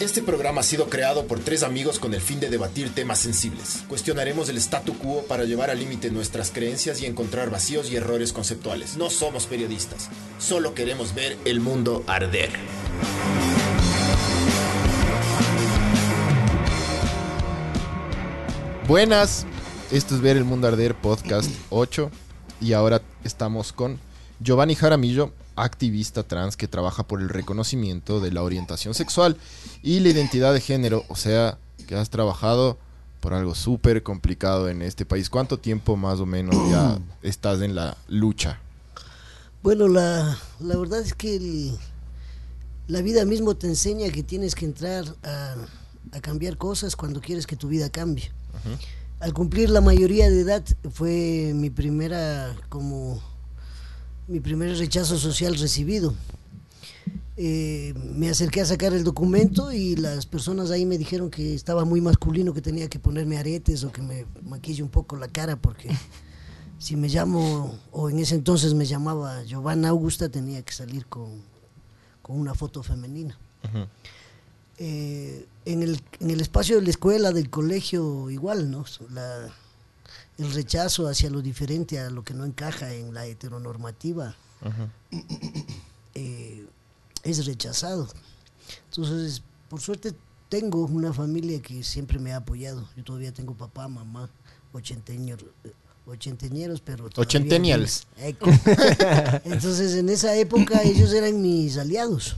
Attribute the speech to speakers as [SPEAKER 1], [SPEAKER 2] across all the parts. [SPEAKER 1] Este programa ha sido creado por tres amigos con el fin de debatir temas sensibles. Cuestionaremos el statu quo para llevar al límite nuestras creencias y encontrar vacíos y errores conceptuales. No somos periodistas, solo queremos ver el mundo arder.
[SPEAKER 2] Buenas, esto es Ver el Mundo Arder Podcast 8 y ahora estamos con Giovanni Jaramillo, activista trans que trabaja por el reconocimiento de la orientación sexual y la identidad de género, o sea, que has trabajado por algo súper complicado en este país. ¿Cuánto tiempo más o menos ya estás en la lucha?
[SPEAKER 3] Bueno, la, la verdad es que el- la vida mismo te enseña que tienes que entrar a, a cambiar cosas cuando quieres que tu vida cambie. Al cumplir la mayoría de edad fue mi primera como mi primer rechazo social recibido. Eh, me acerqué a sacar el documento y las personas ahí me dijeron que estaba muy masculino, que tenía que ponerme aretes o que me maquille un poco la cara porque si me llamo, o en ese entonces me llamaba Giovanna Augusta, tenía que salir con, con una foto femenina. Eh, en, el, en el espacio de la escuela, del colegio, igual, ¿no? La- el rechazo hacia lo diferente, a lo que no encaja en la heteronormativa, eh, es rechazado. Entonces, por suerte tengo una familia que siempre me ha apoyado. Yo todavía tengo papá, mamá, ochenteños, ochenteñeros, pero... todavía-
[SPEAKER 2] Ochentenials.
[SPEAKER 3] Eco. Entonces, en esa época ellos eran mis aliados.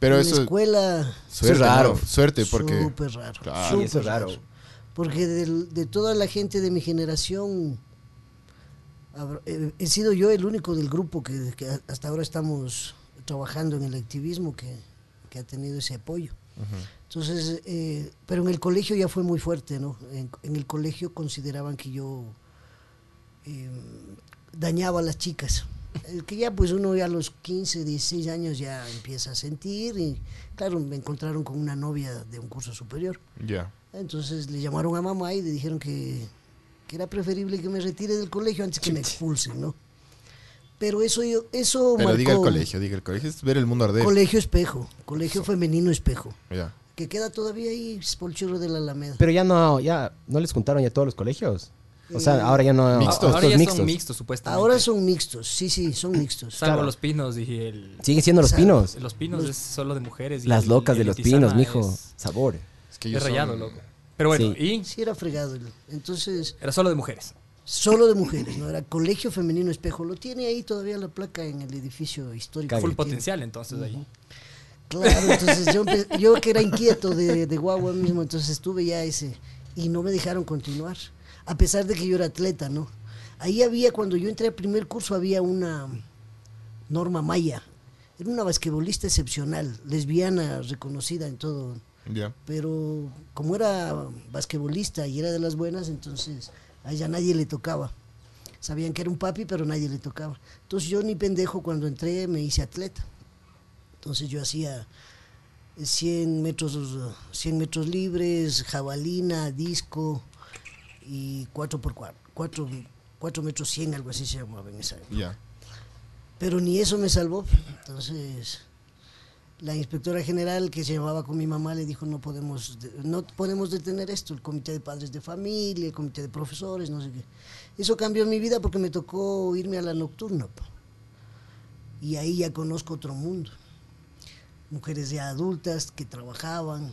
[SPEAKER 2] Pero
[SPEAKER 3] en la
[SPEAKER 2] eso
[SPEAKER 3] escuela...
[SPEAKER 2] suerte,
[SPEAKER 4] es raro.
[SPEAKER 2] ¿no? suerte porque
[SPEAKER 3] Súper raro.
[SPEAKER 2] Claro.
[SPEAKER 4] Ah, Y eso es
[SPEAKER 3] súper
[SPEAKER 4] raro.
[SPEAKER 3] Porque del- de, toda la gente de mi generación, habrá- eh, he sido yo el único del grupo que, que a- hasta ahora estamos trabajando en el activismo que, que ha tenido ese apoyo. Entonces, eh, pero en el colegio ya fue muy fuerte, ¿no? En, en el colegio consideraban que yo eh, dañaba a las chicas. Eh, Que ya pues uno ya a los 15, 16 años ya empieza a sentir y claro, me encontraron con una novia de un curso superior.
[SPEAKER 2] ya.
[SPEAKER 3] Entonces le llamaron a mamá y le dijeron que, que era preferible que me retire del colegio antes que me expulsen, ¿no? Pero eso yo, eso
[SPEAKER 2] Pero diga el
[SPEAKER 3] marcó-
[SPEAKER 2] colegio, diga el colegio, es ver el mundo arder.
[SPEAKER 3] Colegio Espejo, Colegio Femenino Espejo,
[SPEAKER 2] Ya.
[SPEAKER 3] que queda todavía ahí por el churro de la Alameda.
[SPEAKER 4] Pero ya no, ya no les juntaron ya todos los colegios. O sea,
[SPEAKER 3] Eh,
[SPEAKER 4] ahora ya no.
[SPEAKER 2] Mixtos.
[SPEAKER 4] estos
[SPEAKER 5] Ahora ya
[SPEAKER 4] Mm. mixtos.
[SPEAKER 5] son mixtos, supuestamente.
[SPEAKER 3] Ahora son mixtos, sí, sí, son mixtos.
[SPEAKER 5] Salvo
[SPEAKER 4] claro.
[SPEAKER 5] los pinos, dije. El,
[SPEAKER 4] Siguen siendo los
[SPEAKER 3] O sea,
[SPEAKER 4] pinos.
[SPEAKER 5] Los pinos es solo de mujeres. y
[SPEAKER 4] Las
[SPEAKER 5] el-
[SPEAKER 4] locas
[SPEAKER 5] el
[SPEAKER 4] de los
[SPEAKER 5] Tizama
[SPEAKER 4] pinos, mijo.
[SPEAKER 5] Es,
[SPEAKER 4] Sabor.
[SPEAKER 2] Es que
[SPEAKER 5] es
[SPEAKER 2] ellos son-
[SPEAKER 5] rayado, loco. Pero bueno,
[SPEAKER 3] Sí, era fregado. el- Entonces,
[SPEAKER 5] y era solo de mujeres.
[SPEAKER 3] solo de mujeres, ¿no? Era Colegio Femenino Espejo. Lo tiene ahí todavía la placa en el edificio histórico.
[SPEAKER 5] Full
[SPEAKER 3] que tiene.
[SPEAKER 5] potencial, entonces ahí.
[SPEAKER 3] Claro, entonces yo, empe- yo que era inquieto de, de guagua mismo, entonces estuve ya ese. Y no me dejaron continuar, a pesar de que yo era atleta, ¿no? Ahí había, cuando yo entré al primer curso, había una Norma Maya. Era una basquetbolista excepcional, lesbiana, reconocida en todo.
[SPEAKER 2] Ya.
[SPEAKER 3] Pero como era basquetbolista y era de las buenas, entonces a ella nadie le tocaba. Sabían que era un papi, pero nadie le tocaba. Entonces yo ni pendejo cuando entré me hice atleta. Entonces yo hacía 100 metros, uh, 100 metros libres, jabalina, disco y 4 por 4, 4, metros 100, algo así se llamaba en esa época.
[SPEAKER 2] Ya.
[SPEAKER 3] Pero ni eso me salvó. Entonces la inspectora general que se llevaba con mi mamá le dijo no podemos de- no podemos detener esto el comité de padres de familia el comité de profesores no sé qué eso cambió mi vida porque me tocó irme a la nocturna pa. y ahí ya conozco otro mundo mujeres ya adultas que trabajaban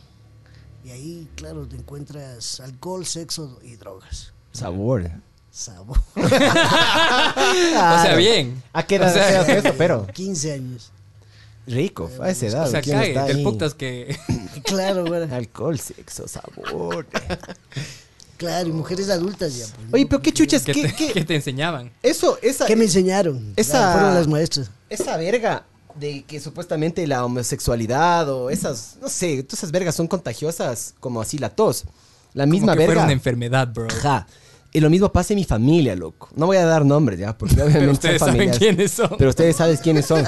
[SPEAKER 3] y ahí claro te encuentras alcohol sexo y drogas
[SPEAKER 4] Sabor.
[SPEAKER 3] sabor
[SPEAKER 5] O sea, bien.
[SPEAKER 4] Ah, ¿A qué edad
[SPEAKER 5] O sea-
[SPEAKER 4] hacías esto? Pero
[SPEAKER 3] 15 años
[SPEAKER 4] rico, a esa edad.
[SPEAKER 5] O sea,
[SPEAKER 4] ¿quién
[SPEAKER 5] cague.
[SPEAKER 4] está
[SPEAKER 5] El
[SPEAKER 4] ahí?
[SPEAKER 5] putas que.
[SPEAKER 3] claro bueno,
[SPEAKER 4] Alcohol, sexo, sabor.
[SPEAKER 3] claro y mujeres adultas ya pues, ¿no?
[SPEAKER 4] Oye, pero qué chuchas,
[SPEAKER 5] que,
[SPEAKER 4] qué,
[SPEAKER 5] te,
[SPEAKER 4] qué-
[SPEAKER 5] que te enseñaban.
[SPEAKER 4] Eso, esa,
[SPEAKER 3] ¿Qué me enseñaron?
[SPEAKER 4] Esa-
[SPEAKER 3] Claro, fueron las maestras.
[SPEAKER 4] esa verga de que supuestamente la homosexualidad o esas, no sé, todas esas vergas son contagiosas como así la tos. La misma
[SPEAKER 5] Como que fuera
[SPEAKER 4] verga.
[SPEAKER 5] una enfermedad, bro.
[SPEAKER 4] Ajá. Y lo mismo pasa en mi familia, loco. No voy a dar nombres ya, porque obviamente
[SPEAKER 5] Pero
[SPEAKER 4] son
[SPEAKER 5] ustedes saben
[SPEAKER 4] familias.
[SPEAKER 5] quiénes son.
[SPEAKER 4] Pero ustedes saben quiénes son.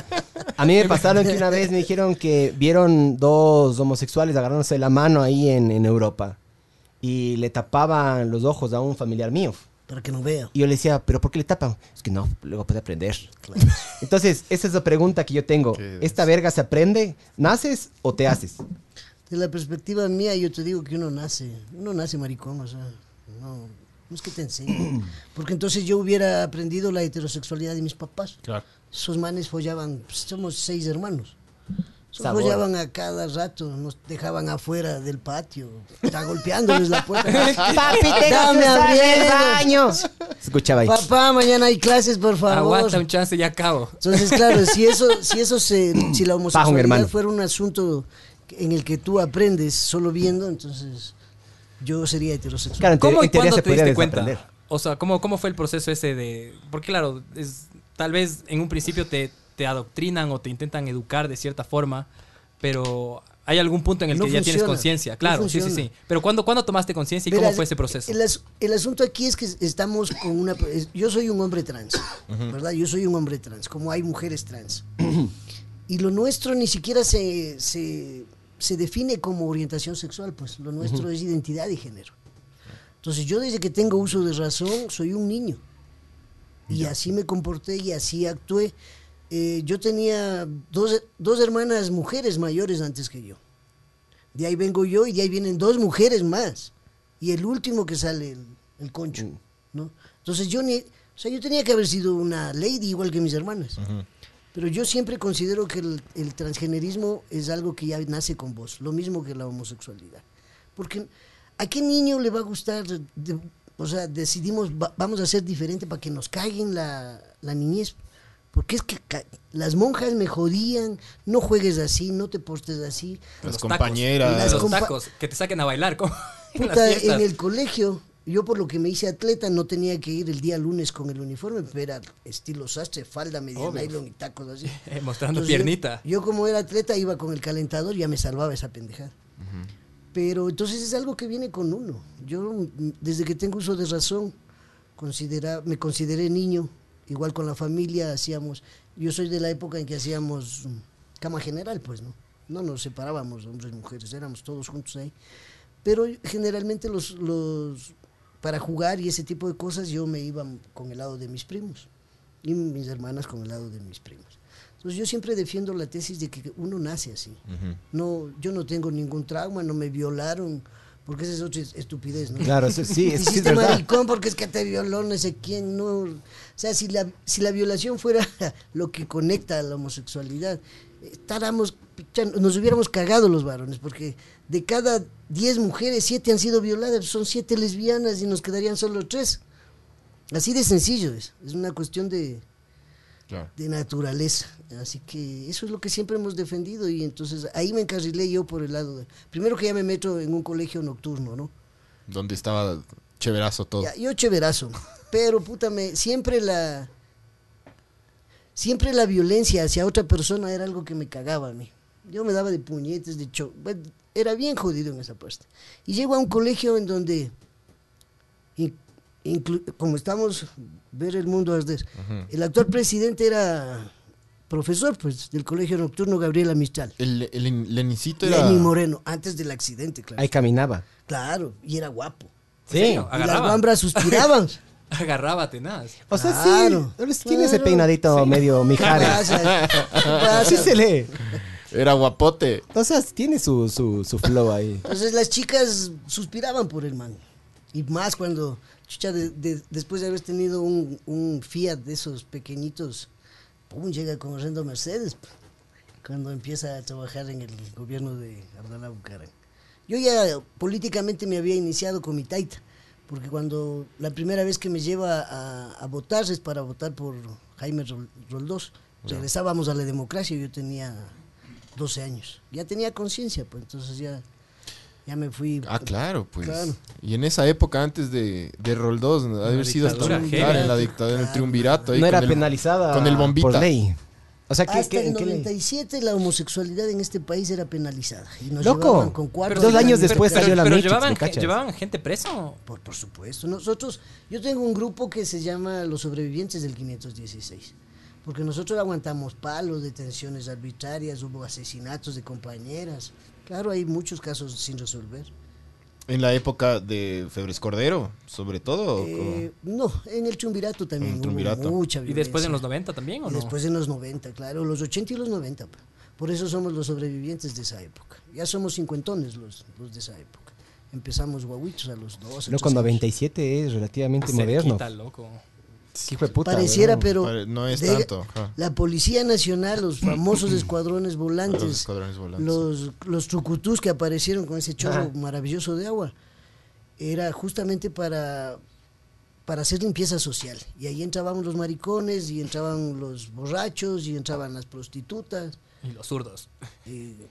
[SPEAKER 4] A mí me pasaron que una vez me dijeron que vieron dos homosexuales agarrándose la mano ahí en, en Europa. Y le tapaban los ojos a un familiar mío.
[SPEAKER 3] para que no vea.
[SPEAKER 4] Y yo le decía, ¿pero por qué le tapan? Es que no, luego puede aprender. Entonces, esa es la pregunta que yo tengo.
[SPEAKER 2] Qué denso.
[SPEAKER 4] ¿Esta verga se aprende? ¿Naces o te haces?
[SPEAKER 3] De la perspectiva mía, yo te digo que uno nace, uno nace maricón, o sea, no, no es que te enseñe. Porque entonces yo hubiera aprendido la heterosexualidad de mis papás.
[SPEAKER 5] Claro.
[SPEAKER 3] Esos manes follaban, pues, somos seis hermanos. Esos
[SPEAKER 4] Sabor.
[SPEAKER 3] follaban a cada rato, nos dejaban afuera del patio, está golpeándoles la puerta.
[SPEAKER 4] Papi,
[SPEAKER 3] Dame abrieros.
[SPEAKER 4] años. Se escuchaba ahí.
[SPEAKER 3] Papá, mañana hay clases, por favor.
[SPEAKER 5] Aguanta un chance y ya acabo.
[SPEAKER 3] Entonces, claro, si eso, si eso se, si la
[SPEAKER 4] hermano.
[SPEAKER 3] homosexualidad fuera un asunto en el que tú aprendes solo viendo, entonces yo sería heterosexual.
[SPEAKER 4] Claro, en teoría-
[SPEAKER 5] ¿Cómo y
[SPEAKER 4] en teoría
[SPEAKER 5] cuándo
[SPEAKER 4] se
[SPEAKER 5] te
[SPEAKER 4] podría
[SPEAKER 5] diste cuenta?
[SPEAKER 4] desaprender.
[SPEAKER 5] O sea, ¿cómo, ¿cómo fue el proceso ese de...? Porque claro, es, tal vez en un principio te, te adoctrinan o te intentan educar de cierta forma, pero hay algún punto en el
[SPEAKER 3] No
[SPEAKER 5] que ya tienes
[SPEAKER 3] funciona,
[SPEAKER 5] conciencia.
[SPEAKER 3] no
[SPEAKER 5] Claro, sí, sí,
[SPEAKER 3] funciona.
[SPEAKER 5] sí. Pero ¿cuándo, ¿cuándo tomaste conciencia y cómo
[SPEAKER 3] Verás,
[SPEAKER 5] fue ese proceso?
[SPEAKER 3] El, as- el asunto aquí es que estamos con una... es- Yo soy un hombre trans, ¿verdad? Yo soy un hombre trans, como hay mujeres trans. y lo nuestro ni siquiera se, se, se define como orientación sexual, pues lo nuestro es identidad y género. Entonces yo desde que tengo uso de razón soy un niño. Y así me comporté y así actué. Eh, yo tenía dos, dos hermanas mujeres mayores antes que yo. De ahí vengo yo y de ahí vienen dos mujeres más. Y el último que sale, el, el concho. ¿no? Entonces yo ni... O sea, yo tenía que haber sido una lady igual que mis hermanas. Pero yo siempre considero que el, el transgenerismo es algo que ya nace con vos, lo mismo que la homosexualidad. Porque ¿a qué niño le va a gustar? de- o sea, decidimos, va- vamos a ser diferente para que nos caguen la, la niñez. Porque es que ca- las monjas me jodían, no juegues así, no te postes así.
[SPEAKER 2] Las
[SPEAKER 5] Los
[SPEAKER 2] compañeras.
[SPEAKER 5] Tacos,
[SPEAKER 3] Las
[SPEAKER 5] los
[SPEAKER 3] compa-
[SPEAKER 5] tacos, que te saquen a bailar. como en las
[SPEAKER 3] Puta,
[SPEAKER 5] fiestas.
[SPEAKER 3] en el colegio, yo por lo que me hice atleta no tenía que ir el día lunes con el uniforme, pero era estilo sastre, falda, media
[SPEAKER 5] Obvio.
[SPEAKER 3] nylon y tacos así.
[SPEAKER 5] Eh, mostrando
[SPEAKER 3] Entonces,
[SPEAKER 5] piernita.
[SPEAKER 3] Yo, yo como era atleta iba con el calentador y ya me salvaba esa pendejada. Pero entonces es algo que viene con uno. Yo mm, desde que tengo uso de razón considera, me consideré niño, igual con la familia hacíamos, yo soy de la época en que hacíamos mm, cama general, pues no, no nos separábamos hombres y mujeres, éramos todos juntos ahí. Pero generalmente los, los para jugar y ese tipo de cosas yo me iba con el lado de mis primos y mis hermanas con el lado de mis primos. Entonces yo siempre defiendo la tesis de que uno nace así. No, yo no tengo ningún trauma, no me violaron, porque esa es otra estupidez, ¿no?
[SPEAKER 4] Claro, eso- sí,
[SPEAKER 3] Te
[SPEAKER 4] es, sí, es
[SPEAKER 3] hiciste
[SPEAKER 4] verdad.
[SPEAKER 3] maricón porque es que te violó no sé quién, no. O sea, si la, si la violación fuera lo que conecta a la homosexualidad, estaríamos, picha- nos hubiéramos cagado los varones, porque de cada 10 mujeres, 7 han sido violadas, son 7 lesbianas y nos quedarían solo 3. Así de sencillo es, es una cuestión de,
[SPEAKER 2] Claro.
[SPEAKER 3] de naturaleza. Así que eso es lo que siempre hemos defendido y entonces ahí me encarrilé yo por el lado de... Primero que ya me meto en un colegio nocturno, ¿no?
[SPEAKER 2] Donde estaba chéverazo todo.
[SPEAKER 3] Ya, yo chéverazo, pero puta, me, siempre la... Siempre la violencia hacia otra persona era algo que me cagaba a mí. Yo me daba de puñetes, de cho... bueno, Era bien jodido en esa parte. Y llego a un colegio en donde, in- inclu- como estamos, ver el mundo arder. El actual presidente era profesor pues, del colegio nocturno Gabriela Mistral.
[SPEAKER 2] El, el, el Lenicito Este era.
[SPEAKER 3] Lenín Moreno, antes del accidente, claro.
[SPEAKER 4] Ahí caminaba.
[SPEAKER 3] Claro, y era guapo.
[SPEAKER 4] Sí.
[SPEAKER 5] serio?
[SPEAKER 3] Y las
[SPEAKER 5] Agarraba.
[SPEAKER 3] bambras suspiraban.
[SPEAKER 5] Agarraba tenaz.
[SPEAKER 4] O sea,
[SPEAKER 3] Claro,
[SPEAKER 4] sí. Tiene ese
[SPEAKER 3] claro.
[SPEAKER 4] peinadito medio mijares.
[SPEAKER 3] Pasa, pasa.
[SPEAKER 4] Así se lee.
[SPEAKER 2] Era guapote.
[SPEAKER 4] O sea, tiene su, su, su flow ahí.
[SPEAKER 3] Entonces pues, las chicas suspiraban por el man. Y más cuando, chucha, de- de- después de haber tenido un, un Fiat de esos pequeñitos, pum, llega con Rendo Mercedes. p- Cuando empieza a trabajar en el gobierno de Abdalá Bucaram. Yo ya políticamente me había iniciado con mi taita. Porque cuando la primera vez que me lleva a, a votar es para votar por Jaime Rol- Roldós. Regresábamos a la democracia, yo tenía 12 años. Ya tenía conciencia, pues entonces ya, ya me fui.
[SPEAKER 2] Ah, claro, pues.
[SPEAKER 3] Claro.
[SPEAKER 2] Y en esa época, antes de, de Roldós, ¿no? ha de haber sido hasta
[SPEAKER 5] dictadura
[SPEAKER 2] un-
[SPEAKER 5] heavy.
[SPEAKER 2] claro, en la dictadura, en el triunvirato. ahí
[SPEAKER 4] No era
[SPEAKER 2] con el-
[SPEAKER 4] penalizada
[SPEAKER 2] Con el bombita.
[SPEAKER 4] por ley. O sea, ¿qué,
[SPEAKER 3] Hasta
[SPEAKER 4] qué-
[SPEAKER 3] el
[SPEAKER 4] en qué ley?
[SPEAKER 3] 97 la homosexualidad en este país era penalizada. Y nos
[SPEAKER 4] Loco,
[SPEAKER 3] llevaban con cuatro
[SPEAKER 4] dos años
[SPEAKER 3] de-
[SPEAKER 4] después salió la
[SPEAKER 5] pero
[SPEAKER 4] Matrix,
[SPEAKER 5] llevaban,
[SPEAKER 4] ¿me cachas?
[SPEAKER 5] llevaban gente preso.
[SPEAKER 3] Por, por supuesto. Nosotros, yo tengo un grupo que se llama Los Sobrevivientes del 516. Porque nosotros aguantamos palos, detenciones arbitrarias, hubo asesinatos de compañeras. Claro, hay muchos casos sin resolver.
[SPEAKER 2] En la época de Febres Cordero, sobre todo. ¿o cómo?
[SPEAKER 3] Eh, no, en el Chumbirato también
[SPEAKER 2] En el
[SPEAKER 3] hubo
[SPEAKER 2] Chumbirato.
[SPEAKER 3] mucha
[SPEAKER 5] ¿Y después
[SPEAKER 3] violencia.
[SPEAKER 5] en los 90 también o
[SPEAKER 3] Y
[SPEAKER 5] no?
[SPEAKER 3] después en los 90, claro, los 80 y los 90. pa. Por eso somos los sobrevivientes de esa época. Ya somos cincuentones los, los de esa época. Empezamos guaguitos a los 12.
[SPEAKER 4] Loco,
[SPEAKER 3] 13.
[SPEAKER 4] 97 es relativamente
[SPEAKER 5] Cerquita,
[SPEAKER 4] moderno.
[SPEAKER 5] loco.
[SPEAKER 4] Sí, hijo de puta,
[SPEAKER 3] Pareciera,
[SPEAKER 4] weón.
[SPEAKER 3] pero.
[SPEAKER 2] Pare- no es
[SPEAKER 3] de-
[SPEAKER 2] tanto. ajá.
[SPEAKER 3] La Policía Nacional, los famosos escuadrones volantes,
[SPEAKER 2] Los
[SPEAKER 3] los,
[SPEAKER 2] escuadrones volantes.
[SPEAKER 3] los, chucutús que aparecieron con ese chorro
[SPEAKER 4] Ajá.
[SPEAKER 3] maravilloso de agua, era justamente para, para hacer limpieza social. Y ahí entrábamos los maricones, y entraban los borrachos, y entraban las prostitutas.
[SPEAKER 5] Y los zurdos.
[SPEAKER 3] y-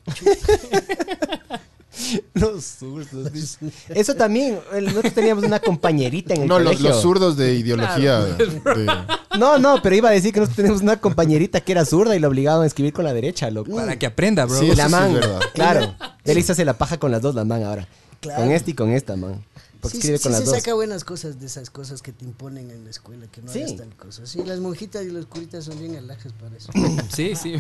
[SPEAKER 4] Los zurdos. dice. Eso también, el- nosotros teníamos una compañerita en el
[SPEAKER 2] No, los,
[SPEAKER 4] colegio.
[SPEAKER 2] los zurdos de ideología. de-
[SPEAKER 4] No, no, pero iba a decir que nosotros teníamos una compañerita que era zurda y la obligaban a escribir con la derecha, loco.
[SPEAKER 5] Para que aprenda, bro.
[SPEAKER 2] Sí,
[SPEAKER 4] la
[SPEAKER 2] eso sí es
[SPEAKER 4] man,
[SPEAKER 2] verdad.
[SPEAKER 4] claro. Él hace la paja con las dos, la man ahora.
[SPEAKER 3] Claro.
[SPEAKER 4] Con esta y con esta, man. Porque
[SPEAKER 3] sí,
[SPEAKER 4] escribe
[SPEAKER 3] sí
[SPEAKER 4] con
[SPEAKER 3] se
[SPEAKER 4] las dos.
[SPEAKER 3] saca buenas cosas de esas cosas que te imponen en la escuela, que no
[SPEAKER 4] Sí.
[SPEAKER 3] hagas tal cosa. Sí, las monjitas y los curitas son bien alhajas para eso.
[SPEAKER 5] Sí, sí.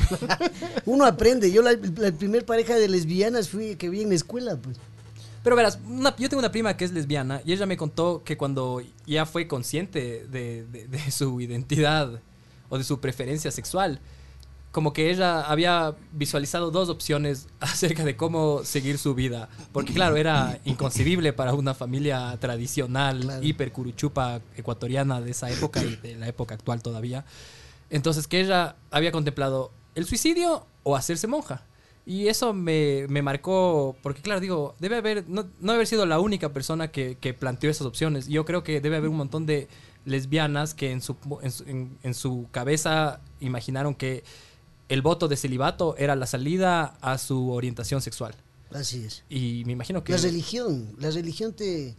[SPEAKER 3] Uno aprende. Yo la, la primer pareja de lesbianas fui que vi en la escuela, pues.
[SPEAKER 5] Pero verás, una- yo tengo una prima que es lesbiana y ella me contó que cuando ya fue consciente de, de- de su identidad o de su preferencia sexual, como que ella había visualizado dos opciones acerca de cómo seguir su vida. Porque claro, era inconcebible para una familia tradicional,
[SPEAKER 3] Claro.
[SPEAKER 5] hipercuruchupa ecuatoriana de esa época y de la época actual todavía. Entonces que ella había contemplado el suicidio o hacerse monja. Y eso me, me marcó, porque claro, digo, debe haber, no, no haber sido la única persona que, que planteó esas opciones. Yo creo que debe haber un montón de lesbianas que en su, en su- en- en su cabeza imaginaron que el voto de celibato era la salida a su orientación sexual.
[SPEAKER 3] Así es.
[SPEAKER 5] Y me imagino que...
[SPEAKER 3] La religión, la religión te,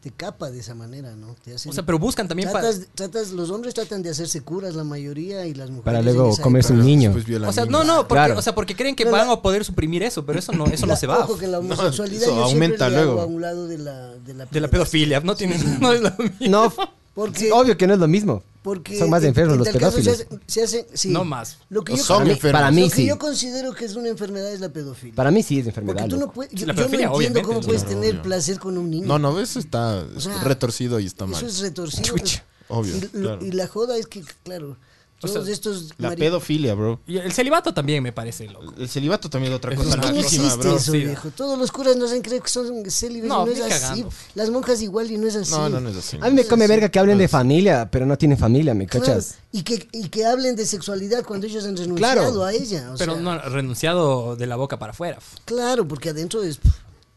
[SPEAKER 3] te capa de esa manera, ¿no? Te hace-
[SPEAKER 5] O sea, pero buscan también para...
[SPEAKER 3] tratas, tratas- los hombres tratan de hacerse curas la mayoría y las mujeres
[SPEAKER 4] Para
[SPEAKER 3] en
[SPEAKER 4] luego
[SPEAKER 3] esa
[SPEAKER 4] comerse un
[SPEAKER 2] Pero
[SPEAKER 4] niño.
[SPEAKER 2] después pues, violan
[SPEAKER 5] O sea,
[SPEAKER 2] niños.
[SPEAKER 5] no, no, porque,
[SPEAKER 4] Claro.
[SPEAKER 5] o sea, porque creen que
[SPEAKER 3] No, la-
[SPEAKER 5] van a poder suprimir eso, pero eso no, eso no
[SPEAKER 3] La-
[SPEAKER 5] se va.
[SPEAKER 3] Ojo que la homosexualidad
[SPEAKER 2] eso
[SPEAKER 3] yo siempre
[SPEAKER 2] aumenta
[SPEAKER 3] le hago
[SPEAKER 2] luego.
[SPEAKER 3] a un lado de la de la,
[SPEAKER 5] De la pedofilia, no tiene, no es lo mismo.
[SPEAKER 4] No, f-
[SPEAKER 3] Porque-
[SPEAKER 4] obvio que no es lo mismo.
[SPEAKER 3] Porque
[SPEAKER 4] Son más enfermos
[SPEAKER 3] en
[SPEAKER 4] los
[SPEAKER 3] tal caso
[SPEAKER 4] pedófilos.
[SPEAKER 3] Se hacen, se hacen- sí.
[SPEAKER 5] No más.
[SPEAKER 3] Lo que,
[SPEAKER 2] O
[SPEAKER 3] yo,
[SPEAKER 2] son
[SPEAKER 4] para mí,
[SPEAKER 2] enfermos.
[SPEAKER 4] para
[SPEAKER 3] lo
[SPEAKER 4] mí
[SPEAKER 3] que
[SPEAKER 4] sí.
[SPEAKER 3] yo considero que es una enfermedad es la pedofilia.
[SPEAKER 4] Para mí sí es enfermedad.
[SPEAKER 3] Porque tú no
[SPEAKER 4] loco.
[SPEAKER 3] puedes,
[SPEAKER 5] Sí,
[SPEAKER 3] yo, yo
[SPEAKER 5] la
[SPEAKER 3] no
[SPEAKER 5] pedofilia,
[SPEAKER 3] entiendo
[SPEAKER 5] obviamente,
[SPEAKER 3] cómo
[SPEAKER 5] sí,
[SPEAKER 3] puedes
[SPEAKER 2] claro,
[SPEAKER 3] tener
[SPEAKER 2] obvio.
[SPEAKER 3] placer con un niño.
[SPEAKER 2] No, no, eso está es
[SPEAKER 3] sea,
[SPEAKER 2] retorcido y está mal.
[SPEAKER 3] Eso es retorcido.
[SPEAKER 4] Chucha.
[SPEAKER 2] Obvio,
[SPEAKER 3] Y, lo-
[SPEAKER 2] claro.
[SPEAKER 3] y la joda es que, claro, todos
[SPEAKER 5] sea,
[SPEAKER 3] estos
[SPEAKER 2] La
[SPEAKER 3] mari-
[SPEAKER 2] pedofilia, bro.
[SPEAKER 5] Y el celibato también me parece loco.
[SPEAKER 2] El celibato también es otra
[SPEAKER 5] Es
[SPEAKER 2] cosa.
[SPEAKER 5] una
[SPEAKER 3] No
[SPEAKER 2] loquísima,
[SPEAKER 3] existe
[SPEAKER 2] bro.
[SPEAKER 3] Pues, eso,
[SPEAKER 5] Sí.
[SPEAKER 3] viejo. Todos los curas nos han creído que son célibes
[SPEAKER 5] No,
[SPEAKER 3] y no es
[SPEAKER 5] ni
[SPEAKER 3] así.
[SPEAKER 5] cagando.
[SPEAKER 3] Las monjas igual y no es así.
[SPEAKER 2] No, no, no es así.
[SPEAKER 4] A mí me come verga que hablen de familia, pero no tienen familia, ¿me
[SPEAKER 3] Claro,
[SPEAKER 4] cachas?
[SPEAKER 3] y, que, y que hablen de sexualidad cuando ellos han renunciado
[SPEAKER 4] Claro.
[SPEAKER 3] a ella. o
[SPEAKER 5] Pero
[SPEAKER 3] sea,
[SPEAKER 5] no, renunciado de la boca para afuera. f-
[SPEAKER 3] Claro, porque adentro es...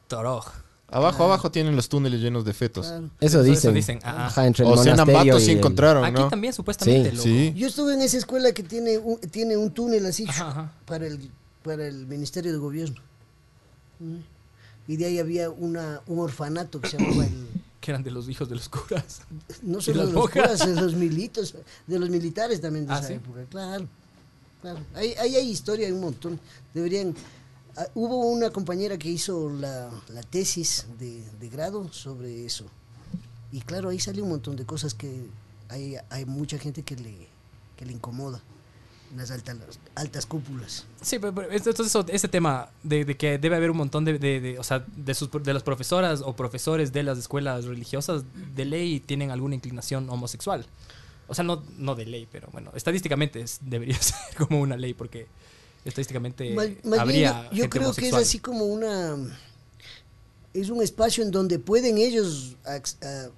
[SPEAKER 5] Toroj.
[SPEAKER 2] Abajo, abajo tienen los túneles llenos de fetos.
[SPEAKER 3] claro.
[SPEAKER 4] Eso
[SPEAKER 5] Eso
[SPEAKER 4] dicen.
[SPEAKER 5] dicen, ajá.
[SPEAKER 4] entre el
[SPEAKER 2] O sea, en
[SPEAKER 4] monasterio
[SPEAKER 2] Ambato sí
[SPEAKER 4] y el-
[SPEAKER 2] encontraron,
[SPEAKER 5] Aquí
[SPEAKER 2] ¿no?
[SPEAKER 5] también supuestamente
[SPEAKER 4] Sí,
[SPEAKER 5] loco.
[SPEAKER 2] Sí.
[SPEAKER 3] Yo estuve en esa escuela que tiene un, tiene un túnel así
[SPEAKER 5] Ajá, ajá.
[SPEAKER 3] para el para el Ministerio de Gobierno. Mm. Y de ahí había una, un orfanato que se llamaba el
[SPEAKER 5] Que eran de los hijos de los curas.
[SPEAKER 3] no
[SPEAKER 5] Y
[SPEAKER 3] solo
[SPEAKER 5] las
[SPEAKER 3] de los
[SPEAKER 5] monjas.
[SPEAKER 3] curas, de los militos, de los militares también de
[SPEAKER 5] Ah,
[SPEAKER 3] esa
[SPEAKER 5] ¿sí?
[SPEAKER 3] época, claro. claro. Ahí, ahí hay historia, hay un montón. Deberían. ah, hubo una compañera que hizo la, la tesis de, de grado sobre eso. Y claro, ahí salió un montón de cosas que hay, hay mucha gente que le, que le incomoda. en Las altas, las altas cúpulas.
[SPEAKER 5] Sí, pero, pero esto- entonces eso- ese tema de, de que debe haber un montón de, de- de- o sea, de, sus, de las profesoras o profesores de las escuelas religiosas de ley tienen alguna inclinación homosexual. O sea, no, no de ley, pero bueno, estadísticamente es- debería ser como una ley porque estadísticamente
[SPEAKER 3] Mal- más bien,
[SPEAKER 5] Eh, habría
[SPEAKER 3] yo, yo creo
[SPEAKER 5] gente
[SPEAKER 3] que
[SPEAKER 5] homosexual.
[SPEAKER 3] es así como una es un espacio en donde pueden ellos ac- a-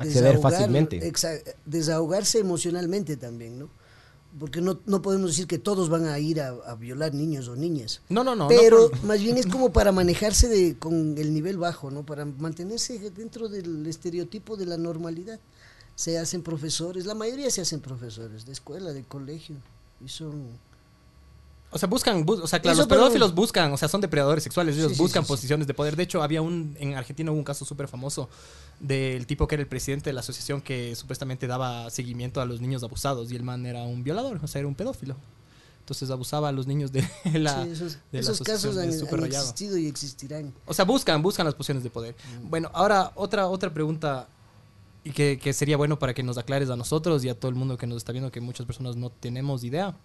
[SPEAKER 4] Acceder
[SPEAKER 3] desahogar-
[SPEAKER 4] fácilmente.
[SPEAKER 3] exa- desahogarse emocionalmente también no porque no, no podemos decir que todos van a ir a, a violar niños o niñas
[SPEAKER 5] No, no, no. no
[SPEAKER 3] pero
[SPEAKER 5] por-
[SPEAKER 3] más bien es como para manejarse de, con el nivel bajo, ¿no? Para mantenerse dentro del estereotipo de la normalidad. Se hacen profesores, la mayoría se hacen profesores de escuela, de colegio, y son
[SPEAKER 5] O sea, buscan, bus- o sea, claro,
[SPEAKER 3] Eso,
[SPEAKER 5] los pedófilos
[SPEAKER 3] pero-
[SPEAKER 5] buscan, o sea, son depredadores sexuales, ellos
[SPEAKER 3] Sí, sí,
[SPEAKER 5] buscan
[SPEAKER 3] sí, sí.
[SPEAKER 5] posiciones de poder. De hecho, había un, en Argentina hubo un caso súper famoso del tipo que era el presidente de la asociación que supuestamente daba seguimiento a los niños abusados y el man era un violador, o sea, era un pedófilo. Entonces abusaba a los niños de la,
[SPEAKER 3] Sí, esos,
[SPEAKER 5] de la
[SPEAKER 3] esos
[SPEAKER 5] asociación,
[SPEAKER 3] casos
[SPEAKER 5] es
[SPEAKER 3] han,
[SPEAKER 5] súper
[SPEAKER 3] han
[SPEAKER 5] rayado.
[SPEAKER 3] existido y existirán.
[SPEAKER 5] O sea, buscan, buscan las posiciones de poder.
[SPEAKER 4] Mm.
[SPEAKER 5] Bueno, ahora otra, otra pregunta y que, que sería bueno para que nos aclares a nosotros y a todo el mundo que nos está viendo que muchas personas no tenemos idea.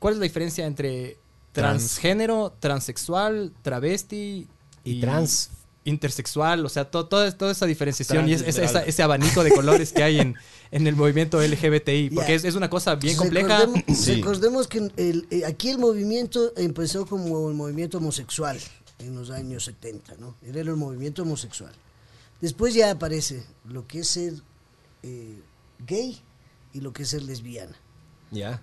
[SPEAKER 5] ¿Cuál es la diferencia entre
[SPEAKER 2] Trans.
[SPEAKER 5] transgénero, transexual, travesti
[SPEAKER 4] Y trans.
[SPEAKER 5] intersexual, o sea, to- toda, toda esa diferenciación
[SPEAKER 1] Trans
[SPEAKER 5] y es- es-
[SPEAKER 1] literal.
[SPEAKER 5] esa- ese abanico de colores que hay en, en el movimiento LGBTI, porque
[SPEAKER 3] Ya.
[SPEAKER 5] es, es una cosa bien compleja.
[SPEAKER 3] Recordemos,
[SPEAKER 2] Sí.
[SPEAKER 3] recordemos que el- eh, aquí el movimiento empezó como el movimiento homosexual en los años 70, ¿no? Era el movimiento homosexual. Después ya aparece lo que es ser eh, gay y lo que es ser lesbiana.
[SPEAKER 4] Ya.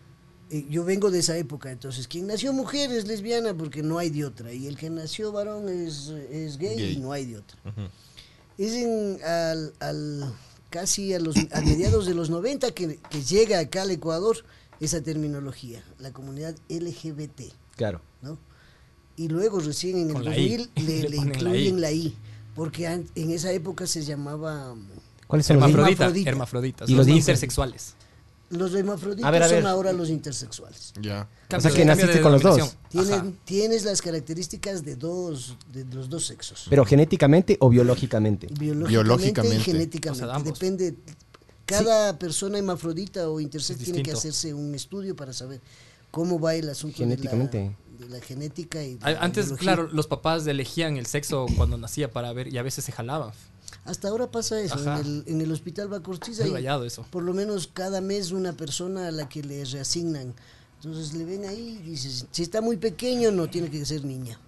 [SPEAKER 3] Eh, yo vengo de esa época, entonces quien nació mujer es lesbiana porque no hay de otra, y el que nació varón es, es gay,
[SPEAKER 2] Gay.
[SPEAKER 3] y no hay de otra. Es en- al, al- casi a, los, a mediados de los 90 que, que llega acá al Ecuador esa terminología, la comunidad LGBT,
[SPEAKER 4] Claro.
[SPEAKER 3] ¿no? Y luego recién en el
[SPEAKER 5] Con la I.
[SPEAKER 3] 2000 le,
[SPEAKER 5] Le
[SPEAKER 3] le
[SPEAKER 5] ponen la I.
[SPEAKER 3] incluyen la I, porque an- en esa época se llamaba... mm,
[SPEAKER 4] ¿Cuáles son los
[SPEAKER 5] Hermafrodita,
[SPEAKER 3] Hermafrodita.
[SPEAKER 5] hermafrodita,
[SPEAKER 4] Y
[SPEAKER 5] son
[SPEAKER 4] los dicen.
[SPEAKER 5] intersexuales.
[SPEAKER 3] Los hermafroditas
[SPEAKER 4] A ver, a ver.
[SPEAKER 3] son ahora los intersexuales.
[SPEAKER 2] Ya.
[SPEAKER 4] O
[SPEAKER 5] Cambio
[SPEAKER 4] sea
[SPEAKER 5] de-
[SPEAKER 4] que
[SPEAKER 5] cambio de
[SPEAKER 4] naciste con los dos.
[SPEAKER 5] denominación.
[SPEAKER 3] Tienes,
[SPEAKER 5] Ajá.
[SPEAKER 3] tienes las características de dos de los dos sexos.
[SPEAKER 4] Pero genéticamente o biológicamente.
[SPEAKER 3] Biológicamente, y
[SPEAKER 2] Biológicamente.
[SPEAKER 5] O sea,
[SPEAKER 3] genéticamente.
[SPEAKER 5] de ambos.
[SPEAKER 3] Depende. Cada persona hemafrodita o intersex
[SPEAKER 5] Es
[SPEAKER 3] tiene que
[SPEAKER 5] distinto.
[SPEAKER 3] hacerse un estudio para saber cómo va el asunto de la-
[SPEAKER 4] Genéticamente.
[SPEAKER 3] de la, genética y de
[SPEAKER 5] A-
[SPEAKER 3] la
[SPEAKER 5] Antes,
[SPEAKER 3] biología.
[SPEAKER 5] claro, los papás elegían el sexo cuando nacía para ver y a veces se jalaban.
[SPEAKER 3] Hasta ahora pasa eso. En
[SPEAKER 5] Ajá.
[SPEAKER 3] el, en el hospital
[SPEAKER 5] Es
[SPEAKER 3] Bacortiza
[SPEAKER 5] muy
[SPEAKER 3] hay
[SPEAKER 5] rayado eso.
[SPEAKER 3] por lo menos cada mes una persona a la que le reasignan. Entonces le ven ahí y dices, si está muy pequeño no tiene que ser niña.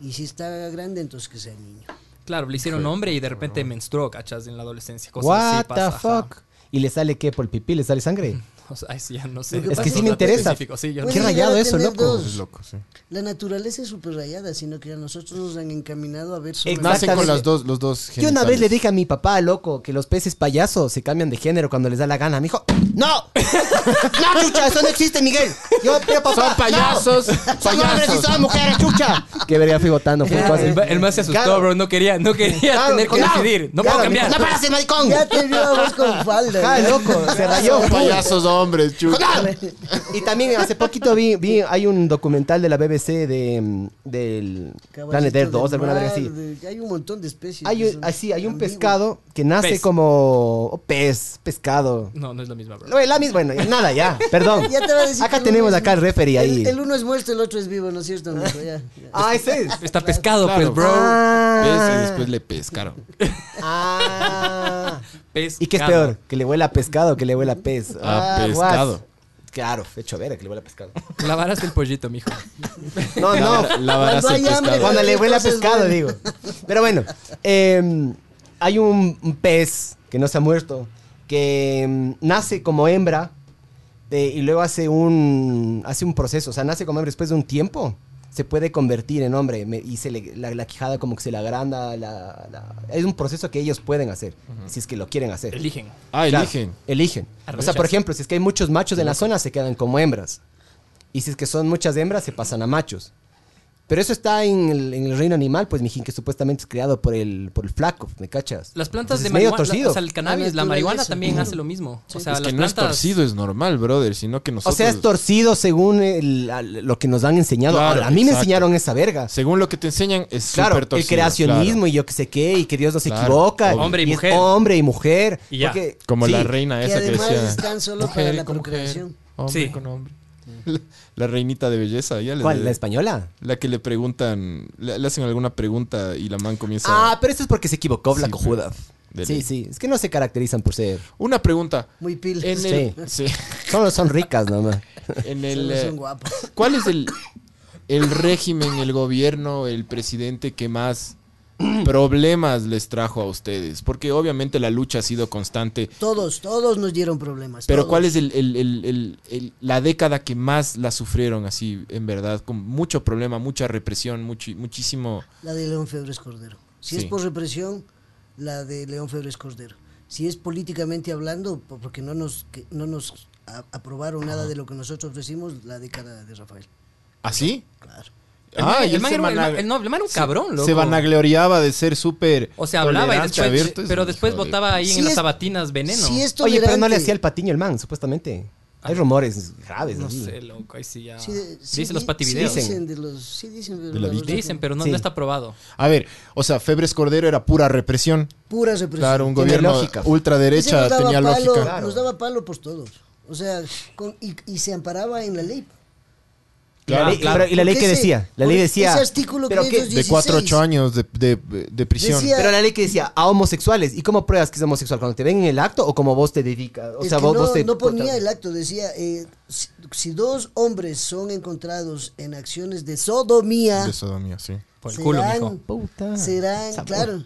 [SPEAKER 3] Y si está grande entonces que sea niño.
[SPEAKER 5] Claro, le hicieron hombre y de repente menstruó, cachas, en la adolescencia. Cosas
[SPEAKER 4] What
[SPEAKER 5] así pasa,
[SPEAKER 4] the
[SPEAKER 5] ajá.
[SPEAKER 4] fuck. ¿Y le sale qué? ¿Por el pipí? ¿Le sale sangre?
[SPEAKER 5] O sea, ay, sí, ya no sé.
[SPEAKER 3] Lo que Es que
[SPEAKER 5] Esos
[SPEAKER 3] sí me
[SPEAKER 5] datos
[SPEAKER 4] interesa. Pues
[SPEAKER 5] específicos, sí, yo no
[SPEAKER 3] Puede
[SPEAKER 4] Qué
[SPEAKER 5] sé.
[SPEAKER 3] llegar
[SPEAKER 4] rayado
[SPEAKER 3] a
[SPEAKER 4] eso,
[SPEAKER 3] tener
[SPEAKER 4] loco.
[SPEAKER 3] dos.
[SPEAKER 2] Es loco, sí.
[SPEAKER 3] La naturaleza es súper rayada, sino que a nosotros nos han encaminado a ver
[SPEAKER 4] Exacto.
[SPEAKER 2] Nacen con
[SPEAKER 4] Exactamente.
[SPEAKER 2] las dos, los dos
[SPEAKER 4] Yo una vez
[SPEAKER 2] genitales.
[SPEAKER 4] le dije a mi papá, loco, que los peces payasos se cambian de género cuando les da la gana. Me dijo, ¡No! ¡No, chucha! ¡Eso no existe, Miguel! Yo, pero papá,
[SPEAKER 2] Son payasos,
[SPEAKER 4] ¡No! ¡Son hombres y
[SPEAKER 2] payasos.
[SPEAKER 4] son mujeres, chucha! Que verga fui votando. fue
[SPEAKER 5] El
[SPEAKER 4] fácil.
[SPEAKER 5] ma- El más se asustó,
[SPEAKER 4] Claro,
[SPEAKER 5] bro. No quería, no quería
[SPEAKER 4] claro,
[SPEAKER 5] tener que
[SPEAKER 4] claro,
[SPEAKER 5] decidir. No
[SPEAKER 4] claro,
[SPEAKER 5] puedo
[SPEAKER 4] me dijo,
[SPEAKER 5] cambiar.
[SPEAKER 4] ¡No paras el maricón!
[SPEAKER 3] Ya te vio a vos con falda. ¿eh?
[SPEAKER 4] Ajá,
[SPEAKER 3] ¿no?
[SPEAKER 4] loco, se rayó.
[SPEAKER 2] Son payasos hombres, chulo.
[SPEAKER 4] Y también hace poquito vi, vi hay un documental de la BBC de, mm, del
[SPEAKER 3] Caballito
[SPEAKER 4] Planet Earth
[SPEAKER 3] del
[SPEAKER 4] 2, alguna
[SPEAKER 3] mar,
[SPEAKER 4] verga así.
[SPEAKER 3] de- hay un montón de especies.
[SPEAKER 4] Hay
[SPEAKER 3] que
[SPEAKER 4] un,
[SPEAKER 3] son
[SPEAKER 4] así, hay un
[SPEAKER 3] ambiguas.
[SPEAKER 4] pescado que nace
[SPEAKER 5] Pez.
[SPEAKER 4] como oh, pez, pescado.
[SPEAKER 5] No, no es la misma, bro.
[SPEAKER 4] Lo- la misma- bueno, ya, nada, ya, perdón.
[SPEAKER 3] Ya te va a decir
[SPEAKER 4] acá
[SPEAKER 3] que el
[SPEAKER 4] tenemos
[SPEAKER 3] uno es-
[SPEAKER 4] acá el referee ahí.
[SPEAKER 3] El, el uno es muerto, el otro es vivo, ¿no es cierto? amigo? Ya, ya.
[SPEAKER 4] Ah, ese es.
[SPEAKER 5] Está pescado,
[SPEAKER 2] Claro.
[SPEAKER 5] pues, bro.
[SPEAKER 2] Pesa y
[SPEAKER 4] Ah,
[SPEAKER 2] después le pescaron.
[SPEAKER 4] ah.
[SPEAKER 5] Pescado.
[SPEAKER 4] ¿Y qué es peor? ¿Que le huela a pescado o que le huela a pez?
[SPEAKER 2] A
[SPEAKER 4] Ah, guas.
[SPEAKER 2] pescado.
[SPEAKER 4] Claro, hecho verga que le huela a pescado.
[SPEAKER 5] La varas del pollito, mijo.
[SPEAKER 4] No, no.
[SPEAKER 2] Lavarás
[SPEAKER 3] Cuando
[SPEAKER 2] el
[SPEAKER 3] hay hambre,
[SPEAKER 2] pescado.
[SPEAKER 4] Cuando le huele a
[SPEAKER 3] Entonces,
[SPEAKER 4] pescado,
[SPEAKER 3] bueno.
[SPEAKER 4] digo. Pero bueno, eh, hay un un pez que no se ha muerto, que mm, nace como hembra de- y luego hace un, hace un proceso. O sea, nace como hembra después de un tiempo. Se puede convertir en hombre me- y se le- la, la quijada como que se le agranda. la- la- es un proceso que ellos pueden hacer, si es que lo quieren hacer.
[SPEAKER 5] Eligen.
[SPEAKER 2] Ah,
[SPEAKER 4] Claro,
[SPEAKER 2] eligen.
[SPEAKER 4] Eligen. O sea,
[SPEAKER 5] Arrechas.
[SPEAKER 4] por ejemplo, si es que hay muchos machos en la zona, se quedan como hembras. Y si es que son muchas hembras, se pasan a machos. Pero eso está en el, en el reino animal, pues, mijín, que supuestamente es creado por el, por el flaco, ¿me cachas?
[SPEAKER 5] Las plantas
[SPEAKER 4] Entonces, Pues
[SPEAKER 5] de
[SPEAKER 4] es medio
[SPEAKER 5] marihuana,
[SPEAKER 4] torcido.
[SPEAKER 5] o sea, el cannabis,
[SPEAKER 3] La
[SPEAKER 5] la marihuana
[SPEAKER 3] naturaleza.
[SPEAKER 5] también hace lo mismo. O sea,
[SPEAKER 2] es que
[SPEAKER 5] las
[SPEAKER 2] no es
[SPEAKER 5] plantas
[SPEAKER 2] torcido, es normal, brother, sino que
[SPEAKER 4] O
[SPEAKER 2] nosotros...
[SPEAKER 4] sea, es torcido según el- al- lo que nos han enseñado.
[SPEAKER 2] Claro,
[SPEAKER 4] Ahora, a mí me
[SPEAKER 2] exacto.
[SPEAKER 4] enseñaron esa verga.
[SPEAKER 2] Según lo que te enseñan, es
[SPEAKER 4] Claro,
[SPEAKER 2] súper torcido.
[SPEAKER 4] el creacionismo
[SPEAKER 2] claro.
[SPEAKER 4] y yo que sé qué, y que Dios no se
[SPEAKER 2] Claro,
[SPEAKER 4] equivoca.
[SPEAKER 2] obvio.
[SPEAKER 5] Hombre y
[SPEAKER 4] es
[SPEAKER 5] mujer.
[SPEAKER 4] hombre y mujer.
[SPEAKER 5] Y ya.
[SPEAKER 4] Porque-
[SPEAKER 2] Como
[SPEAKER 4] sí,
[SPEAKER 2] la reina
[SPEAKER 3] Que
[SPEAKER 2] esa que
[SPEAKER 3] además
[SPEAKER 2] decía...
[SPEAKER 3] están solo para la procreación.
[SPEAKER 2] hombre
[SPEAKER 5] Sí.
[SPEAKER 2] con hombre. La, la reinita de belleza. Ya le-
[SPEAKER 4] ¿Cuál? ¿La española?
[SPEAKER 2] La que le preguntan... Le, le hacen alguna pregunta y la man comienza...
[SPEAKER 4] Ah, pero eso es porque se equivocó la
[SPEAKER 2] Sí,
[SPEAKER 4] cojuda.
[SPEAKER 2] de
[SPEAKER 4] Sí,
[SPEAKER 2] ley.
[SPEAKER 4] sí. Es que no se caracterizan por ser.
[SPEAKER 2] Una pregunta.
[SPEAKER 3] Muy pil.
[SPEAKER 2] En
[SPEAKER 4] Sí.
[SPEAKER 2] el... Sí.
[SPEAKER 4] Solo son ricas nomás.
[SPEAKER 2] En el...
[SPEAKER 3] Solo
[SPEAKER 2] eh,
[SPEAKER 3] son guapos.
[SPEAKER 2] ¿Cuál es el, el régimen, el gobierno, el presidente que más problemas les trajo a ustedes? Porque obviamente la lucha ha sido constante,
[SPEAKER 3] Todos, todos nos dieron problemas.
[SPEAKER 2] pero
[SPEAKER 3] todos.
[SPEAKER 2] ¿cuál es el- el- el- el- el- la década que más la sufrieron así, en verdad? Con mucho problema, mucha represión, muchi- muchísimo...
[SPEAKER 3] La de León Febres Cordero. Si
[SPEAKER 2] Sí.
[SPEAKER 3] es por represión, la de León Febres Cordero. Si es políticamente hablando, po- porque no nos, que- no nos a- aprobaron nada de lo que nosotros ofrecimos, la década de Rafael.
[SPEAKER 2] ¿Así?
[SPEAKER 3] Claro.
[SPEAKER 5] El man- el, man
[SPEAKER 2] Ah, se,
[SPEAKER 5] era un- el man-
[SPEAKER 2] vanag-
[SPEAKER 5] el no, el man era un cabrón, loco.
[SPEAKER 2] se vanagloriaba de ser súper...
[SPEAKER 5] O sea, hablaba y
[SPEAKER 2] tolerante,
[SPEAKER 5] después,
[SPEAKER 2] abierto, es
[SPEAKER 5] pero
[SPEAKER 2] un
[SPEAKER 5] después
[SPEAKER 2] hijo de-
[SPEAKER 5] botaba ahí
[SPEAKER 3] Si
[SPEAKER 5] en las
[SPEAKER 3] es-
[SPEAKER 5] sabatinas veneno.
[SPEAKER 3] Si es
[SPEAKER 4] Oye, pero no le
[SPEAKER 3] tolerante-
[SPEAKER 4] hacía el patiño el man, supuestamente. Hay rumores graves.
[SPEAKER 5] Ah. No
[SPEAKER 4] así.
[SPEAKER 5] sé, loco, ahí sí ya.
[SPEAKER 3] pues, Sí, de- sí
[SPEAKER 5] Dice los
[SPEAKER 3] di-
[SPEAKER 5] pativideos.
[SPEAKER 3] Sí
[SPEAKER 5] dicen.
[SPEAKER 3] dicen, de los, sí dicen, pero
[SPEAKER 2] De la
[SPEAKER 3] la
[SPEAKER 2] vista.
[SPEAKER 3] verdad que
[SPEAKER 5] pero no,
[SPEAKER 4] Sí.
[SPEAKER 5] no está probado.
[SPEAKER 2] A ver, o sea, Febres Cordero era pura represión.
[SPEAKER 3] Pura represión.
[SPEAKER 2] Claro, un
[SPEAKER 4] Tiene
[SPEAKER 2] gobierno
[SPEAKER 4] lógica.
[SPEAKER 3] Ese
[SPEAKER 2] ultraderecha
[SPEAKER 3] nos daba
[SPEAKER 2] tenía
[SPEAKER 3] palo-
[SPEAKER 2] lógica.
[SPEAKER 4] Claro.
[SPEAKER 3] Nos daba palo por todos. O sea, con- y, y se amparaba en la ley.
[SPEAKER 4] la ley-
[SPEAKER 5] claro.
[SPEAKER 4] pero- y la ley
[SPEAKER 3] Porque
[SPEAKER 4] que
[SPEAKER 3] ese-
[SPEAKER 4] decía, la
[SPEAKER 3] por
[SPEAKER 4] ley
[SPEAKER 3] ese
[SPEAKER 4] decía,
[SPEAKER 3] artículo que
[SPEAKER 4] pero
[SPEAKER 3] ellos
[SPEAKER 4] qué-
[SPEAKER 2] De 4 a 8
[SPEAKER 3] 16.
[SPEAKER 2] años de, de- de prisión.
[SPEAKER 3] Decía-
[SPEAKER 4] Pero la ley que decía a homosexuales. ¿Y cómo pruebas que es homosexual? ¿Cuando te ven en el acto o como vos te dedicas? O
[SPEAKER 3] Es
[SPEAKER 4] sea,
[SPEAKER 3] que
[SPEAKER 4] vos,
[SPEAKER 3] no,
[SPEAKER 4] vos te.
[SPEAKER 3] no ponía el acto, decía, eh, si, si dos hombres son encontrados en acciones de sodomía,
[SPEAKER 2] De sodomía, sí.
[SPEAKER 5] Por el culo,
[SPEAKER 3] serán,
[SPEAKER 5] mijo.
[SPEAKER 4] Puta.
[SPEAKER 3] serán,
[SPEAKER 4] Sabor.
[SPEAKER 3] claro,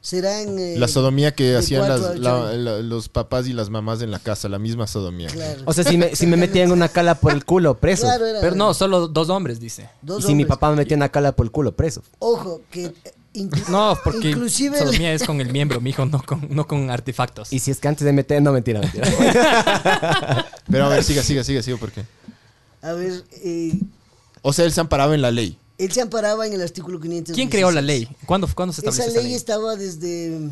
[SPEAKER 3] serán... eh,
[SPEAKER 2] La sodomía que
[SPEAKER 3] de
[SPEAKER 2] hacían
[SPEAKER 3] cuatro a
[SPEAKER 2] las- la-
[SPEAKER 3] ocho años.
[SPEAKER 2] la- los papás y las mamás en la casa, la misma sodomía.
[SPEAKER 3] Claro,
[SPEAKER 4] O sea, si me, si me metían una cala por el culo, preso.
[SPEAKER 3] Claro, era-
[SPEAKER 5] Pero no, solo dos hombres, dice.
[SPEAKER 3] dos
[SPEAKER 4] y si mi
[SPEAKER 3] hombres.
[SPEAKER 4] papá me metía una cala por el culo, preso.
[SPEAKER 3] Ojo, que... eh, inclu-
[SPEAKER 5] No, porque
[SPEAKER 3] Inclusive el-
[SPEAKER 5] sodomía es con el miembro, mijo, no con, no con artefactos.
[SPEAKER 4] Y si es que antes de meter, no mentira, mentira.
[SPEAKER 2] Pero a ver, siga, siga, siga, siga, ¿por qué?
[SPEAKER 3] A ver, eh,
[SPEAKER 2] O sea, él se amparaba en la ley.
[SPEAKER 3] él se amparaba en el artículo 500.
[SPEAKER 5] ¿Quién creó la ley? ¿Cuándo, cuándo se estableció
[SPEAKER 3] Esa
[SPEAKER 5] esa
[SPEAKER 3] ley, estaba desde,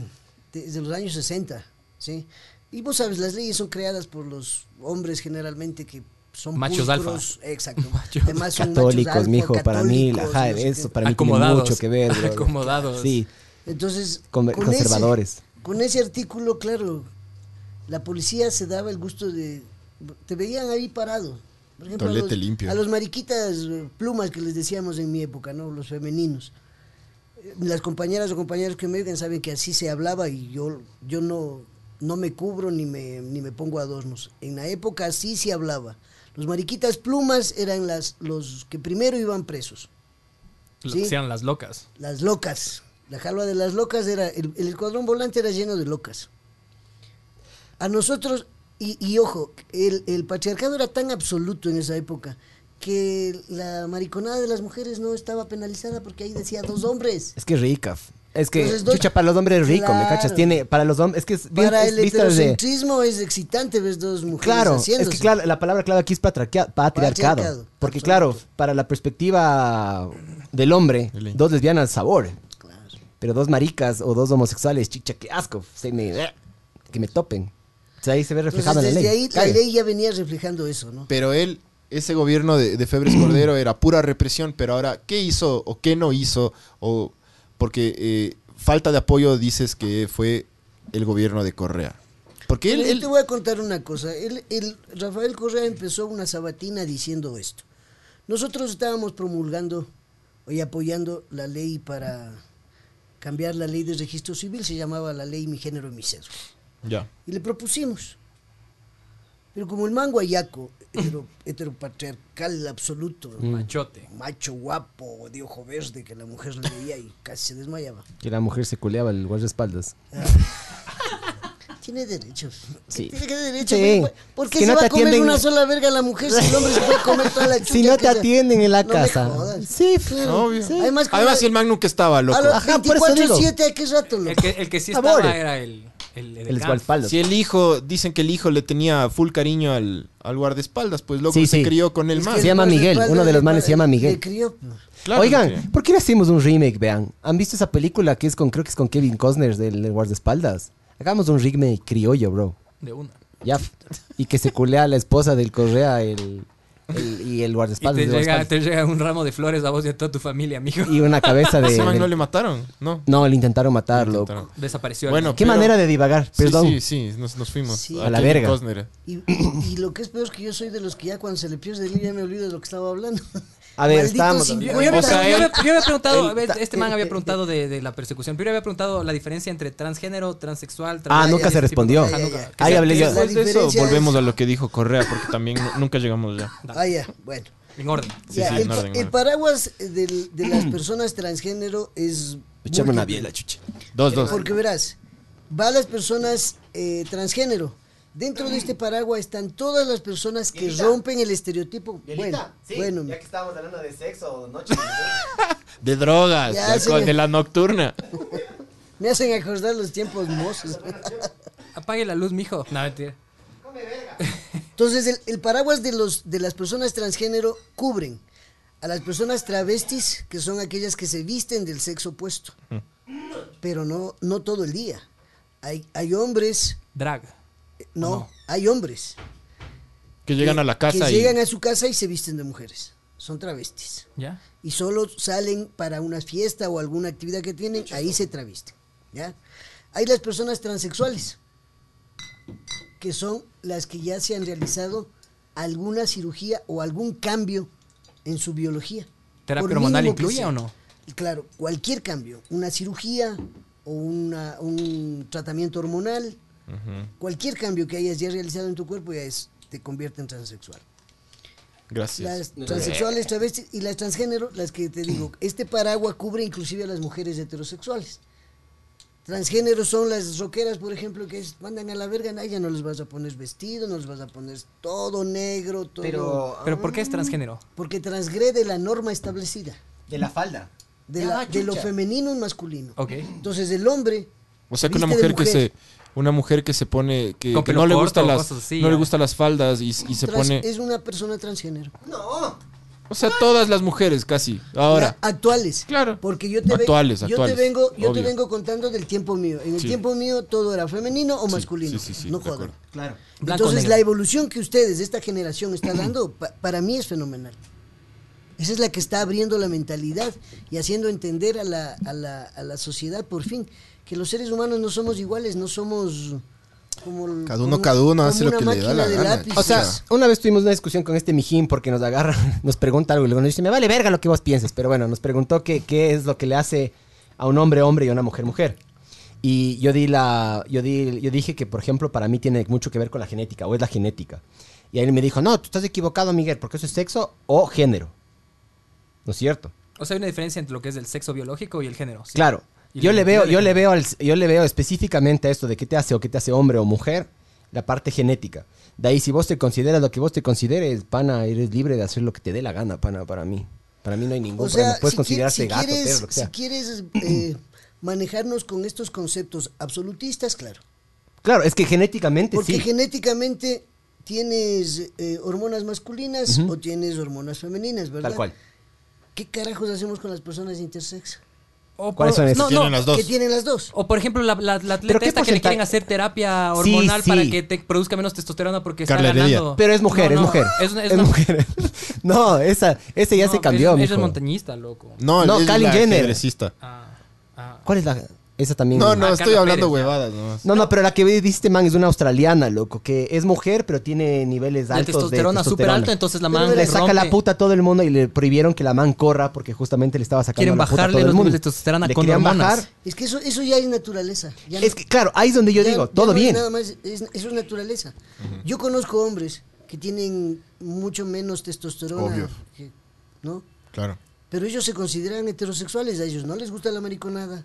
[SPEAKER 3] desde los años 60, ¿sí? Y vos sabes, las leyes son creadas por los hombres generalmente que son
[SPEAKER 5] Machos
[SPEAKER 3] pulcros, Exacto.
[SPEAKER 5] Machos.
[SPEAKER 3] Además son
[SPEAKER 4] católicos,
[SPEAKER 3] machos alfa,
[SPEAKER 4] mijo, para mí, la
[SPEAKER 3] católicos,
[SPEAKER 4] ajá,
[SPEAKER 3] no sé
[SPEAKER 4] eso
[SPEAKER 3] qué.
[SPEAKER 4] para mí tiene
[SPEAKER 5] Acomodados.
[SPEAKER 4] mucho que ver. brother.
[SPEAKER 5] Acomodados.
[SPEAKER 4] Sí,
[SPEAKER 3] Entonces,
[SPEAKER 4] Con-
[SPEAKER 3] ese-
[SPEAKER 4] conservadores.
[SPEAKER 3] con ese artículo, claro, la policía se daba el gusto de... Te veían ahí parado. Por ejemplo, a
[SPEAKER 2] Tolete
[SPEAKER 3] los,
[SPEAKER 2] limpio.
[SPEAKER 3] a los mariquitas eh, plumas que les decíamos en mi época, ¿no? Los femeninos. Eh, Las compañeras o compañeros que me oigan saben que así se hablaba y yo, yo no, no me cubro ni me, ni me pongo adornos. En la época así se hablaba. Los mariquitas plumas eran las, los que primero iban presos
[SPEAKER 5] ley?
[SPEAKER 3] sí.
[SPEAKER 5] Sean las locas.
[SPEAKER 3] las locas. La jalba de las locas era. El, el escuadrón volante era lleno de locas. A nosotros, y, y ojo, el, el patriarcado era tan absoluto en esa época que la mariconada de las mujeres no estaba penalizada porque ahí decía dos hombres.
[SPEAKER 4] es que es rica. f- Es que,
[SPEAKER 3] Entonces, dos-
[SPEAKER 4] chucha, para los hombres es rico, ¿me cachas?
[SPEAKER 3] Pues Claro.
[SPEAKER 4] Tiene, para los hombres, es que es bien-
[SPEAKER 3] Para
[SPEAKER 4] es
[SPEAKER 3] el
[SPEAKER 4] vista desde-
[SPEAKER 3] heterocentrismo es excitante, ves dos mujeres
[SPEAKER 4] Claro, es
[SPEAKER 3] haciéndose.
[SPEAKER 4] que claro, la palabra clave aquí es patriarca- patriarcado.
[SPEAKER 3] Patriarcado,
[SPEAKER 4] porque
[SPEAKER 3] absoluto.
[SPEAKER 4] claro, para la perspectiva del hombre,
[SPEAKER 2] El indio.
[SPEAKER 4] dos lesbianas, sabor.
[SPEAKER 3] Claro.
[SPEAKER 4] Pero dos maricas o dos homosexuales, chicha, qué asco. se me- que me topen. O sea, ahí se ve
[SPEAKER 3] Entonces,
[SPEAKER 4] reflejado en la
[SPEAKER 3] desde
[SPEAKER 4] ley.
[SPEAKER 3] ahí la
[SPEAKER 4] Cague.
[SPEAKER 3] ley ya venía reflejando eso, ¿no?
[SPEAKER 2] Pero él, ese gobierno de, de Febres Cordero era pura represión, pero ahora, ¿qué hizo o qué no hizo? O, porque eh, falta de apoyo dices que fue el gobierno de Correa. Porque él...
[SPEAKER 3] Yo
[SPEAKER 2] él-
[SPEAKER 3] te voy a contar una cosa. Él- el- Rafael Correa empezó una sabatina diciendo esto. Nosotros estábamos promulgando y apoyando la ley para cambiar la ley de registro civil, se llamaba la ley Mi Género y Mi Sexo.
[SPEAKER 2] ya.
[SPEAKER 3] Y le propusimos. Pero como el man guayaco, hetero- heteropatriarcal absoluto,
[SPEAKER 2] Mm.
[SPEAKER 5] Machote.
[SPEAKER 3] macho guapo, de ojo verde, que la mujer le veía y casi se desmayaba.
[SPEAKER 4] Que la mujer se culeaba el guardaespaldas.
[SPEAKER 3] Tiene derecho.
[SPEAKER 4] Sí.
[SPEAKER 3] Tiene que derecho.
[SPEAKER 4] Sí.
[SPEAKER 3] güey. ¿Por qué
[SPEAKER 4] Si
[SPEAKER 3] se
[SPEAKER 4] no
[SPEAKER 3] va
[SPEAKER 4] te
[SPEAKER 3] a comer
[SPEAKER 4] atienden-
[SPEAKER 3] una sola verga la mujer si el hombre se puede comer toda la chucha?
[SPEAKER 4] Si no
[SPEAKER 3] que
[SPEAKER 4] te
[SPEAKER 3] sea?
[SPEAKER 4] atienden en la
[SPEAKER 3] No me
[SPEAKER 4] casa.
[SPEAKER 3] jodas.
[SPEAKER 4] Sí, claro.
[SPEAKER 2] Obvio.
[SPEAKER 4] sí.
[SPEAKER 3] Además, con
[SPEAKER 2] Además,
[SPEAKER 3] la-
[SPEAKER 2] el man nunca estaba, loco.
[SPEAKER 3] A los
[SPEAKER 4] Ajá, por eso digo.
[SPEAKER 3] 24-7, ¿a qué rato,
[SPEAKER 5] El
[SPEAKER 3] loco?
[SPEAKER 5] que, el que sí
[SPEAKER 4] Sabor.
[SPEAKER 5] estaba era el... El,
[SPEAKER 4] El
[SPEAKER 5] Gans.
[SPEAKER 4] guardaespaldas.
[SPEAKER 2] Si el hijo, dicen que el hijo le tenía full cariño al, al guardaespaldas, pues loco
[SPEAKER 4] Sí,
[SPEAKER 2] se
[SPEAKER 4] sí.
[SPEAKER 2] crió con el
[SPEAKER 3] Es
[SPEAKER 2] man.
[SPEAKER 3] que
[SPEAKER 4] Se llama
[SPEAKER 3] el
[SPEAKER 4] Miguel,
[SPEAKER 3] padre
[SPEAKER 4] uno de
[SPEAKER 3] le-
[SPEAKER 4] los manes se llama
[SPEAKER 3] le
[SPEAKER 4] Miguel.
[SPEAKER 3] crió.
[SPEAKER 2] Claro,
[SPEAKER 4] Oigan,
[SPEAKER 2] porque-
[SPEAKER 4] ¿por qué no hacemos un remake, vean? ¿Han visto esa película que es con, creo que es con Kevin Costner del, del guardaespaldas? Hagamos un remake criollo, bro.
[SPEAKER 5] De una.
[SPEAKER 4] Ya. Y que se culea a la esposa del Correa el, el- y el
[SPEAKER 5] Y te
[SPEAKER 4] guardaespaldas. del
[SPEAKER 5] llega,
[SPEAKER 4] guardaespaldas.
[SPEAKER 5] te llega un ramo de flores a vos y a toda tu familia, amigo.
[SPEAKER 4] Y una cabeza de...
[SPEAKER 2] ese man no
[SPEAKER 4] del-
[SPEAKER 2] le mataron, ¿no?
[SPEAKER 4] No, le intentaron matar,
[SPEAKER 2] Le
[SPEAKER 4] loco.
[SPEAKER 2] intentaron.
[SPEAKER 5] Desapareció. el-
[SPEAKER 2] Bueno,
[SPEAKER 4] Qué
[SPEAKER 2] pero-
[SPEAKER 4] manera de divagar,
[SPEAKER 2] Sí,
[SPEAKER 4] perdón.
[SPEAKER 2] sí, sí, nos, nos fuimos.
[SPEAKER 3] Sí.
[SPEAKER 4] A la
[SPEAKER 2] Kevin
[SPEAKER 4] verga.
[SPEAKER 2] Costner.
[SPEAKER 3] Y, y- y lo que es peor es que yo soy de los que ya cuando se le pierde el hilo ya me olvido de lo que estaba hablando.
[SPEAKER 4] A ver,
[SPEAKER 3] Maldito
[SPEAKER 4] estábamos-
[SPEAKER 5] Yo,
[SPEAKER 3] 50.
[SPEAKER 5] yo me,
[SPEAKER 2] O sea,
[SPEAKER 5] yo
[SPEAKER 2] él-
[SPEAKER 5] me- yo me he preguntado, a ver, este
[SPEAKER 4] eh,
[SPEAKER 5] man había preguntado de, de la persecución, pero yo había preguntado la diferencia entre transgénero, transexual, trans-
[SPEAKER 4] Ah, nunca
[SPEAKER 5] ese
[SPEAKER 4] se
[SPEAKER 5] tipo de-
[SPEAKER 4] respondió.
[SPEAKER 5] Ajá, nunca.
[SPEAKER 3] Ya, ya,
[SPEAKER 4] Ahí hablé yo.
[SPEAKER 3] La
[SPEAKER 2] Después de eso,
[SPEAKER 3] diferencia
[SPEAKER 2] volvemos
[SPEAKER 3] es-
[SPEAKER 2] a lo que dijo Correa, porque también nu- nunca llegamos ya.
[SPEAKER 3] Ah, ya, bueno.
[SPEAKER 5] En orden.
[SPEAKER 2] Sí,
[SPEAKER 3] Ya,
[SPEAKER 2] sí,
[SPEAKER 3] el,
[SPEAKER 2] en
[SPEAKER 3] pa-
[SPEAKER 2] orden, en
[SPEAKER 3] el
[SPEAKER 2] orden.
[SPEAKER 3] paraguas del- de las personas transgénero es...
[SPEAKER 4] Echame una
[SPEAKER 3] múltiple.
[SPEAKER 4] biela, chucha.
[SPEAKER 2] Dos, dos.
[SPEAKER 3] Porque verás, va a las personas eh, transgénero. Dentro de este paraguas están todas las personas que rompen el estereotipo. Bueno, bueno,
[SPEAKER 4] estábamos hablando de sexo, noche.
[SPEAKER 2] De drogas,
[SPEAKER 3] Ya,
[SPEAKER 2] de alcohol,
[SPEAKER 3] sí.
[SPEAKER 2] de la nocturna.
[SPEAKER 3] me hacen acordar los tiempos mozos.
[SPEAKER 5] Apague la luz, mijo. No, mentira.
[SPEAKER 3] Entonces, el, el paraguas de, los, de las personas transgénero cubren a las personas travestis, que son aquellas que se visten del sexo opuesto,
[SPEAKER 2] Mm.
[SPEAKER 3] pero no, no todo el día. Hay, hay hombres, eh,
[SPEAKER 5] Drag.
[SPEAKER 3] no,
[SPEAKER 5] No.
[SPEAKER 3] hay hombres
[SPEAKER 2] Que llegan a la casa
[SPEAKER 3] que
[SPEAKER 2] y...
[SPEAKER 3] llegan a su casa y se visten de mujeres. Son travestis.
[SPEAKER 5] ¿Ya?
[SPEAKER 3] y solo salen para una fiesta o alguna actividad que tienen, ahí se travisten. ¿ya? Hay las personas transexuales, que son las que ya se han realizado alguna cirugía o algún cambio en su biología.
[SPEAKER 5] ¿Terapia
[SPEAKER 3] por
[SPEAKER 5] hormonal
[SPEAKER 3] mínimo que
[SPEAKER 5] incluye
[SPEAKER 3] sea.
[SPEAKER 5] o no?
[SPEAKER 3] Claro, cualquier cambio, una cirugía o una- un tratamiento hormonal, cualquier cambio que hayas ya realizado en tu cuerpo ya es, te convierte en transexual.
[SPEAKER 2] Gracias.
[SPEAKER 3] Las transexuales, travestis y las transgénero, las que te digo, este paraguas cubre inclusive a las mujeres heterosexuales. Transgénero son las roqueras, por ejemplo, que es- mandan a la verga, a ya no les vas a poner vestido, no les vas a poner todo negro, todo.
[SPEAKER 4] Pero-
[SPEAKER 5] ¿Pero por qué es transgénero?
[SPEAKER 3] Porque transgrede la norma establecida
[SPEAKER 4] De la falda.
[SPEAKER 3] de,
[SPEAKER 4] Ah,
[SPEAKER 3] la- de lo
[SPEAKER 4] chucha.
[SPEAKER 3] femenino y masculino.
[SPEAKER 5] Ok.
[SPEAKER 3] Entonces el hombre.
[SPEAKER 2] O sea que una
[SPEAKER 3] viste de
[SPEAKER 2] mujer, que se una mujer que se pone que,
[SPEAKER 5] Con
[SPEAKER 2] que
[SPEAKER 5] pelo
[SPEAKER 2] no le
[SPEAKER 5] corto,
[SPEAKER 2] gusta las
[SPEAKER 5] cosas así, ¿eh?
[SPEAKER 2] no le
[SPEAKER 5] ya.
[SPEAKER 2] gustan las faldas y, y se
[SPEAKER 3] trans-
[SPEAKER 2] pone
[SPEAKER 3] Es una persona transgénero.
[SPEAKER 2] o sea todas las mujeres casi ahora
[SPEAKER 3] Ya, actuales.
[SPEAKER 2] Claro.
[SPEAKER 3] Porque yo te, ve-
[SPEAKER 2] Actuales,
[SPEAKER 3] yo te
[SPEAKER 2] actuales,
[SPEAKER 3] vengo, yo te
[SPEAKER 2] obvio.
[SPEAKER 3] vengo contando del tiempo mío. En el
[SPEAKER 2] Sí.
[SPEAKER 3] tiempo mío todo era femenino o
[SPEAKER 2] Sí,
[SPEAKER 3] masculino.
[SPEAKER 2] sí, sí, sí,
[SPEAKER 3] no
[SPEAKER 2] de
[SPEAKER 3] jodan.
[SPEAKER 2] acuerdo.
[SPEAKER 4] Claro.
[SPEAKER 5] Blanco,
[SPEAKER 3] Entonces
[SPEAKER 5] negro.
[SPEAKER 3] la evolución que ustedes, de esta generación, está dando, pa- para mí es fenomenal. Esa es la que está abriendo la mentalidad y haciendo entender a la, a la- a la sociedad por fin que los seres humanos no somos iguales, no somos como el-
[SPEAKER 2] Cada uno-
[SPEAKER 3] como-
[SPEAKER 2] cada uno
[SPEAKER 3] como
[SPEAKER 2] hace lo
[SPEAKER 3] una
[SPEAKER 2] que le da la
[SPEAKER 3] máquina de
[SPEAKER 2] gana,
[SPEAKER 3] lápiz.
[SPEAKER 4] O sea,
[SPEAKER 2] Sí.
[SPEAKER 4] una vez tuvimos una discusión con este mijín porque nos agarra, nos pregunta algo y luego nos dice, me vale verga lo que vos pienses, pero bueno, nos preguntó que- qué es lo que le hace a un hombre hombre y a una mujer mujer. Y yo di la yo di yo dije que por ejemplo para mí tiene mucho que ver con la genética o es la genética. Y ahí él me dijo, "No, tú estás equivocado, Miguel, porque eso es sexo o género." ¿No es cierto?
[SPEAKER 5] O sea, hay una diferencia entre lo que es el sexo biológico y el género. ¿sí?
[SPEAKER 4] Claro.
[SPEAKER 5] Y
[SPEAKER 4] Yo
[SPEAKER 5] la
[SPEAKER 4] le veo,
[SPEAKER 5] identidad
[SPEAKER 4] yo
[SPEAKER 5] de
[SPEAKER 4] le veo,
[SPEAKER 5] género.
[SPEAKER 4] al- yo le veo específicamente a esto de qué te hace o qué te hace hombre o mujer, la parte genética. De ahí, si vos te consideras lo que vos te consideres, pana, eres libre de hacer lo que te dé la gana, pana, para mí. Para mí no hay ningún
[SPEAKER 3] O
[SPEAKER 4] problema.
[SPEAKER 3] sea,
[SPEAKER 4] Puedes
[SPEAKER 3] si
[SPEAKER 4] considerarte
[SPEAKER 3] quie- si
[SPEAKER 4] gato,
[SPEAKER 3] quieres,
[SPEAKER 4] perro, lo que
[SPEAKER 3] si
[SPEAKER 4] sea.
[SPEAKER 3] quieres, eh, manejarnos con estos conceptos absolutistas, claro.
[SPEAKER 4] Claro, es que genéticamente
[SPEAKER 3] Porque
[SPEAKER 4] sí.
[SPEAKER 3] genéticamente tienes eh, hormonas masculinas
[SPEAKER 4] Ujú.
[SPEAKER 3] o tienes hormonas femeninas, ¿verdad?
[SPEAKER 4] Tal cual.
[SPEAKER 3] ¿Qué carajos hacemos con las personas intersex?
[SPEAKER 5] O
[SPEAKER 4] ¿Cuáles
[SPEAKER 5] por-
[SPEAKER 4] son esas?
[SPEAKER 5] no,
[SPEAKER 2] tienen
[SPEAKER 5] no,
[SPEAKER 2] las dos.
[SPEAKER 3] Que tienen las dos.
[SPEAKER 5] O por ejemplo, la, la, la atleta
[SPEAKER 4] qué
[SPEAKER 5] esta que le
[SPEAKER 4] porcentaje?
[SPEAKER 5] quieren hacer terapia
[SPEAKER 4] Sí,
[SPEAKER 5] hormonal
[SPEAKER 4] sí.
[SPEAKER 5] para que te produzca menos testosterona porque
[SPEAKER 2] Carla
[SPEAKER 5] está
[SPEAKER 2] Heredia.
[SPEAKER 5] ganando.
[SPEAKER 4] Pero es mujer,
[SPEAKER 5] No,
[SPEAKER 4] es
[SPEAKER 5] no,
[SPEAKER 4] mujer.
[SPEAKER 5] Es, una- es
[SPEAKER 4] Es
[SPEAKER 5] una-
[SPEAKER 4] mujer. no, esa, ese ya
[SPEAKER 5] no,
[SPEAKER 4] se cambió,
[SPEAKER 5] Ella, ella es
[SPEAKER 4] mijo.
[SPEAKER 5] montañista, loco.
[SPEAKER 2] no,
[SPEAKER 4] No,
[SPEAKER 2] es
[SPEAKER 4] Kylie
[SPEAKER 2] la
[SPEAKER 4] Jenner.
[SPEAKER 2] ajedrecista.
[SPEAKER 5] Ah, ah.
[SPEAKER 4] ¿Cuál es la? Esa también.
[SPEAKER 2] No, no,
[SPEAKER 5] Ah,
[SPEAKER 2] estoy
[SPEAKER 5] Carla
[SPEAKER 2] hablando
[SPEAKER 5] Pérez, ya.
[SPEAKER 2] huevadas nomás.
[SPEAKER 4] No, no, pero la que viste, man, es una australiana, loco, que es mujer, pero tiene niveles
[SPEAKER 5] La
[SPEAKER 4] altos
[SPEAKER 5] testosterona
[SPEAKER 4] de
[SPEAKER 5] súper
[SPEAKER 4] testosterona.
[SPEAKER 5] alta, entonces la
[SPEAKER 4] Pero
[SPEAKER 5] man
[SPEAKER 4] le saca
[SPEAKER 5] rompe.
[SPEAKER 4] la puta a todo el mundo y le prohibieron que la man corra porque justamente le estaba sacando
[SPEAKER 5] Quieren
[SPEAKER 4] la puta
[SPEAKER 5] bajarle
[SPEAKER 4] a todo
[SPEAKER 5] los
[SPEAKER 4] el mundo.
[SPEAKER 5] niveles de testosterona
[SPEAKER 4] Le
[SPEAKER 5] con
[SPEAKER 4] querían
[SPEAKER 5] hormonas.
[SPEAKER 4] bajar.
[SPEAKER 3] Es que eso, eso ya es naturaleza. ya
[SPEAKER 4] Es
[SPEAKER 3] no-
[SPEAKER 4] que, claro, ahí es donde yo
[SPEAKER 3] ya-
[SPEAKER 4] digo,
[SPEAKER 3] ya
[SPEAKER 4] todo
[SPEAKER 3] no es
[SPEAKER 4] bien.
[SPEAKER 3] nada más, es- eso es naturaleza. Yo conozco hombres que tienen mucho menos testosterona.
[SPEAKER 2] Obvio.
[SPEAKER 3] que- ¿No?
[SPEAKER 2] Claro.
[SPEAKER 3] Pero ellos se consideran heterosexuales, a ellos no les gusta la mariconada,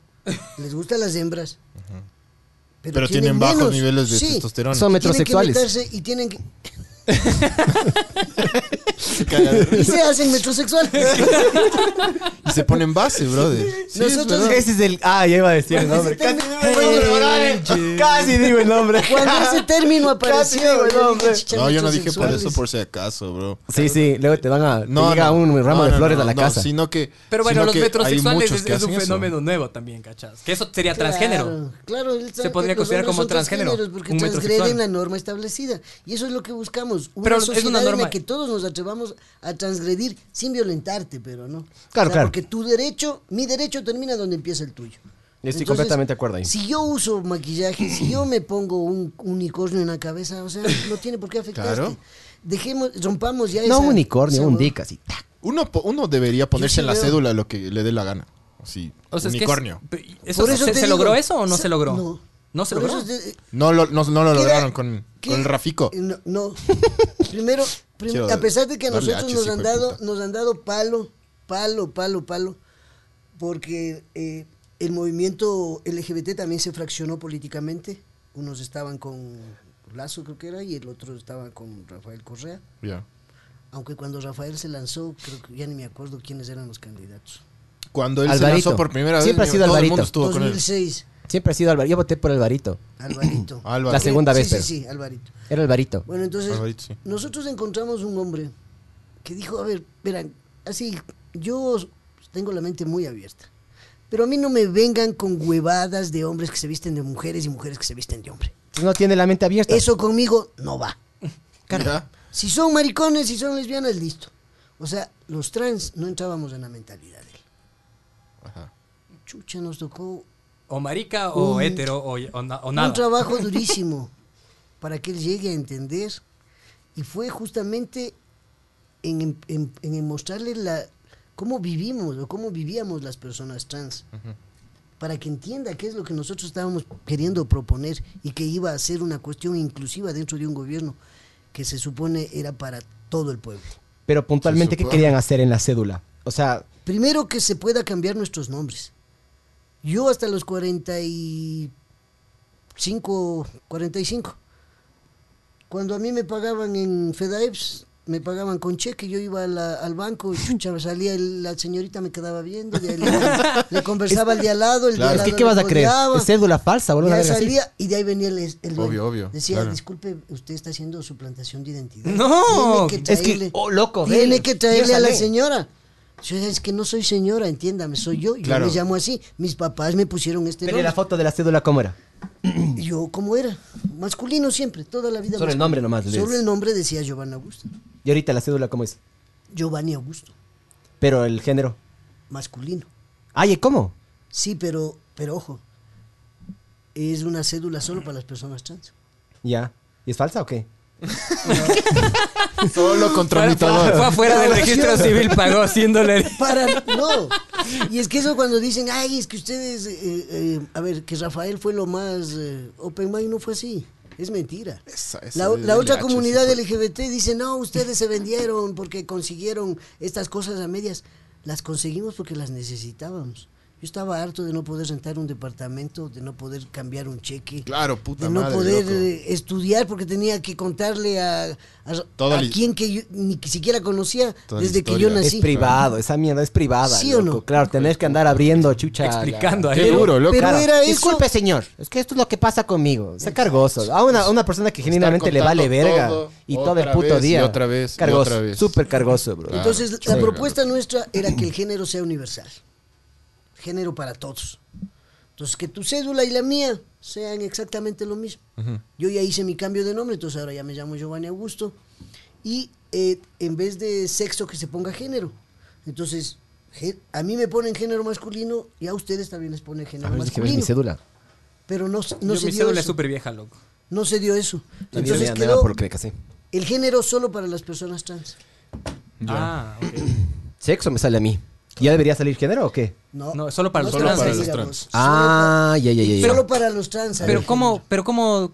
[SPEAKER 3] les gustan las hembras.
[SPEAKER 2] Pero tienen bajos niveles de testosterona.
[SPEAKER 4] Son metrosexuales.
[SPEAKER 3] Tienen que meterse y tienen que-
[SPEAKER 2] Cagadero.
[SPEAKER 3] y se hacen metrosexuales.
[SPEAKER 2] y se ponen base, brother. Sí, es
[SPEAKER 3] Nosotros-
[SPEAKER 2] verdad.
[SPEAKER 4] Ese es el. Ah, ya iba a decir el nombre. Casi digo el nombre, brother. Casi digo el nombre.
[SPEAKER 3] Cuando ese término apareció,
[SPEAKER 4] Casi digo el
[SPEAKER 3] yo dije,
[SPEAKER 4] nombre.
[SPEAKER 3] "Chicha,
[SPEAKER 2] No, yo no dije por
[SPEAKER 3] metrosexuales".
[SPEAKER 2] eso por si acaso, bro.
[SPEAKER 4] Sí, sí, luego te van a.
[SPEAKER 2] No,
[SPEAKER 4] No, llega
[SPEAKER 2] no,
[SPEAKER 4] un ramo
[SPEAKER 2] no,
[SPEAKER 4] de
[SPEAKER 2] no,
[SPEAKER 4] flores
[SPEAKER 2] no,
[SPEAKER 4] a la
[SPEAKER 2] no,
[SPEAKER 4] casa.
[SPEAKER 2] sino que
[SPEAKER 5] Pero bueno,
[SPEAKER 2] sino
[SPEAKER 5] los
[SPEAKER 2] que hay
[SPEAKER 5] metrosexuales
[SPEAKER 2] muchos
[SPEAKER 5] es,
[SPEAKER 2] que
[SPEAKER 5] es
[SPEAKER 2] hacen
[SPEAKER 5] un
[SPEAKER 2] eso.
[SPEAKER 5] fenómeno nuevo también, ¿cachas? Que eso sería transgénero.
[SPEAKER 3] Claro, claro, el
[SPEAKER 5] Se
[SPEAKER 3] tran-
[SPEAKER 5] podría
[SPEAKER 3] los
[SPEAKER 5] considerar
[SPEAKER 3] hombres
[SPEAKER 5] como
[SPEAKER 3] son
[SPEAKER 5] transgénero,
[SPEAKER 3] transgéneros Porque
[SPEAKER 5] un
[SPEAKER 3] transgreden
[SPEAKER 5] metrosexual.
[SPEAKER 3] la norma establecida. Y eso es lo que buscamos. Una
[SPEAKER 5] Pero es una
[SPEAKER 3] sociedad en la
[SPEAKER 5] norma-
[SPEAKER 3] que todos nos atrevamos a transgredir sin violentarte, pero no.
[SPEAKER 4] Claro, claro.
[SPEAKER 3] Porque tu derecho, mi derecho termina donde empieza el tuyo.
[SPEAKER 4] Estoy completamente de acuerdo ahí.
[SPEAKER 3] Si yo uso maquillaje, si yo me pongo un unicornio en la cabeza, o sea, no tiene por qué afectarte.
[SPEAKER 2] Claro.
[SPEAKER 3] Dejemos, rompamos ya
[SPEAKER 4] No
[SPEAKER 3] esa-
[SPEAKER 4] un unicornio,
[SPEAKER 3] esa
[SPEAKER 4] un
[SPEAKER 3] hueá.
[SPEAKER 4] dick así. tac.
[SPEAKER 2] Uno, po- uno debería ponerse
[SPEAKER 3] sí
[SPEAKER 2] en la
[SPEAKER 3] veo.
[SPEAKER 2] cédula lo que le dé la gana. Así,
[SPEAKER 5] O sea, es que es-
[SPEAKER 2] unicornio.
[SPEAKER 5] pe- eso-
[SPEAKER 3] Por eso
[SPEAKER 5] ¿Se,
[SPEAKER 3] te
[SPEAKER 5] se
[SPEAKER 3] digo,
[SPEAKER 5] logró eso o no se,
[SPEAKER 3] se-
[SPEAKER 5] logró?
[SPEAKER 3] no.
[SPEAKER 5] No se
[SPEAKER 3] Por
[SPEAKER 5] logró.
[SPEAKER 3] eso eh, es de-
[SPEAKER 2] No lo, no, no lo
[SPEAKER 3] ¿Qué
[SPEAKER 2] lograron
[SPEAKER 3] da-
[SPEAKER 2] con,
[SPEAKER 3] qué-
[SPEAKER 2] con el Rafico.
[SPEAKER 3] Eh, No, no. primero, prim-
[SPEAKER 2] Quiero
[SPEAKER 3] a pesar de que a
[SPEAKER 2] darle
[SPEAKER 3] nosotros
[SPEAKER 2] H,
[SPEAKER 3] nos
[SPEAKER 2] hijo
[SPEAKER 3] han
[SPEAKER 2] de
[SPEAKER 3] dado,
[SPEAKER 2] puta.
[SPEAKER 3] nos han dado palo, palo, palo, palo, porque eh, el movimiento LGBT también se fraccionó políticamente. Unos estaban con Lazo, creo que era, y el otro estaba con Rafael Correa.
[SPEAKER 2] Ya.
[SPEAKER 3] Aunque cuando Rafael se lanzó, creo que ya ni me acuerdo quiénes eran los candidatos.
[SPEAKER 2] Cuando él
[SPEAKER 4] Alvarito.
[SPEAKER 2] se lanzó por primera vez,
[SPEAKER 4] Siempre ha
[SPEAKER 2] ni-
[SPEAKER 4] sido
[SPEAKER 2] todo el
[SPEAKER 4] Alvarito.
[SPEAKER 2] mundo estuvo con él.
[SPEAKER 3] 2006,
[SPEAKER 4] Siempre ha sido Alvarito. Yo voté por Alvarito.
[SPEAKER 3] Alvarito.
[SPEAKER 2] Álvaro.
[SPEAKER 4] La segunda vez,
[SPEAKER 3] Sí,
[SPEAKER 4] pero.
[SPEAKER 3] sí, sí, Alvarito.
[SPEAKER 4] Era Alvarito.
[SPEAKER 3] Bueno, entonces
[SPEAKER 2] Alvarito, sí.
[SPEAKER 3] nosotros encontramos un hombre que dijo, a ver, verán, así, yo pues, tengo la mente muy abierta, pero a mí no me vengan con huevadas de hombres que se visten de mujeres y mujeres que se visten de hombre.
[SPEAKER 4] No tiene la mente abierta.
[SPEAKER 3] Eso conmigo no va.
[SPEAKER 2] Ya.
[SPEAKER 3] Si son maricones, si son lesbianas, listo. O sea, los trans no entrábamos en la mentalidad de él.
[SPEAKER 2] Ajá.
[SPEAKER 3] Chucha, nos tocó
[SPEAKER 5] O marica o
[SPEAKER 3] Un-
[SPEAKER 5] hetero o, o na- o nada.
[SPEAKER 3] Un trabajo durísimo para que él llegue a entender. Y fue justamente en, en- en mostrarle la, cómo vivimos o cómo vivíamos las personas trans. Para que entienda qué es lo que nosotros estábamos queriendo proponer y que iba a ser una cuestión inclusiva dentro de un gobierno que se supone era para todo el pueblo.
[SPEAKER 4] Pero puntualmente,
[SPEAKER 2] Se
[SPEAKER 4] ¿qué
[SPEAKER 2] supone.
[SPEAKER 4] querían hacer en la cédula? O sea,
[SPEAKER 3] Primero que se pueda cambiar nuestros nombres. Yo hasta los 45, 45. Cuando a mí me pagaban en FedEx, me pagaban con cheque, yo iba a la- al banco, chucha, salía el- la señorita, me quedaba viendo, de ahí le, le conversaba al de al lado, el de
[SPEAKER 2] Claro.
[SPEAKER 3] al
[SPEAKER 4] es que
[SPEAKER 3] lado
[SPEAKER 4] ¿qué
[SPEAKER 3] le
[SPEAKER 4] vas a creer?
[SPEAKER 3] codeaba.
[SPEAKER 4] ¿Es cédula falsa? o alguna
[SPEAKER 3] Ya
[SPEAKER 4] verga así?
[SPEAKER 3] salía y de ahí venía el, el dueño.
[SPEAKER 2] Obvio, obvio,
[SPEAKER 3] Decía,
[SPEAKER 2] claro.
[SPEAKER 3] disculpe, usted está haciendo suplantación de identidad.
[SPEAKER 5] No,
[SPEAKER 3] Tiene
[SPEAKER 4] es que-
[SPEAKER 3] traerle-
[SPEAKER 4] oh, loco,
[SPEAKER 3] Tiene
[SPEAKER 4] ven,
[SPEAKER 3] que traerle
[SPEAKER 4] yo
[SPEAKER 3] a la
[SPEAKER 4] salí".
[SPEAKER 3] señora. Yo, es que no soy señora, entiéndame, soy yo. Yo
[SPEAKER 2] Claro.
[SPEAKER 3] me llamo así. Mis papás me pusieron este
[SPEAKER 4] Pero ¿y la
[SPEAKER 3] nombre.
[SPEAKER 4] foto de la cédula, ¿cómo era?
[SPEAKER 3] Y Yo, ¿cómo era? Masculino siempre, toda la vida.
[SPEAKER 4] Solo el
[SPEAKER 3] masculino.
[SPEAKER 4] nombre nomás,
[SPEAKER 3] Solo
[SPEAKER 4] Luis.
[SPEAKER 3] el nombre decía Giovanni Augusto.
[SPEAKER 4] Y ahorita la cédula, ¿cómo es?
[SPEAKER 3] Giovanni Augusto,
[SPEAKER 4] Pero el género.
[SPEAKER 3] masculino.
[SPEAKER 4] Ay, ¿y ¿cómo?
[SPEAKER 3] Sí, pero, pero ojo, es una cédula solo para las personas trans.
[SPEAKER 4] Ya. ¿Y es falsa o qué?
[SPEAKER 2] Solo con
[SPEAKER 5] Fue, fue- fue
[SPEAKER 2] tramitador.
[SPEAKER 5] afuera del registro civil, pagó 100 dólares.
[SPEAKER 3] Para, no. Y es que eso cuando dicen, ay, es que ustedes, eh, eh, a ver, que Rafael fue lo más eh, open mind, no fue así. Es mentira.
[SPEAKER 2] Esa- esa
[SPEAKER 3] la
[SPEAKER 2] es
[SPEAKER 3] la
[SPEAKER 2] del
[SPEAKER 3] otra
[SPEAKER 2] H,
[SPEAKER 3] comunidad
[SPEAKER 2] sí,
[SPEAKER 3] LGBT dice, no, ustedes se vendieron porque consiguieron estas cosas a medias. Las conseguimos porque las necesitábamos. Yo estaba harto de no poder rentar un departamento, de no poder cambiar un cheque.
[SPEAKER 2] Claro, puta
[SPEAKER 3] de no
[SPEAKER 2] madre,
[SPEAKER 3] poder
[SPEAKER 2] loco.
[SPEAKER 3] eh, estudiar porque tenía que contarle a, a,
[SPEAKER 2] Toda
[SPEAKER 3] a
[SPEAKER 2] la-
[SPEAKER 3] quien que yo ni que siquiera conocía
[SPEAKER 2] Toda la
[SPEAKER 3] desde que yo
[SPEAKER 2] historia.
[SPEAKER 3] nací.
[SPEAKER 4] Es privado, esa mierda es privada.
[SPEAKER 3] ¿Sí
[SPEAKER 4] loco.
[SPEAKER 3] o no?
[SPEAKER 4] Claro, tenés que andar abriendo chucha.
[SPEAKER 5] Explicando a
[SPEAKER 2] Qué
[SPEAKER 5] él.
[SPEAKER 2] duro, loco.
[SPEAKER 3] Pero
[SPEAKER 2] Claro.
[SPEAKER 3] era eso.
[SPEAKER 4] Disculpe, señor. Es que esto es lo que pasa conmigo. Está cargoso. A una, a una persona que genuinamente le
[SPEAKER 2] contando
[SPEAKER 4] vale verga.
[SPEAKER 2] todo,
[SPEAKER 4] y todo el
[SPEAKER 2] otra
[SPEAKER 4] puto
[SPEAKER 2] vez, y
[SPEAKER 4] día.
[SPEAKER 2] otra vez, y
[SPEAKER 4] Cargoso.
[SPEAKER 2] otra vez.
[SPEAKER 4] Súper cargoso, bro.
[SPEAKER 2] Claro.
[SPEAKER 3] Entonces, la
[SPEAKER 2] Chueca,
[SPEAKER 3] propuesta nuestra era que el género sea universal. Género para todos. Entonces, que tu cédula y la mía sean exactamente lo mismo. Yo ya hice mi cambio de nombre, entonces ahora ya me llamo Giovanni Augusto. Y eh, en vez de sexo, que se ponga género. Entonces, ge- a mí me ponen género masculino y a ustedes también les ponen
[SPEAKER 4] A
[SPEAKER 3] género
[SPEAKER 4] ver, déjame ver mi
[SPEAKER 3] masculino.
[SPEAKER 4] cédula.
[SPEAKER 3] Pero no, se- no
[SPEAKER 5] Yo-
[SPEAKER 3] se
[SPEAKER 5] mi
[SPEAKER 3] dio
[SPEAKER 5] cédula es
[SPEAKER 3] eso.
[SPEAKER 5] súper vieja, loco.
[SPEAKER 3] No se dio eso.
[SPEAKER 4] La mía
[SPEAKER 3] Entonces
[SPEAKER 4] me
[SPEAKER 3] quedó
[SPEAKER 4] andaba por creca, sí.
[SPEAKER 3] el género solo para las personas trans.
[SPEAKER 5] Ah, ok.
[SPEAKER 4] Sexo me sale a mí. ¿Ya debería salir género o qué?
[SPEAKER 3] No,
[SPEAKER 5] No, solo para los
[SPEAKER 3] te vas a
[SPEAKER 5] trans. Solo
[SPEAKER 3] ir
[SPEAKER 2] para
[SPEAKER 3] a
[SPEAKER 2] los
[SPEAKER 3] vos.
[SPEAKER 4] Ah, ya, ya, ya, ya.
[SPEAKER 3] Solo para los trans. a
[SPEAKER 5] Pero
[SPEAKER 3] ver.
[SPEAKER 5] cómo, pero cómo,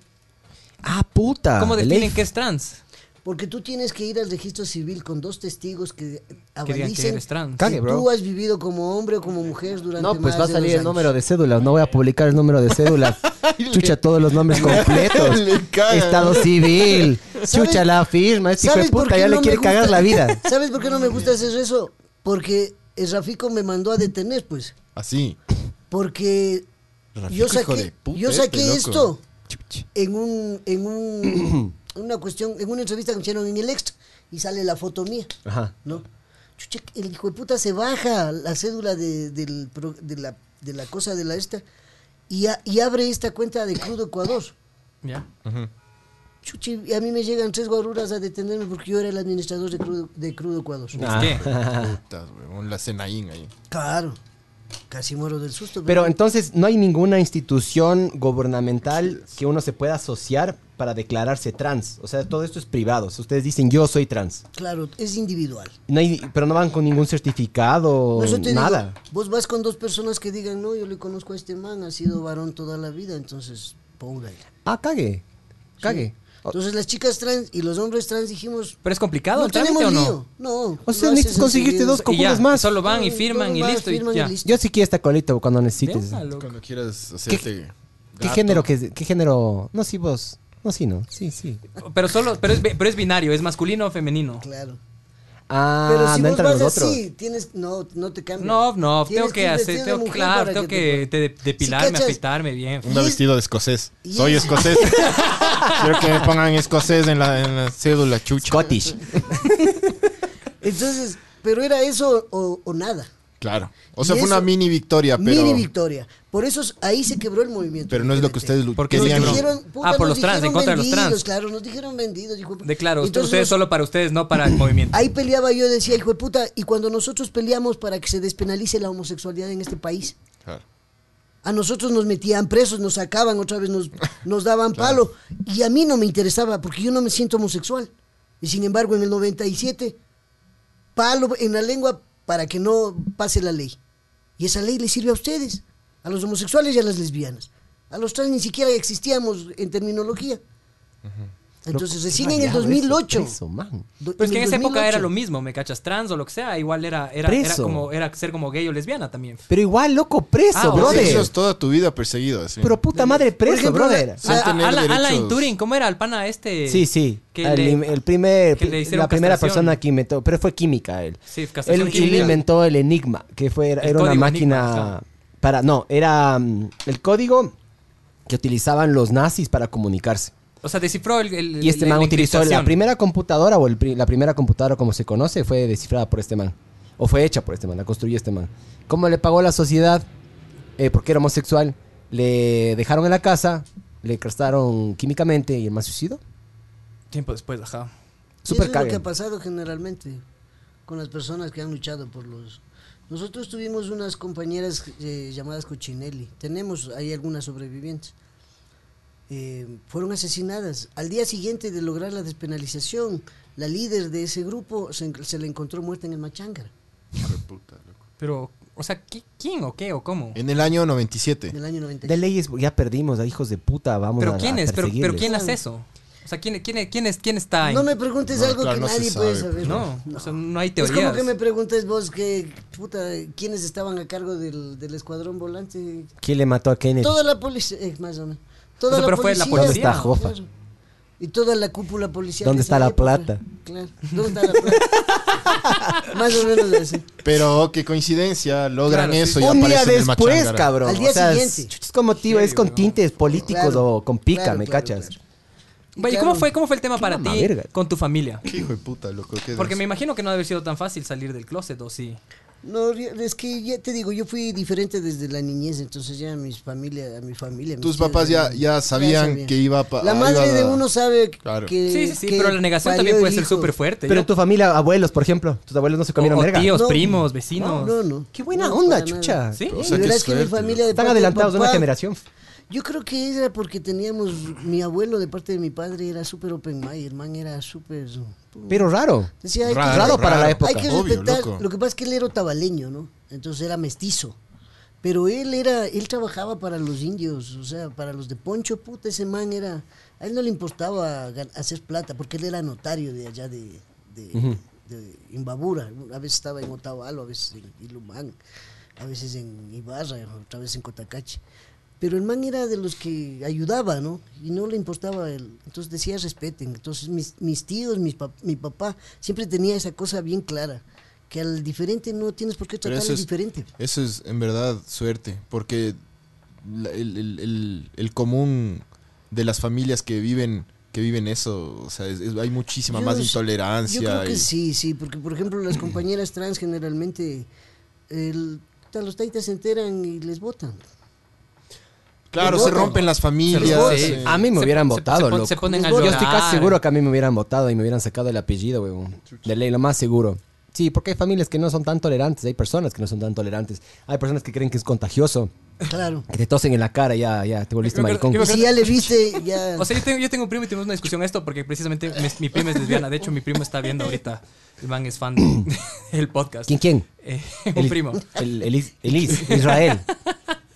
[SPEAKER 4] Ah, puta.
[SPEAKER 5] cómo
[SPEAKER 4] de ley.
[SPEAKER 5] definen que es trans?
[SPEAKER 3] Porque tú tienes que ir al registro civil con dos testigos que
[SPEAKER 5] Que digan que
[SPEAKER 3] avalicen
[SPEAKER 5] eres trans.
[SPEAKER 4] Cague,
[SPEAKER 3] que
[SPEAKER 4] bro.
[SPEAKER 3] tú has vivido como hombre o como mujer durante
[SPEAKER 4] No, pues
[SPEAKER 3] más
[SPEAKER 4] va a
[SPEAKER 3] de
[SPEAKER 4] salir
[SPEAKER 3] dos
[SPEAKER 4] el número
[SPEAKER 3] años.
[SPEAKER 4] de cédulas. No voy a publicar el número de cédulas. Chucha todos los nombres completos.
[SPEAKER 2] Le caga.
[SPEAKER 4] Estado civil.
[SPEAKER 3] ¿Sabes-
[SPEAKER 4] Chucha la firma. Este hijo de
[SPEAKER 3] ¿Sabes por
[SPEAKER 4] puta
[SPEAKER 3] qué
[SPEAKER 4] ya
[SPEAKER 3] no
[SPEAKER 4] le
[SPEAKER 3] me
[SPEAKER 4] quiere
[SPEAKER 3] gusta-
[SPEAKER 4] cagar la vida.
[SPEAKER 3] ¿Sabes por qué no me gusta hacer eso? Porque el Rafico me mandó a detener, pues.
[SPEAKER 2] Así.
[SPEAKER 3] Porque yo
[SPEAKER 2] Rafico, hijo de
[SPEAKER 3] saqué,
[SPEAKER 2] puta,
[SPEAKER 3] yo saqué
[SPEAKER 2] este loco.
[SPEAKER 3] esto en un, en un una cuestión, en una entrevista que me hicieron en el extra y sale la foto mía.
[SPEAKER 4] Ajá.
[SPEAKER 3] ¿no? Chucha, el hijo de puta se baja la cédula de, del pro- de la, de la cosa de la esta y, a- y abre esta cuenta de Crudo Ecuador.
[SPEAKER 5] Ya.
[SPEAKER 2] Ah.
[SPEAKER 3] Chuchi, y a mí me llegan tres guaruras a detenerme porque yo era el administrador de Crudo, de Crudo Ecuador.
[SPEAKER 5] ¿Qué?
[SPEAKER 2] Putas, weón, la cenaín ahí.
[SPEAKER 3] Claro, casi muero del susto.
[SPEAKER 4] Pero entonces no hay ninguna institución gubernamental que uno se pueda asociar para declararse trans. O sea, todo esto es privado. Si ustedes dicen yo soy trans.
[SPEAKER 3] claro, es individual.
[SPEAKER 4] No hay, pero no van con ningún certificado,
[SPEAKER 3] Por eso te digo,
[SPEAKER 4] Oh, nada.
[SPEAKER 3] vos vas con dos personas que digan, no, yo le conozco a este man, ha sido varón toda la vida, entonces póngale.
[SPEAKER 4] Ah, cague. Cague. O-
[SPEAKER 3] Entonces las chicas trans y los hombres trans dijimos,
[SPEAKER 5] ¿Pero es complicado
[SPEAKER 3] no
[SPEAKER 5] el trámite
[SPEAKER 3] tenemos
[SPEAKER 5] o no?
[SPEAKER 3] lío. No.
[SPEAKER 4] O sea,
[SPEAKER 3] lo
[SPEAKER 4] necesitas
[SPEAKER 3] haces
[SPEAKER 4] conseguirte
[SPEAKER 3] enseguida.
[SPEAKER 4] dos co-
[SPEAKER 5] Y ya,
[SPEAKER 4] Comunas más.
[SPEAKER 5] solo van y
[SPEAKER 3] Todo-
[SPEAKER 5] firman
[SPEAKER 3] todo
[SPEAKER 5] y
[SPEAKER 3] va,
[SPEAKER 5] listo. y
[SPEAKER 3] firman y
[SPEAKER 5] ya.
[SPEAKER 3] listo.
[SPEAKER 4] Yo sí quiero esta colita cuando necesites.
[SPEAKER 5] Verga, loco.
[SPEAKER 2] Cuando quieras hacerte.
[SPEAKER 4] ¿Qué
[SPEAKER 2] gato.
[SPEAKER 4] género? que- ¿Qué, género? No, sí, vos. No, sí, no. Sí, sí.
[SPEAKER 5] Pero solo, pero es, bi- pero es binario, es masculino o femenino.
[SPEAKER 3] Eh, Claro.
[SPEAKER 4] Ah,
[SPEAKER 3] Pero si vos
[SPEAKER 4] no entran
[SPEAKER 3] vas
[SPEAKER 4] los otros.
[SPEAKER 3] así, tienes, no, no te cambias.
[SPEAKER 5] No, no,
[SPEAKER 3] Tienes
[SPEAKER 5] tengo que
[SPEAKER 3] ir
[SPEAKER 5] hacer,
[SPEAKER 3] vestido de
[SPEAKER 5] tengo que,
[SPEAKER 3] mujer
[SPEAKER 5] claro,
[SPEAKER 3] para
[SPEAKER 5] tengo
[SPEAKER 3] te
[SPEAKER 5] que
[SPEAKER 3] puedan-
[SPEAKER 5] de- depilarme,
[SPEAKER 3] cachas?
[SPEAKER 5] afeitarme bien.
[SPEAKER 3] Y
[SPEAKER 2] Uno
[SPEAKER 3] es-
[SPEAKER 2] vestido de escocés.
[SPEAKER 3] y
[SPEAKER 2] Soy
[SPEAKER 3] es-
[SPEAKER 2] escocés. Quiero que me pongan escocés en la, en la cédula chucha.
[SPEAKER 4] Scottish.
[SPEAKER 3] Entonces, pero era eso o, o nada.
[SPEAKER 2] Claro. O sea,
[SPEAKER 3] Y
[SPEAKER 2] fue
[SPEAKER 3] eso-
[SPEAKER 2] una mini victoria, pero.
[SPEAKER 3] Mini victoria. Por eso es- ahí se quebró el movimiento.
[SPEAKER 2] Pero no es lo que
[SPEAKER 3] LGBT.
[SPEAKER 2] ustedes lu-
[SPEAKER 5] Porque
[SPEAKER 3] Nos
[SPEAKER 2] querían.
[SPEAKER 5] no.
[SPEAKER 3] dijeron, puta,
[SPEAKER 5] Ah, por
[SPEAKER 3] nos
[SPEAKER 5] los trans, en
[SPEAKER 3] dijeron
[SPEAKER 5] contra de los
[SPEAKER 3] vendidos,
[SPEAKER 5] trans.
[SPEAKER 3] Claro, nos dijeron vendidos. hijo de-
[SPEAKER 5] De claro,
[SPEAKER 3] Entonces
[SPEAKER 5] ustedes
[SPEAKER 3] nos-
[SPEAKER 5] solo para ustedes, no para el movimiento.
[SPEAKER 3] Ahí peleaba yo, decía, hijo de puta, y cuando nosotros peleamos para que se despenalice la homosexualidad en este país,
[SPEAKER 2] Claro.
[SPEAKER 3] A nosotros nos metían presos, nos sacaban, otra vez nos, nos daban palo. Y a mí no me interesaba porque yo no me siento homosexual. Y sin embargo, en el 97 palo en la lengua para que no pase la ley. Y esa ley les sirve a ustedes, a los homosexuales y a las lesbianas. A los trans ni siquiera existíamos en terminología. Entonces, recién en el 2008. do-
[SPEAKER 5] Pero es
[SPEAKER 3] en
[SPEAKER 5] que en
[SPEAKER 3] el
[SPEAKER 5] esa época era
[SPEAKER 3] 2008.
[SPEAKER 5] lo mismo, ¿me cachas? Trans o lo que sea, igual era, era, era
[SPEAKER 4] Preso.
[SPEAKER 5] como era ser como gay o lesbiana también.
[SPEAKER 4] Pero igual, loco, preso,
[SPEAKER 5] Ah, o sea,
[SPEAKER 4] brother.
[SPEAKER 2] Eso es toda tu vida perseguido. así.
[SPEAKER 4] Pero puta madre, preso,
[SPEAKER 3] ejemplo,
[SPEAKER 4] brother.
[SPEAKER 2] Sin
[SPEAKER 5] Ah,
[SPEAKER 2] tener
[SPEAKER 5] Alan, Alan
[SPEAKER 2] derechos.
[SPEAKER 5] Turing, ¿cómo era? El pana este.
[SPEAKER 4] Sí, sí.
[SPEAKER 5] que
[SPEAKER 4] el,
[SPEAKER 5] le-
[SPEAKER 4] el primer,
[SPEAKER 5] que le hicieron
[SPEAKER 4] la primera
[SPEAKER 5] castración.
[SPEAKER 4] persona que inventó, pero fue química él.
[SPEAKER 5] Sí,
[SPEAKER 4] Él,
[SPEAKER 5] castración
[SPEAKER 4] él
[SPEAKER 5] química.
[SPEAKER 4] inventó el enigma, que fue, era una
[SPEAKER 5] código
[SPEAKER 4] máquina
[SPEAKER 5] Enigma, claro.
[SPEAKER 4] para, no, era mm, el código que utilizaban los nazis para comunicarse.
[SPEAKER 5] O sea, descifró el. el-
[SPEAKER 4] Y este
[SPEAKER 5] la-
[SPEAKER 4] man
[SPEAKER 5] la
[SPEAKER 4] utilizó la
[SPEAKER 5] encriptación.
[SPEAKER 4] primera computadora o el pri- la primera computadora como se conoce fue descifrada por este man. O fue hecha por este man, la construyó este man. ¿Cómo le pagó la sociedad? Eh, porque era homosexual. Le dejaron en la casa, le castraron químicamente y el man se suicidó.
[SPEAKER 5] Tiempo después, ajá.
[SPEAKER 3] Y
[SPEAKER 4] Super
[SPEAKER 3] eso es lo que
[SPEAKER 4] caguen.
[SPEAKER 3] ha pasado generalmente con las personas que han luchado por los... Nosotros tuvimos unas compañeras eh, llamadas Cochinelli. Tenemos ahí algunas sobrevivientes. Eh, fueron asesinadas. Al día siguiente de lograr la despenalización, la líder de ese grupo se, en- se la encontró muerta en el Machangra,
[SPEAKER 5] Pero, o sea, ¿qui- ¿quién o qué o cómo?
[SPEAKER 2] En el año 97.
[SPEAKER 3] del año 90.
[SPEAKER 4] De leyes, ya perdimos, a hijos de puta, vamos
[SPEAKER 5] ¿Pero
[SPEAKER 4] a- a
[SPEAKER 5] quién es? ¿Pero, pero
[SPEAKER 4] perseguirles.
[SPEAKER 5] quién hace eso? O sea, ¿quién, quién, quién, es, quién está ahí?
[SPEAKER 3] No me preguntes
[SPEAKER 2] No,
[SPEAKER 3] algo
[SPEAKER 2] claro,
[SPEAKER 3] que
[SPEAKER 2] no se
[SPEAKER 3] nadie puede
[SPEAKER 2] sabe,
[SPEAKER 3] saber.
[SPEAKER 5] No, o sea, no hay
[SPEAKER 3] Es como
[SPEAKER 5] teorías.
[SPEAKER 3] que me preguntes vos que, puta, quiénes estaban a cargo del, del escuadrón volante.
[SPEAKER 4] ¿Quién le mató a Kennedy?
[SPEAKER 3] Toda la policía, eh, más o menos. Toda
[SPEAKER 5] O sea,
[SPEAKER 3] la
[SPEAKER 5] pero fue la
[SPEAKER 4] ¿Dónde
[SPEAKER 5] policía.
[SPEAKER 4] está Jofa?
[SPEAKER 3] claro. Y toda la cúpula policial.
[SPEAKER 4] ¿Dónde
[SPEAKER 3] de
[SPEAKER 4] está
[SPEAKER 3] esa
[SPEAKER 4] la
[SPEAKER 3] época.
[SPEAKER 4] plata?
[SPEAKER 3] Claro. ¿Dónde está la plata? más o menos así.
[SPEAKER 2] Pero qué coincidencia, logran
[SPEAKER 5] Claro, sí,
[SPEAKER 2] eso
[SPEAKER 5] sí.
[SPEAKER 2] y
[SPEAKER 4] Un día
[SPEAKER 2] aparecen en el
[SPEAKER 4] después,
[SPEAKER 2] Machángara.
[SPEAKER 4] cabrón.
[SPEAKER 3] Al día
[SPEAKER 4] o sea,
[SPEAKER 3] siguiente.
[SPEAKER 4] Es, es como tío, es con
[SPEAKER 5] Serio,
[SPEAKER 4] tintes políticos
[SPEAKER 3] Claro,
[SPEAKER 4] o con pica,
[SPEAKER 3] claro,
[SPEAKER 4] me
[SPEAKER 3] claro,
[SPEAKER 4] cachas.
[SPEAKER 3] claro.
[SPEAKER 5] Güey, ¿y
[SPEAKER 3] Claro.
[SPEAKER 5] ¿Cómo fue, ¿Cómo fue el tema para
[SPEAKER 4] mamá
[SPEAKER 5] ti
[SPEAKER 4] verga.
[SPEAKER 5] con tu familia?
[SPEAKER 2] Qué hijo de puta, loco. qué
[SPEAKER 5] Porque
[SPEAKER 2] des-
[SPEAKER 5] me imagino que no ha de haber sido tan fácil salir del closet, ¿o sí?
[SPEAKER 3] No, yo- es que ya te digo, yo fui diferente desde la niñez, entonces ya mis familia, a mi familia. mis
[SPEAKER 2] Tus
[SPEAKER 3] tíos,
[SPEAKER 2] papás ya- ya sabían que iba pa-
[SPEAKER 3] La
[SPEAKER 2] iba
[SPEAKER 3] madre de
[SPEAKER 2] a-
[SPEAKER 3] uno sabe
[SPEAKER 2] Claro.
[SPEAKER 3] que.
[SPEAKER 5] Sí, sí, sí,
[SPEAKER 3] que
[SPEAKER 5] pero la negación también
[SPEAKER 3] parió
[SPEAKER 5] puede
[SPEAKER 3] el
[SPEAKER 5] ser
[SPEAKER 3] hijo.
[SPEAKER 5] súper fuerte.
[SPEAKER 4] Pero
[SPEAKER 5] Yo-
[SPEAKER 4] en tu familia, abuelos, por ejemplo, tus abuelos no se comieron
[SPEAKER 5] o, o
[SPEAKER 4] verga.
[SPEAKER 5] tíos,
[SPEAKER 3] No.
[SPEAKER 5] primos, vecinos.
[SPEAKER 3] No, no, no.
[SPEAKER 4] Qué buena
[SPEAKER 3] No,
[SPEAKER 4] onda,
[SPEAKER 3] para nada.
[SPEAKER 4] chucha.
[SPEAKER 5] Sí.
[SPEAKER 2] O
[SPEAKER 3] Y
[SPEAKER 2] sea, qué
[SPEAKER 3] verás que mi
[SPEAKER 2] suerte,
[SPEAKER 3] familia de
[SPEAKER 4] Están
[SPEAKER 3] parte de
[SPEAKER 4] adelantados de una
[SPEAKER 3] papá-
[SPEAKER 4] generación.
[SPEAKER 3] Yo creo que era porque teníamos, mi abuelo de parte de mi padre era súper open mind, el man era súper...
[SPEAKER 4] Pero raro.
[SPEAKER 3] Decía, hay que-
[SPEAKER 2] Raro,
[SPEAKER 4] raro para la
[SPEAKER 2] raro.
[SPEAKER 4] época.
[SPEAKER 3] Hay que
[SPEAKER 2] Obvio,
[SPEAKER 3] respetar,
[SPEAKER 2] loco.
[SPEAKER 3] lo que pasa es que él era otavaleño, ¿no? Entonces era mestizo. Pero él era, él trabajaba para los indios, o sea, para los de Poncho, puta, ese man era, a él no le importaba gan- hacer plata, porque él era notario de allá de, de, de Imbabura, a veces estaba en Otavalo, a veces en Ilumán, a veces en Ibarra, otra vez en Cotacachi. Pero el man era de los que ayudaba, ¿no? Y no le importaba el... Entonces decía, respeten. Entonces mis, mis tíos, mis pap- mi papá, siempre tenía esa cosa bien clara. Que al diferente no tienes por qué
[SPEAKER 2] Pero
[SPEAKER 3] tratarle diferente.
[SPEAKER 2] Eso es en verdad suerte, porque la- el, el- el- el común de las familias que viven que viven eso, o sea, es- es- hay muchísima
[SPEAKER 3] Yo
[SPEAKER 2] más
[SPEAKER 3] s-
[SPEAKER 2] intolerancia.
[SPEAKER 3] Yo creo que
[SPEAKER 2] y-
[SPEAKER 3] sí, sí, porque por ejemplo las compañeras trans generalmente el, ta- los taitas se enteran y les votan.
[SPEAKER 2] Claro,
[SPEAKER 3] Se
[SPEAKER 2] se
[SPEAKER 3] votan.
[SPEAKER 2] rompen las familias.
[SPEAKER 5] votan.
[SPEAKER 2] eh,
[SPEAKER 5] Sí.
[SPEAKER 4] A mí me
[SPEAKER 5] Se-
[SPEAKER 4] hubieran
[SPEAKER 5] se- se
[SPEAKER 4] votado,
[SPEAKER 5] pon-
[SPEAKER 4] loco.
[SPEAKER 5] se ponen a
[SPEAKER 4] Yo estoy
[SPEAKER 5] llorar.
[SPEAKER 4] casi seguro que a mí me hubieran votado y me hubieran sacado el apellido, weón. De ley, lo más seguro. Sí, porque hay familias que no son tan tolerantes, hay personas que no son tan tolerantes, hay personas que creen que es contagioso,
[SPEAKER 3] Claro.
[SPEAKER 4] que te tosen en la cara, ya, ya, te volviste
[SPEAKER 5] Yo creo-
[SPEAKER 4] maricón.
[SPEAKER 5] yo
[SPEAKER 3] Y si ya le viste, ya...
[SPEAKER 5] O sea, yo tengo, yo tengo un primo y tuvimos una discusión esto porque precisamente mes- mi, prima es lesbiana. De hecho, mi primo está viendo ahorita. El man es fan del podcast.
[SPEAKER 4] ¿Quién, quién?
[SPEAKER 5] Eh, un
[SPEAKER 4] El-
[SPEAKER 5] primo.
[SPEAKER 4] El, el Is- el Is- Israel.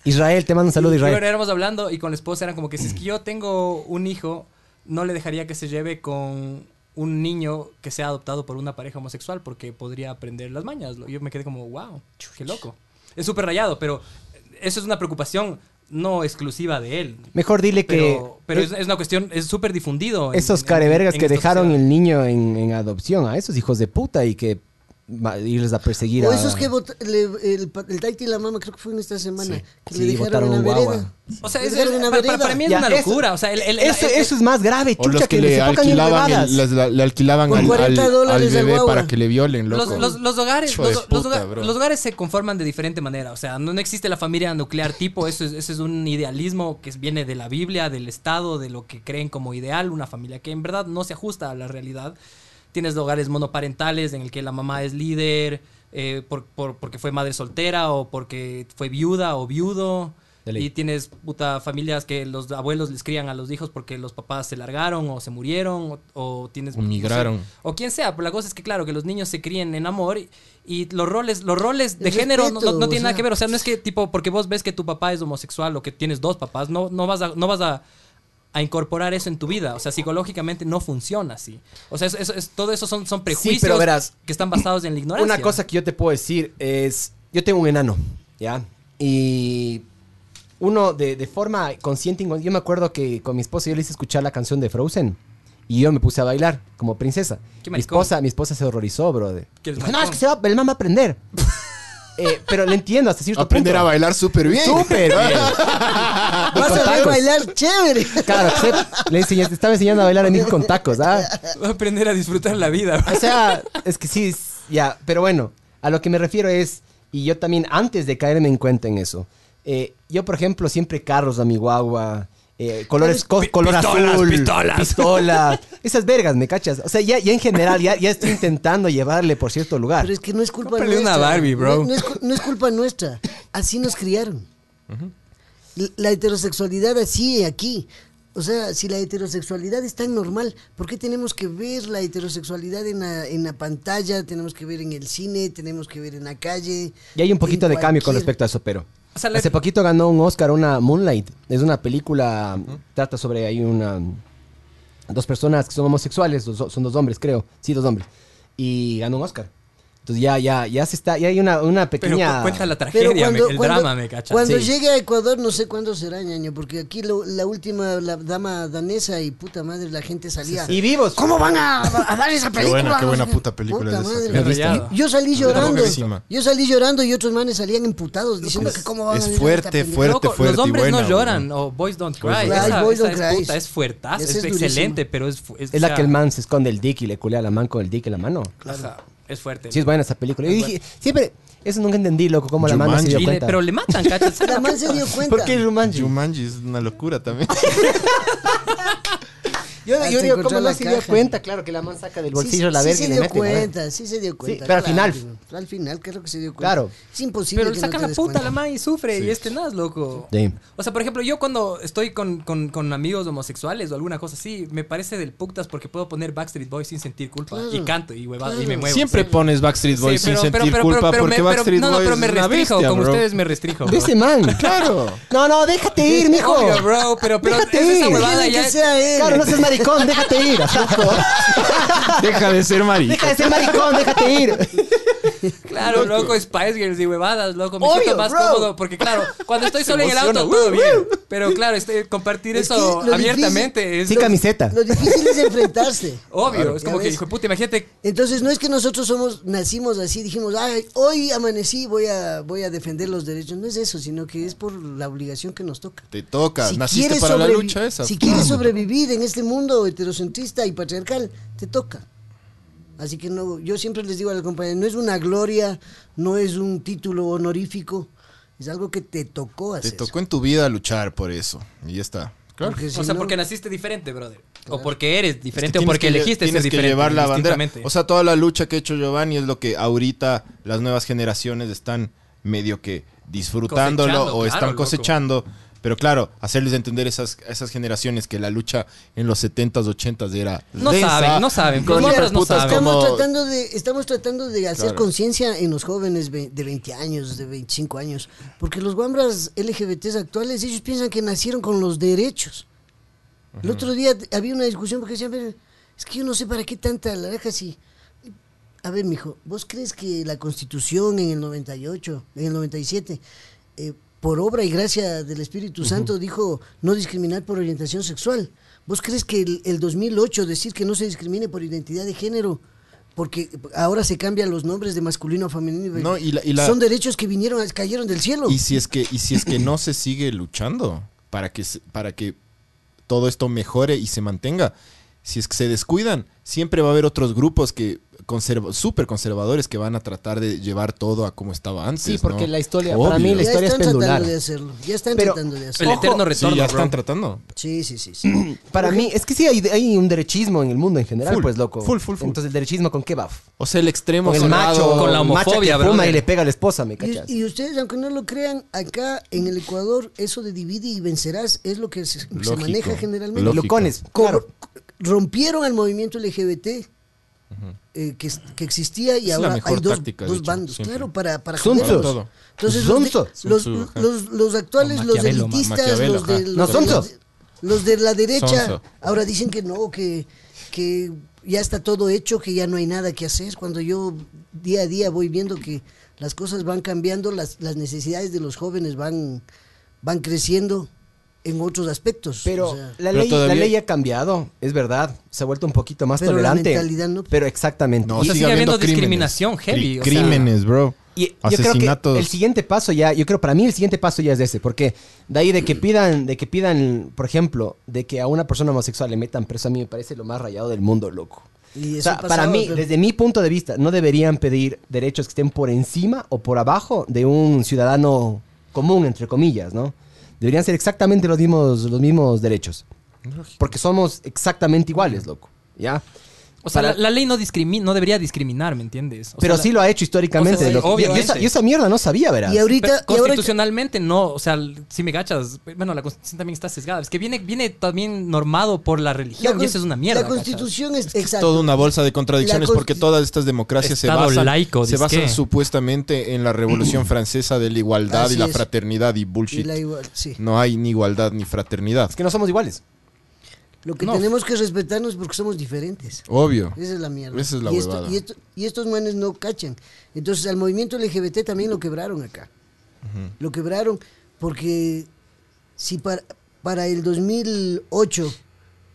[SPEAKER 4] Israel, te mando un saludo,
[SPEAKER 5] Pero
[SPEAKER 4] Israel.
[SPEAKER 5] éramos hablando y con la esposa eran como que si es que yo tengo un hijo, no le dejaría que se lleve con un niño que sea adoptado por una pareja homosexual porque podría aprender las mañas. Yo me quedé como, wow, chu, qué loco. Es súper rayado, pero eso es una preocupación no exclusiva de él.
[SPEAKER 4] Mejor dile que
[SPEAKER 5] Pero, pero es, es una cuestión, es súper difundido. en-
[SPEAKER 4] esos
[SPEAKER 5] en-
[SPEAKER 4] carevergas
[SPEAKER 5] en
[SPEAKER 4] que
[SPEAKER 5] esta
[SPEAKER 4] dejaron
[SPEAKER 5] sociedad.
[SPEAKER 4] el niño en, en adopción, a esos hijos de puta y que va- irles a perseguir
[SPEAKER 3] o
[SPEAKER 4] a-
[SPEAKER 3] esos que vot- le- el, pa- el taita y la mamá, creo que fue en esta semana, que
[SPEAKER 4] Sí,
[SPEAKER 3] le dejaron
[SPEAKER 4] votaron
[SPEAKER 3] en la
[SPEAKER 4] guagua.
[SPEAKER 3] vereda.
[SPEAKER 5] O sea, Pues es-
[SPEAKER 3] Le dejaron en la
[SPEAKER 5] para, para- para mí es
[SPEAKER 4] Ya,
[SPEAKER 5] una
[SPEAKER 4] eso-
[SPEAKER 5] locura. o sea, el- el-
[SPEAKER 4] eso,
[SPEAKER 5] el-
[SPEAKER 4] eso es más grave,
[SPEAKER 2] o los
[SPEAKER 4] chucha,
[SPEAKER 2] que,
[SPEAKER 4] que,
[SPEAKER 2] le
[SPEAKER 4] se pongan en
[SPEAKER 2] alquilaban, el-
[SPEAKER 4] huevadas.
[SPEAKER 2] las- la- le alquilaban
[SPEAKER 3] Por
[SPEAKER 2] al,
[SPEAKER 3] 40
[SPEAKER 2] al- al
[SPEAKER 3] dólares el
[SPEAKER 2] bebé
[SPEAKER 3] guagua.
[SPEAKER 2] para que le violen,
[SPEAKER 5] Los,
[SPEAKER 2] loco.
[SPEAKER 5] los- los hogares,
[SPEAKER 2] Hijo
[SPEAKER 5] los,
[SPEAKER 2] de
[SPEAKER 5] los
[SPEAKER 2] puta,
[SPEAKER 5] hogar-
[SPEAKER 2] bro.
[SPEAKER 5] los hogares se conforman de diferente manera. O sea, no, no existe la familia nuclear tipo. Eso es, eso es un idealismo que es- viene de la Biblia, del Estado, de lo que creen como ideal. Una familia que en verdad no se ajusta a la realidad. Tienes hogares monoparentales en el que la mamá es líder eh, por- por- porque fue madre soltera o porque fue viuda o viudo.
[SPEAKER 4] De ley.
[SPEAKER 5] Y tienes puta familias que los abuelos les crían a los hijos porque los papás se largaron o se murieron o, o tienes
[SPEAKER 2] O migraron.
[SPEAKER 5] no sé, o quien sea, pero la cosa es que claro que los niños se críen en amor y, y los roles los roles de
[SPEAKER 3] El
[SPEAKER 5] género no- no,
[SPEAKER 3] respeto,
[SPEAKER 5] no
[SPEAKER 3] o
[SPEAKER 5] tienen nada
[SPEAKER 3] sea.
[SPEAKER 5] que ver, o sea, no es que tipo porque vos ves que tu papá es homosexual o que tienes dos papás, no no vas a no vas a a incorporar eso en tu vida, o sea, psicológicamente no funciona así. O sea, eso, eso- es- todo eso son, son prejuicios
[SPEAKER 4] pero verás,
[SPEAKER 5] que están basados en la ignorancia.
[SPEAKER 4] Una cosa que yo te puedo decir es, yo tengo un enano, ¿ya? Y uno de, de forma consciente, incon- yo me acuerdo que con mi esposa yo le hice escuchar la canción de Frozen y yo me puse a bailar como princesa.
[SPEAKER 5] Qué
[SPEAKER 4] mi
[SPEAKER 5] maricón.
[SPEAKER 4] esposa, mi esposa se horrorizó, brother.
[SPEAKER 5] Qué
[SPEAKER 4] Dijo, no,
[SPEAKER 5] maricón.
[SPEAKER 4] es que se va, el man va a aprender. Eh, pero le entiendo hasta cierto
[SPEAKER 2] Aprender a
[SPEAKER 4] punto.
[SPEAKER 2] bailar súper bien.
[SPEAKER 4] Súper bien. Y
[SPEAKER 3] Vas
[SPEAKER 4] Ah, con
[SPEAKER 3] a ver
[SPEAKER 4] tacos.
[SPEAKER 3] bailar chévere.
[SPEAKER 4] Claro, que se- le enseñé- te estaba enseñando a bailar en ir con tacos, ¿ah?
[SPEAKER 5] Va a aprender a disfrutar la vida.
[SPEAKER 4] O sea, es que sí, es- ya, pero bueno, a lo que me refiero es, y yo también antes de caerme en cuenta en eso, eh, yo por ejemplo siempre carros a mi guagua, eh, colores, co- color
[SPEAKER 5] pistolas,
[SPEAKER 4] azul,
[SPEAKER 5] pistolas.
[SPEAKER 4] pistolas, esas vergas, ¿me cachas? O sea, ya, ya en general, ya, ya estoy intentando llevarle por cierto lugar.
[SPEAKER 3] Pero es que no es culpa
[SPEAKER 5] Cómprale una
[SPEAKER 3] nuestra.
[SPEAKER 5] Barbie, bro.
[SPEAKER 3] No, no es, cu- no es culpa nuestra. Así nos criaron. L- La heterosexualidad así aquí. O sea, si la heterosexualidad es tan normal, ¿por qué tenemos que ver la heterosexualidad en la, en la pantalla? Tenemos que ver en el cine, tenemos que ver en la calle.
[SPEAKER 4] Y hay un poquito
[SPEAKER 3] en
[SPEAKER 4] de cambio con
[SPEAKER 3] cualquier-
[SPEAKER 4] respecto a eso, pero...
[SPEAKER 5] O sea, la-
[SPEAKER 4] Hace poquito ganó un Oscar una Moonlight. Es una película, trata sobre hay una... Dos personas que son homosexuales, dos- son dos hombres, creo. Sí, dos hombres. Y ganó un Oscar. Entonces ya, ya, ya se está, ya hay una, una
[SPEAKER 5] Pero
[SPEAKER 4] pequeña...
[SPEAKER 5] cu- cuenta la tragedia,
[SPEAKER 3] Pero
[SPEAKER 5] me-
[SPEAKER 3] cuando,
[SPEAKER 5] el
[SPEAKER 3] cuando-
[SPEAKER 5] drama, me cachas.
[SPEAKER 3] Cuando
[SPEAKER 4] Sí.
[SPEAKER 3] llegue a Ecuador, no sé cuándo será, ñaño, porque aquí lo- la última, la dama danesa y puta madre, la gente salía.
[SPEAKER 4] Y vivos.
[SPEAKER 3] ¿Cómo van a, a dar esa
[SPEAKER 2] Qué
[SPEAKER 3] película?
[SPEAKER 2] buena, qué buena puta película
[SPEAKER 3] Puta
[SPEAKER 2] es esa,
[SPEAKER 3] madre.
[SPEAKER 2] claro.
[SPEAKER 5] Me he rayado.
[SPEAKER 3] Yo salí
[SPEAKER 2] Yo tampoco
[SPEAKER 3] llorando.
[SPEAKER 2] he visto.
[SPEAKER 3] Yo salí llorando y otros manes salían emputados diciendo
[SPEAKER 2] Es-
[SPEAKER 3] que cómo van
[SPEAKER 2] Pues es
[SPEAKER 3] a ver
[SPEAKER 2] fuerte,
[SPEAKER 3] esta película.
[SPEAKER 2] fuerte,
[SPEAKER 5] Loco,
[SPEAKER 2] fuerte y
[SPEAKER 5] los hombres
[SPEAKER 2] buena,
[SPEAKER 5] no lloran, o Boys Don't Cry.
[SPEAKER 3] Don't Cry.
[SPEAKER 5] Esa,
[SPEAKER 3] Boys
[SPEAKER 5] esa
[SPEAKER 3] Don't
[SPEAKER 5] es
[SPEAKER 3] Cry.
[SPEAKER 5] puta, es fuertaza,
[SPEAKER 3] Esa
[SPEAKER 5] es,
[SPEAKER 3] es durísima.
[SPEAKER 5] excelente, pero es. fu-
[SPEAKER 4] Es
[SPEAKER 5] o
[SPEAKER 4] la
[SPEAKER 5] sea,
[SPEAKER 4] que el man se esconde el dick y le culea la man con el dick en la mano.
[SPEAKER 5] ajá, es fuerte.
[SPEAKER 4] Sí, es buena esa película. Y
[SPEAKER 5] Ah,
[SPEAKER 4] dije, siempre, eso nunca entendí, loco, cómo la man no se dio
[SPEAKER 5] Y le-
[SPEAKER 4] cuenta.
[SPEAKER 5] pero le matan, cachas.
[SPEAKER 3] La man se dio cuenta.
[SPEAKER 4] ¿Por qué Jumanji?
[SPEAKER 2] Jumanji es una locura también.
[SPEAKER 4] Yo,
[SPEAKER 3] Ah,
[SPEAKER 4] yo
[SPEAKER 3] se
[SPEAKER 4] digo,
[SPEAKER 3] encontró
[SPEAKER 4] ¿cómo no
[SPEAKER 3] la
[SPEAKER 4] se dio
[SPEAKER 3] caja.
[SPEAKER 4] cuenta? Claro, que la man saca del
[SPEAKER 3] Sí,
[SPEAKER 4] bolsillo la verga
[SPEAKER 3] sí
[SPEAKER 4] y
[SPEAKER 3] se
[SPEAKER 4] le
[SPEAKER 3] dio
[SPEAKER 4] mete. ¿verdad?
[SPEAKER 3] cuenta, sí se dio cuenta.
[SPEAKER 4] pero al
[SPEAKER 3] claro.
[SPEAKER 4] final.
[SPEAKER 3] Al final, claro que se dio cuenta.
[SPEAKER 4] Claro.
[SPEAKER 3] Es imposible
[SPEAKER 5] Pero le
[SPEAKER 3] que
[SPEAKER 5] sacan
[SPEAKER 3] no te
[SPEAKER 5] la
[SPEAKER 3] des
[SPEAKER 5] puta a la
[SPEAKER 3] cuenta.
[SPEAKER 5] man y sufre, y este nada, loco.
[SPEAKER 4] Sí.
[SPEAKER 5] O sea, por ejemplo, yo cuando estoy con, con- con amigos homosexuales o alguna cosa así, me parece del putas porque puedo poner Backstreet Boys sin sentir culpa.
[SPEAKER 3] Claro.
[SPEAKER 5] Y canto y huevada y
[SPEAKER 3] Claro.
[SPEAKER 5] me muevo.
[SPEAKER 2] Siempre pones Backstreet
[SPEAKER 5] Sí,
[SPEAKER 2] Boys
[SPEAKER 5] pero-
[SPEAKER 2] sin
[SPEAKER 5] pero-
[SPEAKER 2] sentir
[SPEAKER 5] pero-
[SPEAKER 2] culpa
[SPEAKER 5] pero me-
[SPEAKER 2] porque
[SPEAKER 5] pero-
[SPEAKER 2] Backstreet
[SPEAKER 5] No, no,
[SPEAKER 2] Boys
[SPEAKER 5] pero me
[SPEAKER 2] es una
[SPEAKER 5] restrijo,
[SPEAKER 2] bestia,
[SPEAKER 5] como
[SPEAKER 2] bro.
[SPEAKER 5] ustedes me restrijo.
[SPEAKER 4] De
[SPEAKER 5] bro.
[SPEAKER 4] ese man.
[SPEAKER 2] Claro.
[SPEAKER 4] No, no, déjate ir, mijo.
[SPEAKER 5] Obvio, bro, pero, pero
[SPEAKER 4] Déjate
[SPEAKER 5] es esa
[SPEAKER 4] ir.
[SPEAKER 5] huevada
[SPEAKER 3] Quieren
[SPEAKER 5] ya.
[SPEAKER 3] que sea él.
[SPEAKER 4] Claro, no seas maricón, déjate ir.
[SPEAKER 2] Deja de ser
[SPEAKER 4] Deja
[SPEAKER 2] marica.
[SPEAKER 4] de ser maricón, déjate ir.
[SPEAKER 5] Claro, loco, Spice Girls y huevadas, loco. Me
[SPEAKER 4] Obvio,
[SPEAKER 5] siento más
[SPEAKER 4] bro.
[SPEAKER 5] cómodo porque, claro, cuando estoy solo en el auto,
[SPEAKER 4] emociona,
[SPEAKER 5] todo bien. Pero, claro, este- compartir
[SPEAKER 3] Es que
[SPEAKER 5] eso
[SPEAKER 3] lo
[SPEAKER 5] abiertamente es
[SPEAKER 4] Sin camiseta.
[SPEAKER 3] Lo difícil es enfrentarse.
[SPEAKER 5] obvio. es
[SPEAKER 3] Ya
[SPEAKER 5] como que,
[SPEAKER 3] ves.
[SPEAKER 5] hijo de puta, imagínate.
[SPEAKER 3] Entonces no es que nosotros somos nacimos así, dijimos, "Ay, hoy amanecí, voy a voy a defender los derechos." No es eso, sino que es por la obligación que nos toca.
[SPEAKER 2] Te toca.
[SPEAKER 3] Si
[SPEAKER 2] Naciste
[SPEAKER 3] quieres
[SPEAKER 2] para la
[SPEAKER 3] sobrevi-
[SPEAKER 2] lucha esa.
[SPEAKER 3] Si quieres sobrevivir en este mundo heterocentrista y patriarcal, te toca. Así que no, yo siempre les digo a las compañeras, no es una gloria, no es un título honorífico, es algo que te tocó
[SPEAKER 2] Te
[SPEAKER 3] hacer.
[SPEAKER 2] tocó en tu vida luchar por eso. Y ya está. Claro.
[SPEAKER 3] Porque si
[SPEAKER 5] o sea,
[SPEAKER 3] no-
[SPEAKER 5] porque naciste diferente, brother. O porque eres diferente,
[SPEAKER 2] Es que
[SPEAKER 5] o porque
[SPEAKER 2] tienes que lle-
[SPEAKER 5] elegiste ser
[SPEAKER 2] tienes que
[SPEAKER 5] diferente.
[SPEAKER 2] llevar la bandera.
[SPEAKER 5] distintamente.
[SPEAKER 2] O sea, toda la lucha que ha hecho Giovanni es lo que ahorita las nuevas generaciones están medio que disfrutándolo
[SPEAKER 5] Cosechando,
[SPEAKER 2] o
[SPEAKER 5] claro,
[SPEAKER 2] están
[SPEAKER 5] loco.
[SPEAKER 2] cosechando. Pero claro, hacerles entender esas, esas generaciones que la lucha en los 70s, 80s era.
[SPEAKER 5] No
[SPEAKER 2] densa,
[SPEAKER 5] saben, no saben,
[SPEAKER 2] con
[SPEAKER 5] los
[SPEAKER 2] otras
[SPEAKER 5] otros no
[SPEAKER 2] putas
[SPEAKER 5] saben.
[SPEAKER 2] como-
[SPEAKER 3] Estamos tratando de, estamos tratando de hacer
[SPEAKER 2] Claro.
[SPEAKER 3] conciencia en los jóvenes ve- de 20 años, de 25 años, porque los guambras LGBTs actuales, ellos piensan que nacieron con los derechos. El otro día t- había una discusión porque decían, "Pero, es que yo no sé para qué tanta laranja si... A ver, mijo, ¿vos crees que la Constitución en el 98, en el 97, eh, por obra y gracia del Espíritu Santo dijo no discriminar por orientación sexual? ¿Vos crees que el, el 2008 decir que no se discrimine por identidad de género? Porque ahora se cambian los nombres de masculino a femenino.
[SPEAKER 2] No, y la- y la-
[SPEAKER 3] Son derechos que vinieron, cayeron del cielo.
[SPEAKER 2] Y si es que, y si es que no se sigue luchando para que, se- para que todo esto mejore y se mantenga, si es que se descuidan, siempre va a haber otros grupos que conserva- súper conservadores que van a tratar de llevar todo a como estaba antes.
[SPEAKER 6] Sí, porque
[SPEAKER 2] ¿no?
[SPEAKER 6] la historia- para mí
[SPEAKER 2] Obvio.
[SPEAKER 6] la
[SPEAKER 3] Ya
[SPEAKER 6] historia es
[SPEAKER 3] están
[SPEAKER 6] pendular.
[SPEAKER 3] tratando de hacerlo. Ya están
[SPEAKER 4] Pero-
[SPEAKER 3] tratando de hacerlo.
[SPEAKER 5] El eterno retorno.
[SPEAKER 2] Sí, ya están
[SPEAKER 5] bro.
[SPEAKER 2] tratando.
[SPEAKER 3] Sí, sí, sí. sí.
[SPEAKER 4] Para mí, es que sí hay, hay un derechismo en el mundo en general,
[SPEAKER 2] Full,
[SPEAKER 4] pues loco.
[SPEAKER 2] full, full, full.
[SPEAKER 4] Entonces, el derechismo con qué va?
[SPEAKER 2] O sea, el extremo
[SPEAKER 4] Con el
[SPEAKER 2] cerrado-
[SPEAKER 4] macho,
[SPEAKER 5] con la
[SPEAKER 4] macho que
[SPEAKER 5] homofobia,
[SPEAKER 4] fuma
[SPEAKER 5] brother.
[SPEAKER 4] y le pega a la esposa, ¿me
[SPEAKER 3] Y,
[SPEAKER 4] cachas?
[SPEAKER 3] y ustedes, aunque no lo crean, acá en el Ecuador, eso de divide y vencerás es lo que se, se
[SPEAKER 2] Lógico,
[SPEAKER 3] maneja generalmente.
[SPEAKER 2] lógico.
[SPEAKER 4] Locones,
[SPEAKER 3] Co-
[SPEAKER 4] claro.
[SPEAKER 3] Rompieron al movimiento LGBT. eh, que, es- que existía y
[SPEAKER 2] Es la
[SPEAKER 3] ahora
[SPEAKER 2] mejor
[SPEAKER 3] hay dos,
[SPEAKER 2] táctica,
[SPEAKER 3] dos
[SPEAKER 2] de hecho,
[SPEAKER 3] bandos,
[SPEAKER 2] siempre.
[SPEAKER 3] claro, para, para
[SPEAKER 4] Sun Tzu.
[SPEAKER 3] joderlos. Entonces,
[SPEAKER 4] Sun
[SPEAKER 3] los, de-
[SPEAKER 4] Tzu.
[SPEAKER 3] los,
[SPEAKER 2] Sun Tzu, ajá.
[SPEAKER 3] los- los actuales,
[SPEAKER 5] O
[SPEAKER 3] los
[SPEAKER 5] Maquiavelo, ma-
[SPEAKER 3] elitistas,
[SPEAKER 2] Maquiavelo,
[SPEAKER 3] los de,
[SPEAKER 2] ajá.
[SPEAKER 3] los,
[SPEAKER 4] No, Sun
[SPEAKER 3] de la,
[SPEAKER 4] Tzu.
[SPEAKER 3] los de la derecha,
[SPEAKER 2] Sun Tzu.
[SPEAKER 3] ahora dicen que no, que, que ya está todo hecho, que ya no hay nada que hacer. Cuando yo día a día voy viendo que las cosas van cambiando, las, las necesidades de los jóvenes van, van creciendo en otros aspectos.
[SPEAKER 4] Pero,
[SPEAKER 3] o sea,
[SPEAKER 4] la,
[SPEAKER 2] Pero
[SPEAKER 4] ley,
[SPEAKER 2] todavía-
[SPEAKER 4] la ley ha cambiado, es verdad. Se ha vuelto un poquito más
[SPEAKER 3] Pero la
[SPEAKER 4] tolerante.
[SPEAKER 3] mentalidad no.
[SPEAKER 4] Pero exactamente.
[SPEAKER 2] No,
[SPEAKER 5] O sea,
[SPEAKER 2] sigue
[SPEAKER 5] sigue habiendo
[SPEAKER 2] habiendo crímenes.
[SPEAKER 5] discriminación heavy,
[SPEAKER 2] Cri-
[SPEAKER 5] o sea-
[SPEAKER 2] crímenes, bro.
[SPEAKER 4] Y yo creo
[SPEAKER 2] Asesinatos.
[SPEAKER 4] que el siguiente paso ya, yo creo para mí el siguiente paso ya es ese, porque de ahí de
[SPEAKER 5] Mm.
[SPEAKER 4] que pidan, de que pidan, por ejemplo, de que a una persona homosexual le metan preso a mí me parece lo más rayado del mundo, loco.
[SPEAKER 3] y
[SPEAKER 4] O
[SPEAKER 3] eso
[SPEAKER 4] sea,
[SPEAKER 3] ha
[SPEAKER 4] para
[SPEAKER 3] pasado,
[SPEAKER 4] mí,
[SPEAKER 3] pero-
[SPEAKER 4] desde mi punto de vista, no deberían pedir derechos que estén por encima o por abajo de un ciudadano común, entre comillas, ¿no? Deberían ser exactamente los mismos, los mismos derechos. Porque somos exactamente iguales, loco. ¿Ya?
[SPEAKER 5] O sea,
[SPEAKER 4] Para-
[SPEAKER 5] la, la ley no, discrimi- no debería discriminar, ¿me entiendes? O
[SPEAKER 4] Pero
[SPEAKER 5] sea,
[SPEAKER 4] sí
[SPEAKER 5] la-
[SPEAKER 4] lo ha hecho históricamente.
[SPEAKER 5] o sea, sí,
[SPEAKER 4] loco. Y- y esa- Y, esa,
[SPEAKER 5] obviamente.
[SPEAKER 4] mierda no sabía, verás.
[SPEAKER 3] Y ahorita,
[SPEAKER 5] Pero
[SPEAKER 3] y ahora-
[SPEAKER 5] constitucionalmente no, o sea, l- si me gachas, bueno, la constitución también está sesgada. Es que viene, viene también normado por la
[SPEAKER 3] la
[SPEAKER 5] religión
[SPEAKER 3] con-
[SPEAKER 5] y eso es una mierda.
[SPEAKER 3] La
[SPEAKER 5] ¿cachas?
[SPEAKER 3] constitución es, exacto.
[SPEAKER 2] toda una bolsa de contradicciones
[SPEAKER 3] La
[SPEAKER 2] porque
[SPEAKER 3] consti-
[SPEAKER 2] todas estas democracias se
[SPEAKER 5] Estado
[SPEAKER 2] basan,
[SPEAKER 5] laico,
[SPEAKER 2] se basan
[SPEAKER 5] disque.
[SPEAKER 2] supuestamente en la revolución francesa de la igualdad
[SPEAKER 3] Así
[SPEAKER 2] y la
[SPEAKER 3] es.
[SPEAKER 2] fraternidad y bullshit.
[SPEAKER 3] Y la igual- sí.
[SPEAKER 2] No hay ni igualdad ni fraternidad.
[SPEAKER 4] Es que no somos iguales.
[SPEAKER 3] Lo que
[SPEAKER 5] No.
[SPEAKER 3] tenemos que respetarnos porque somos diferentes.
[SPEAKER 2] Obvio.
[SPEAKER 3] Esa es la mierda.
[SPEAKER 2] Esa es la
[SPEAKER 3] y, esto-
[SPEAKER 2] huevada.
[SPEAKER 3] y, esto- y estos manes no cachan. Entonces al movimiento LGBT también lo quebraron acá. Lo quebraron porque si para, para el 2008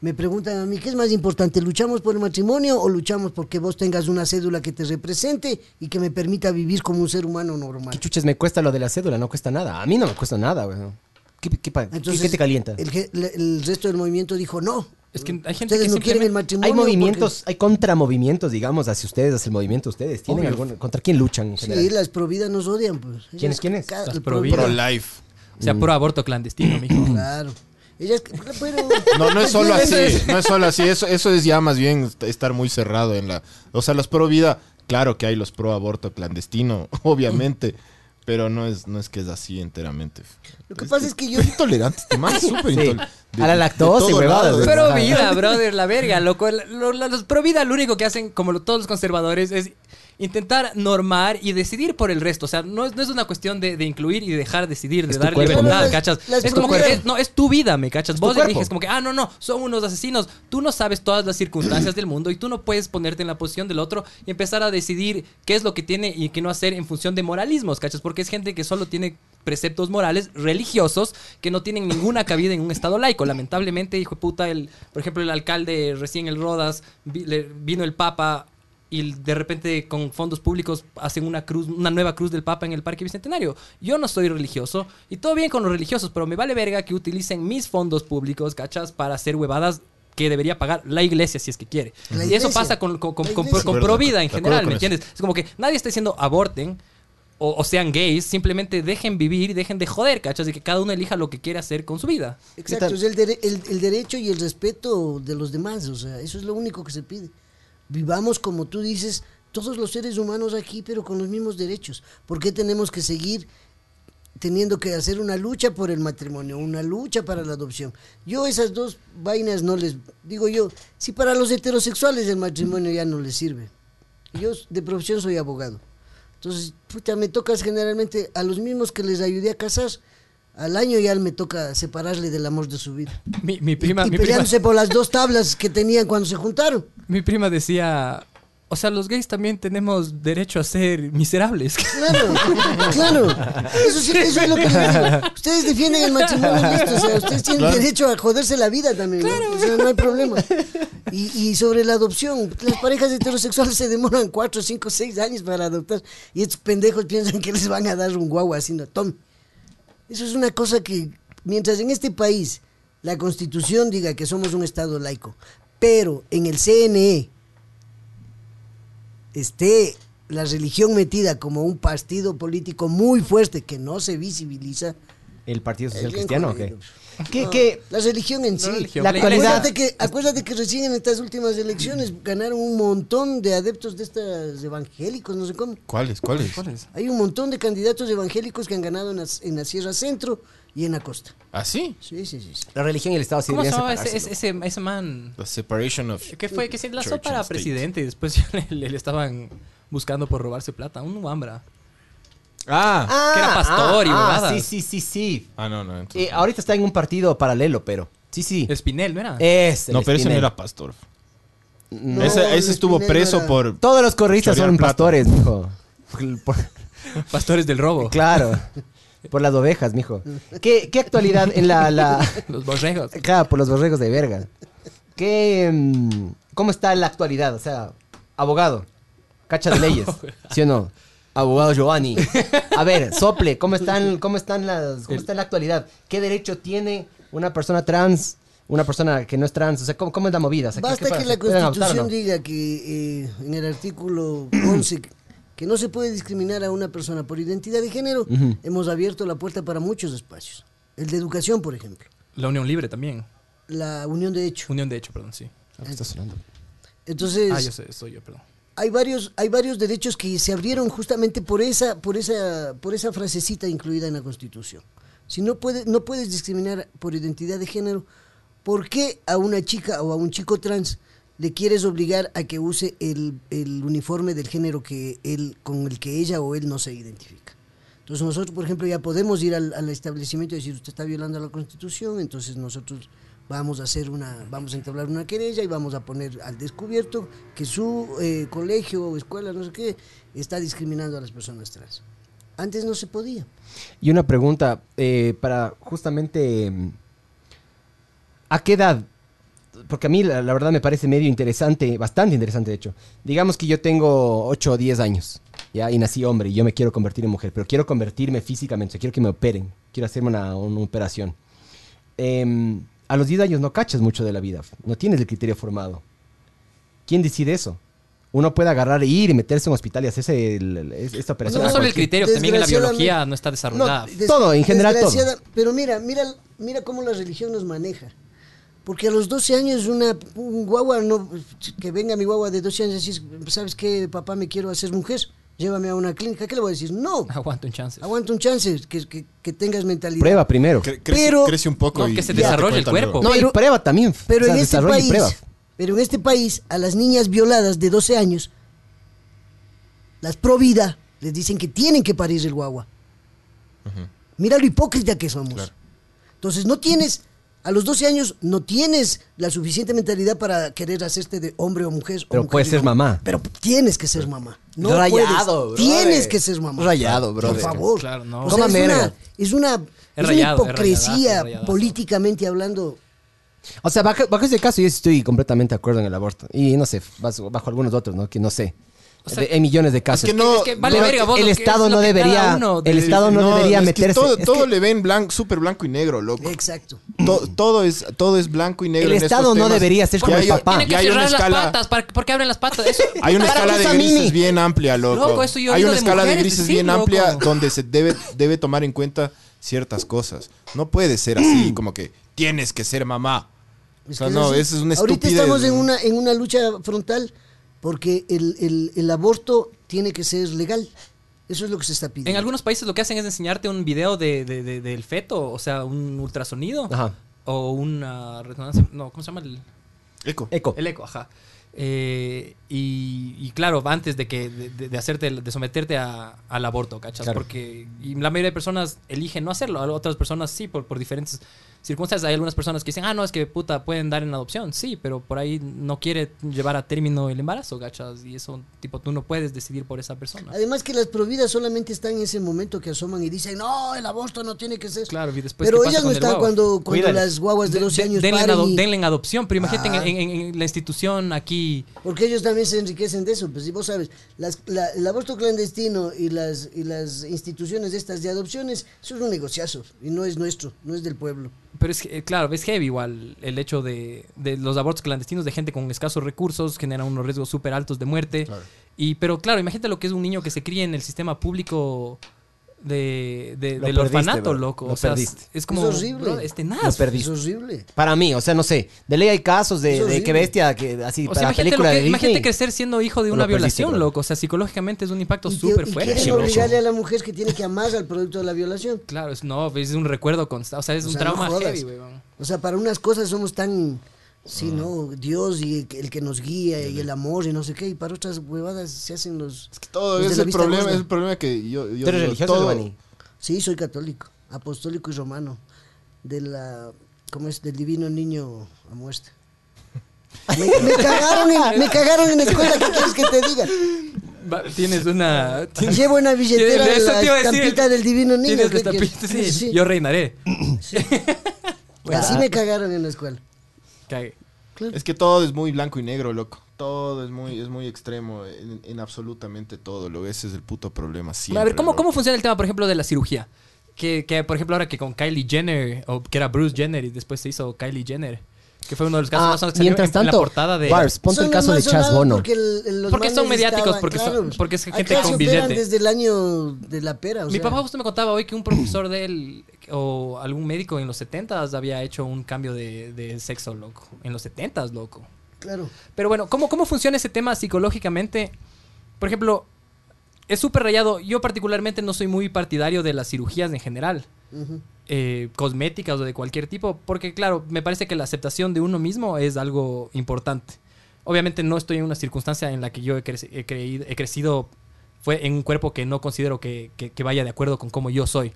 [SPEAKER 3] me preguntan a mí, ¿qué es más importante? ¿Luchamos por el matrimonio o luchamos porque vos tengas una cédula que te represente y que me permita vivir como un ser humano normal?
[SPEAKER 4] ¿Qué chuches me cuesta lo de la cédula? No cuesta nada. A mí no me cuesta nada, güey. ¿Qué, qué pa- qué-
[SPEAKER 3] Entonces,
[SPEAKER 4] qué te calienta?
[SPEAKER 3] El, ge- le- el resto del movimiento dijo, no.
[SPEAKER 5] Es que hay gente
[SPEAKER 3] ustedes
[SPEAKER 5] que
[SPEAKER 3] no quieren
[SPEAKER 5] simplemente-
[SPEAKER 3] el matrimonio.
[SPEAKER 4] Hay
[SPEAKER 3] porque-
[SPEAKER 4] movimientos, hay contramovimientos, digamos, hacia ustedes, hacia el movimiento de ustedes. ¿Tienen
[SPEAKER 5] Obvio.
[SPEAKER 4] algún- ¿Contra quién luchan en general?
[SPEAKER 3] Sí, las providas nos odian, pues.
[SPEAKER 4] ¿Quiénes, quiénes?
[SPEAKER 3] ca-
[SPEAKER 5] Las
[SPEAKER 3] el
[SPEAKER 5] providas.
[SPEAKER 3] pro-
[SPEAKER 2] Pro-life.
[SPEAKER 5] O sea, puro aborto clandestino, mijo.
[SPEAKER 3] Claro. Ellas, pero-
[SPEAKER 2] No, no es solo
[SPEAKER 3] Eso
[SPEAKER 2] así,
[SPEAKER 3] es-
[SPEAKER 2] no es solo así, eso, eso es ya más bien est- estar muy cerrado en la... O sea, los pro vida, claro que hay los pro aborto clandestino, obviamente, pero no es, no es que es así enteramente.
[SPEAKER 3] Lo que pasa es que yo,
[SPEAKER 2] Es intolerante, este man es súper intolerante.
[SPEAKER 4] A la lactosa y huevadas, güey.
[SPEAKER 5] Pero vida, brother, la verga, loco. El- lo- la- los pro vida lo único que hacen, como lo- todos los conservadores, es intentar normar y decidir por el resto. O sea, no es, no es una cuestión de, de incluir y dejar decidir, de
[SPEAKER 4] Es tu
[SPEAKER 5] darle
[SPEAKER 4] cuerpo,
[SPEAKER 5] libertad,
[SPEAKER 3] ¿no?
[SPEAKER 5] ¿cachas?
[SPEAKER 3] Las-
[SPEAKER 5] es como que,
[SPEAKER 3] las-
[SPEAKER 5] es- no, es tu vida, ¿me cachas?
[SPEAKER 4] tu
[SPEAKER 5] Vos
[SPEAKER 4] cuerpo.
[SPEAKER 5] eliges como que, ah, no, no, son unos asesinos. Tú no sabes todas las circunstancias del mundo y tú no puedes ponerte en la posición del otro y empezar a decidir qué es lo que tiene y qué no hacer en función de moralismos, ¿cachas? Porque es gente que solo tiene preceptos morales religiosos que no tienen ninguna cabida en un estado laico. Lamentablemente, hijo de puta, el, por ejemplo, el alcalde recién el Rodas, vi- le- vino el Papa y de repente con fondos públicos hacen una cruz, una nueva cruz del Papa en el Parque Bicentenario. Yo no soy religioso y todo bien con los religiosos, pero me vale verga que utilicen mis fondos públicos, cachas, para hacer huevadas que debería pagar la iglesia si es que quiere.
[SPEAKER 3] La
[SPEAKER 5] Y eso
[SPEAKER 3] iglesia.
[SPEAKER 5] pasa con, con, con,
[SPEAKER 3] La iglesia.
[SPEAKER 5] con- con
[SPEAKER 2] De acuerdo,
[SPEAKER 5] Provida
[SPEAKER 2] de
[SPEAKER 5] en
[SPEAKER 2] acuerdo
[SPEAKER 5] general,
[SPEAKER 2] con
[SPEAKER 5] ¿me
[SPEAKER 2] eso.
[SPEAKER 5] entiendes? Es como que nadie está diciendo aborten o, o sean gays, simplemente dejen vivir y dejen de joder, cachas, y que cada uno elija lo que quiere hacer con su vida.
[SPEAKER 3] exacto, es el, dere- el- el derecho y el respeto de los demás, o sea, eso es lo único que se pide. Vivamos como tú dices, todos los seres humanos aquí, pero con los mismos derechos. ¿Por qué tenemos que seguir teniendo que hacer una lucha por el matrimonio, una lucha para la adopción? Yo esas dos vainas no les digo yo, si para los heterosexuales el matrimonio ya no les sirve. Yo de profesión soy abogado. Entonces, puta, me tocas generalmente a los mismos que les ayudé a casar. Al año ya me toca separarle del amor de su vida.
[SPEAKER 5] Mi, mi prima,
[SPEAKER 3] y
[SPEAKER 5] mi prima,
[SPEAKER 3] peleándose por las dos tablas que tenían cuando se juntaron.
[SPEAKER 5] mi prima decía, o sea, los gays también tenemos derecho a ser miserables.
[SPEAKER 3] Claro, claro. Eso, sí- eso es lo que yo digo. Ustedes defienden el matrimonio listo. O sea, ustedes tienen derecho a joderse la vida también. ¿no? O sea, no hay problema. Y, y sobre la adopción, las parejas heterosexuales se demoran 4, 5, 6 años para adoptar. Y estos pendejos piensan que les van a dar un guagua haciendo tom. Eso es una cosa que, mientras en este país la constitución diga E que somos un Estado laico, pero en el CNE esté la religión metida como un partido político muy fuerte que no se visibiliza.
[SPEAKER 4] ¿El Partido Social
[SPEAKER 3] es bien
[SPEAKER 4] Cristiano o qué?
[SPEAKER 3] jodido.
[SPEAKER 4] ¿Qué,
[SPEAKER 3] No,
[SPEAKER 4] qué?
[SPEAKER 3] La religión en
[SPEAKER 5] La
[SPEAKER 3] sí.
[SPEAKER 5] religión.
[SPEAKER 4] La actualidad.
[SPEAKER 3] Acuérdate que, acuérdate que recién en estas últimas elecciones ganaron un montón de adeptos de estos evangélicos, no sé cómo.
[SPEAKER 2] ¿Cuáles? ¿Cuáles?
[SPEAKER 5] ¿Cuál es?
[SPEAKER 3] Hay un montón de candidatos evangélicos que han ganado en la, en la Sierra Centro y en la costa.
[SPEAKER 2] ¿Ah, sí?
[SPEAKER 3] Sí, sí, sí. sí.
[SPEAKER 4] La religión y el Estado sí
[SPEAKER 5] ¿Cómo se
[SPEAKER 4] deberían
[SPEAKER 5] llamaba ese,
[SPEAKER 4] separarse,
[SPEAKER 5] ese, ese, ese man?
[SPEAKER 2] The separation of...
[SPEAKER 5] Que fue que se
[SPEAKER 2] Church
[SPEAKER 5] enlazó
[SPEAKER 2] and
[SPEAKER 5] para
[SPEAKER 2] state.
[SPEAKER 5] presidente y después ya le, le- le estaban buscando por robarse plata. Un Wambra.
[SPEAKER 2] Ah.
[SPEAKER 4] Ah,
[SPEAKER 5] que era pastor y
[SPEAKER 4] ah,
[SPEAKER 5] huevadas.
[SPEAKER 4] Sí, sí, sí, sí.
[SPEAKER 2] Ah, no, no. entonces-
[SPEAKER 4] Eh, ahorita está en un partido paralelo, pero. Sí, sí.
[SPEAKER 5] Espinel, ¿no era?
[SPEAKER 4] Es el
[SPEAKER 2] no, pero ese no
[SPEAKER 4] Espinel.
[SPEAKER 2] era pastor.
[SPEAKER 4] No.
[SPEAKER 2] ese ese
[SPEAKER 3] el
[SPEAKER 2] estuvo
[SPEAKER 3] Espinel
[SPEAKER 2] preso
[SPEAKER 3] era-
[SPEAKER 2] por...
[SPEAKER 4] Todos los corristas
[SPEAKER 2] Chorear
[SPEAKER 4] son
[SPEAKER 2] plata.
[SPEAKER 4] pastores, mijo. Por-
[SPEAKER 5] Pastores del robo.
[SPEAKER 4] claro. Por las ovejas, mijo. ¿Qué, qué actualidad en la, la-
[SPEAKER 5] Los borregos.
[SPEAKER 4] Claro, por los borregos de verga. ¿Qué. mm, ¿Cómo está la actualidad? O sea, abogado. Cacha de leyes. ¿Sí o no? Abogado Giovanni. A ver, sople, ¿cómo están, cómo están las. cómo está la actualidad? ¿Qué derecho tiene una persona trans? Una persona que no es trans, o sea, ¿cómo, cómo es la movida? O sea, ¿qué- qué
[SPEAKER 3] Basta
[SPEAKER 4] pasa?
[SPEAKER 3] que la
[SPEAKER 4] ¿Se pueden adoptar o
[SPEAKER 3] Constitución
[SPEAKER 4] no?
[SPEAKER 3] diga que eh, en el artículo 11 que no se puede discriminar a una persona por identidad de género, hemos abierto la puerta para muchos espacios. El de educación, por ejemplo.
[SPEAKER 5] La Unión Libre también.
[SPEAKER 3] La unión de hecho.
[SPEAKER 5] Unión de hecho, perdón, sí.
[SPEAKER 4] Ah, ¿qué está sonando?
[SPEAKER 3] Entonces,
[SPEAKER 5] Ah, yo sé, soy yo, perdón.
[SPEAKER 3] hay varios hay varios derechos que se abrieron justamente por esa por esa por esa frasecita incluida en la Constitución. Si no puede no puedes discriminar por identidad de género, ¿por qué a una chica o a un chico trans le quieres obligar a que use el, el uniforme del género que él con el que ella o él no se identifica? Entonces nosotros, por ejemplo, ya podemos ir al, al establecimiento y decir, usted está violando la Constitución, entonces nosotros vamos a hacer una, vamos a entablar una querella y vamos a poner al descubierto que su eh, colegio o escuela, no sé qué, está discriminando a las personas trans. Antes no se podía.
[SPEAKER 4] Y una pregunta eh, para justamente... mm, ¿A qué edad? Porque a mí la, la verdad me parece medio interesante, bastante interesante de hecho. Digamos que yo tengo 8 o 10 años, ya, y nací hombre, y yo me quiero convertir en mujer, pero quiero convertirme físicamente, o sea, quiero que me operen, quiero hacerme una, una operación. Em, a los 10 años no cachas mucho de la vida, no tienes el criterio formado. ¿Quién decide eso? Uno puede agarrar e ir y meterse en un hospital y hacerse el- el- es- esta
[SPEAKER 5] No,
[SPEAKER 4] operación. a
[SPEAKER 5] solo el
[SPEAKER 4] cualquier-
[SPEAKER 5] criterio, también la
[SPEAKER 3] Desgraciadamente-
[SPEAKER 5] biología no está desarrollada.
[SPEAKER 4] des- todo, en general todo.
[SPEAKER 3] desgraciada- Pero mira, mira, mira cómo la religión nos maneja. Porque a los 12 años una un guagua, no, que venga mi guagua de 12 años y decís, ¿sabes qué, papá, me quiero hacer mujer? Llévame a una clínica. ¿Qué le voy a decir? No,
[SPEAKER 5] Aguanta un chance.
[SPEAKER 3] aguanta un chance, que, que- que tengas mentalidad.
[SPEAKER 4] Prueba primero.
[SPEAKER 2] Cre- crece,
[SPEAKER 3] Pero-
[SPEAKER 2] crece un poco
[SPEAKER 5] No,
[SPEAKER 2] y
[SPEAKER 5] que se
[SPEAKER 2] y te
[SPEAKER 5] desarrolle el
[SPEAKER 2] cuentan
[SPEAKER 5] cuerpo.
[SPEAKER 2] luego.
[SPEAKER 4] No,
[SPEAKER 3] Pero-
[SPEAKER 4] y prueba también.
[SPEAKER 3] Pero
[SPEAKER 4] O sea,
[SPEAKER 3] en este
[SPEAKER 4] desarrolla y
[SPEAKER 3] país,
[SPEAKER 4] prueba.
[SPEAKER 3] pero en este país, a las niñas violadas de 12 años, las pro vida les dicen que tienen que parir el guagua. Mira lo hipócrita que somos. Entonces no tienes, a los 12 años no tienes la suficiente mentalidad para querer hacerte de hombre o mujer. o
[SPEAKER 4] Pero
[SPEAKER 3] mujer
[SPEAKER 4] puedes
[SPEAKER 3] y
[SPEAKER 4] ser
[SPEAKER 3] hombre.
[SPEAKER 4] mamá.
[SPEAKER 3] Pero tienes que ser mamá. No
[SPEAKER 4] Rayado,
[SPEAKER 3] puedes.
[SPEAKER 4] brother.
[SPEAKER 3] Tienes que ser mamá.
[SPEAKER 4] Rayado,
[SPEAKER 3] Por
[SPEAKER 4] brother.
[SPEAKER 3] favor.
[SPEAKER 5] Claro, no.
[SPEAKER 3] O sea,
[SPEAKER 4] Toma
[SPEAKER 3] es,
[SPEAKER 4] verga.
[SPEAKER 3] una, es una, es una
[SPEAKER 5] rayado, es
[SPEAKER 3] hipocresía
[SPEAKER 5] rayadazo, rayadazo.
[SPEAKER 3] políticamente hablando.
[SPEAKER 4] O sea, bajo, bajo ese caso yo sí estoy completamente de acuerdo en el aborto. Y no sé, bajo, bajo algunos otros, ¿no? Que no sé.
[SPEAKER 5] sea,
[SPEAKER 4] De- hay millones de casos.
[SPEAKER 2] que no-
[SPEAKER 5] Es que vale
[SPEAKER 4] Pero
[SPEAKER 5] verga, vos,
[SPEAKER 4] el
[SPEAKER 5] lo que
[SPEAKER 4] Estado
[SPEAKER 5] es
[SPEAKER 4] no
[SPEAKER 5] lo que cada
[SPEAKER 4] debería,
[SPEAKER 5] uno
[SPEAKER 4] el
[SPEAKER 5] de-
[SPEAKER 4] Estado no, debería
[SPEAKER 2] es que
[SPEAKER 4] meterse.
[SPEAKER 2] Todo,
[SPEAKER 4] Es que
[SPEAKER 2] todo le ven blanco, súper blanco y negro, loco.
[SPEAKER 3] Exacto.
[SPEAKER 2] To- todo, es, todo es blanco y negro.
[SPEAKER 4] El
[SPEAKER 2] en estos
[SPEAKER 4] Estado no
[SPEAKER 2] temas.
[SPEAKER 4] debería ser
[SPEAKER 2] Ya
[SPEAKER 4] como el
[SPEAKER 2] hay-
[SPEAKER 4] papá.
[SPEAKER 5] Tienen
[SPEAKER 2] ya
[SPEAKER 5] que
[SPEAKER 2] hay una
[SPEAKER 5] cerrar las
[SPEAKER 2] escala-
[SPEAKER 5] patas. ¿para- ¿Por qué abren las patas? Eso.
[SPEAKER 2] Hay una
[SPEAKER 4] Para
[SPEAKER 2] escala
[SPEAKER 4] que
[SPEAKER 2] de
[SPEAKER 4] sea
[SPEAKER 2] grises
[SPEAKER 4] mini.
[SPEAKER 2] bien amplia, loco.
[SPEAKER 5] Loco, eso yo he
[SPEAKER 2] Hay
[SPEAKER 5] oído
[SPEAKER 2] una
[SPEAKER 5] de
[SPEAKER 2] escala de
[SPEAKER 5] mujeres
[SPEAKER 2] grises
[SPEAKER 5] decir,
[SPEAKER 2] bien amplia
[SPEAKER 5] loco.
[SPEAKER 2] donde se debe, debe tomar en cuenta ciertas cosas. No puede ser así, como que tienes que ser mamá. O
[SPEAKER 3] Es
[SPEAKER 2] sea,
[SPEAKER 3] que
[SPEAKER 2] no,
[SPEAKER 3] así.
[SPEAKER 2] eso es una
[SPEAKER 3] Ahorita
[SPEAKER 2] estupidez,
[SPEAKER 3] estamos en
[SPEAKER 2] ¿no?
[SPEAKER 3] una, en una lucha frontal porque el, el- el aborto tiene que ser legal. Eso es lo que se está pidiendo.
[SPEAKER 5] En algunos países lo que hacen es enseñarte un video de, de- de- del feto, o sea, un ultrasonido.
[SPEAKER 4] Ajá.
[SPEAKER 5] O una resonancia. No, ¿cómo se llama? El,
[SPEAKER 2] Eco.
[SPEAKER 4] Eco.
[SPEAKER 5] el eco, ajá. Eh, y, y claro, va antes de que de, de- de hacerte el- de someterte a- al aborto, ¿cachas?
[SPEAKER 4] Claro.
[SPEAKER 5] Porque y la mayoría de personas eligen no hacerlo, otras personas sí, por, por diferentes circunstancias. Hay algunas personas que dicen, ah, no, es que puta, pueden dar en adopción, sí, pero por ahí no quiere llevar a término el embarazo, ¿cachas? Y eso, tipo, tú no puedes decidir por esa persona.
[SPEAKER 3] Además que las providas solamente están en ese momento que asoman y dicen, no, el aborto no tiene que ser.
[SPEAKER 5] Claro, y después,
[SPEAKER 3] Pero
[SPEAKER 5] ¿qué pasa
[SPEAKER 3] ellas no
[SPEAKER 5] con el
[SPEAKER 3] están
[SPEAKER 5] guagua?
[SPEAKER 3] cuando, cuando
[SPEAKER 4] Cuídales.
[SPEAKER 3] las guaguas de 12
[SPEAKER 5] De-
[SPEAKER 3] años
[SPEAKER 5] denle, en
[SPEAKER 3] paren
[SPEAKER 5] ado-
[SPEAKER 3] y-
[SPEAKER 5] denle en adopción, pero imagínate en-
[SPEAKER 3] Ah.
[SPEAKER 5] en, en la institución aquí.
[SPEAKER 3] Porque ellos también se enriquecen de eso. Pues si vos sabes, las- la- el aborto clandestino y las, y las instituciones estas de adopciones, eso es un negociazo y no es nuestro, no es del pueblo.
[SPEAKER 5] Pero es que, eh, claro, es heavy igual el hecho de, de los abortos clandestinos de gente con escasos recursos, generan unos riesgos súper altos de muerte. Y, pero claro, imagínate lo que es un niño que se cría en el sistema público de, de-
[SPEAKER 4] Lo
[SPEAKER 5] del
[SPEAKER 4] perdiste,
[SPEAKER 5] orfanato,
[SPEAKER 4] bro.
[SPEAKER 5] loco.
[SPEAKER 4] Lo
[SPEAKER 5] o sea,
[SPEAKER 4] perdiste.
[SPEAKER 5] es como. este,
[SPEAKER 3] Es horrible.
[SPEAKER 5] bro, es tenaz.
[SPEAKER 4] Lo perdí.
[SPEAKER 3] Es horrible.
[SPEAKER 4] Para mí, o sea, no sé. De ley hay casos de,
[SPEAKER 3] Eso
[SPEAKER 4] de
[SPEAKER 3] sí.
[SPEAKER 4] qué bestia, que así,
[SPEAKER 5] O
[SPEAKER 4] para la
[SPEAKER 5] sea, imagínate, lo
[SPEAKER 4] película
[SPEAKER 5] que-
[SPEAKER 4] de
[SPEAKER 5] imagínate
[SPEAKER 4] Disney.
[SPEAKER 5] crecer siendo hijo de
[SPEAKER 4] Lo
[SPEAKER 5] una
[SPEAKER 4] perdiste,
[SPEAKER 5] violación,
[SPEAKER 4] bro.
[SPEAKER 5] loco. O sea, psicológicamente es un impacto
[SPEAKER 3] Y,
[SPEAKER 5] súper
[SPEAKER 3] que- y
[SPEAKER 5] fuerte.
[SPEAKER 3] quieren
[SPEAKER 5] loco.
[SPEAKER 3] obligarle a la mujer que tiene que amar al producto de la violación.
[SPEAKER 5] Claro, es, no, es un recuerdo constante. O sea, es
[SPEAKER 3] O
[SPEAKER 5] un
[SPEAKER 3] sea,
[SPEAKER 5] trauma
[SPEAKER 3] no jodas.
[SPEAKER 5] heavy, weón.
[SPEAKER 3] O sea, para unas cosas somos tan. Sí,
[SPEAKER 2] Ah.
[SPEAKER 3] ¿no? Dios y el que nos guía y el amor y no sé qué. Y para otras huevadas se hacen los.
[SPEAKER 2] Todo
[SPEAKER 3] los de
[SPEAKER 2] es
[SPEAKER 3] la
[SPEAKER 2] el
[SPEAKER 3] vista
[SPEAKER 2] problema,
[SPEAKER 3] gorda.
[SPEAKER 2] es el problema que yo, yo
[SPEAKER 4] ¿Tú eres
[SPEAKER 2] digo,
[SPEAKER 4] religioso,
[SPEAKER 2] todo-
[SPEAKER 4] Giovanni?
[SPEAKER 3] Sí, soy católico, apostólico y romano. De la. ¿Cómo es? Del divino niño a muerte. Me, me cagaron en, me cagaron en escuela, ¿qué quieres que te diga?
[SPEAKER 5] Va, tienes una. tienes-
[SPEAKER 3] Llevo una billetera
[SPEAKER 5] tienes-
[SPEAKER 3] de
[SPEAKER 5] eso te iba a
[SPEAKER 3] la
[SPEAKER 5] decir.
[SPEAKER 3] estampita del divino niño.
[SPEAKER 5] Tienes
[SPEAKER 3] ¿qué
[SPEAKER 5] esta
[SPEAKER 3] quieres?
[SPEAKER 5] pista, sí,
[SPEAKER 3] Sí.
[SPEAKER 5] Yo reinaré.
[SPEAKER 3] Así me cagaron en la escuela.
[SPEAKER 5] Cague.
[SPEAKER 2] Es que todo es muy blanco y negro, loco. Todo es muy, es muy extremo en, en absolutamente todo, lo Ese es el puto problema siempre.
[SPEAKER 5] a ver, ¿cómo,
[SPEAKER 2] loco.
[SPEAKER 5] ¿cómo funciona el tema, por ejemplo, de la cirugía? Que, que, por ejemplo, ahora que con Kylie Jenner, o que era Bruce Jenner y después se hizo Kylie Jenner, que fue uno de los casos
[SPEAKER 4] Ah,
[SPEAKER 5] más sonados que salió
[SPEAKER 4] mientras
[SPEAKER 5] en- en
[SPEAKER 4] tanto,
[SPEAKER 5] la portada de...
[SPEAKER 4] Barbs, ponte
[SPEAKER 3] Son
[SPEAKER 4] el caso
[SPEAKER 3] los
[SPEAKER 4] de
[SPEAKER 3] más
[SPEAKER 4] Chas
[SPEAKER 3] sonados
[SPEAKER 4] Bono.
[SPEAKER 3] Porque, el- el- los
[SPEAKER 5] Porque son
[SPEAKER 3] manes
[SPEAKER 5] mediáticos,
[SPEAKER 3] estaban
[SPEAKER 5] porque son-
[SPEAKER 3] claros.
[SPEAKER 5] porque es gente
[SPEAKER 3] Acá
[SPEAKER 5] con
[SPEAKER 3] se operan
[SPEAKER 5] billete.
[SPEAKER 3] desde el año de la pera. o
[SPEAKER 5] Mi
[SPEAKER 3] sea,
[SPEAKER 5] papá justo me contaba hoy que un profesor de él o algún médico en los 70s había hecho un cambio de, de sexo, loco. En los 70s, loco.
[SPEAKER 3] Claro.
[SPEAKER 5] Pero bueno, ¿cómo, cómo funciona ese tema psicológicamente? Por ejemplo, es súper rayado. Yo particularmente no soy muy partidario de las cirugías en general.
[SPEAKER 3] Ujú.
[SPEAKER 5] eh, cosméticas o de cualquier tipo, porque claro, me parece que la aceptación de uno mismo es algo importante. Obviamente no estoy en una circunstancia en la que yo he, creci- he creído- he crecido fue en un cuerpo que no considero que, que- que vaya de acuerdo con cómo yo soy.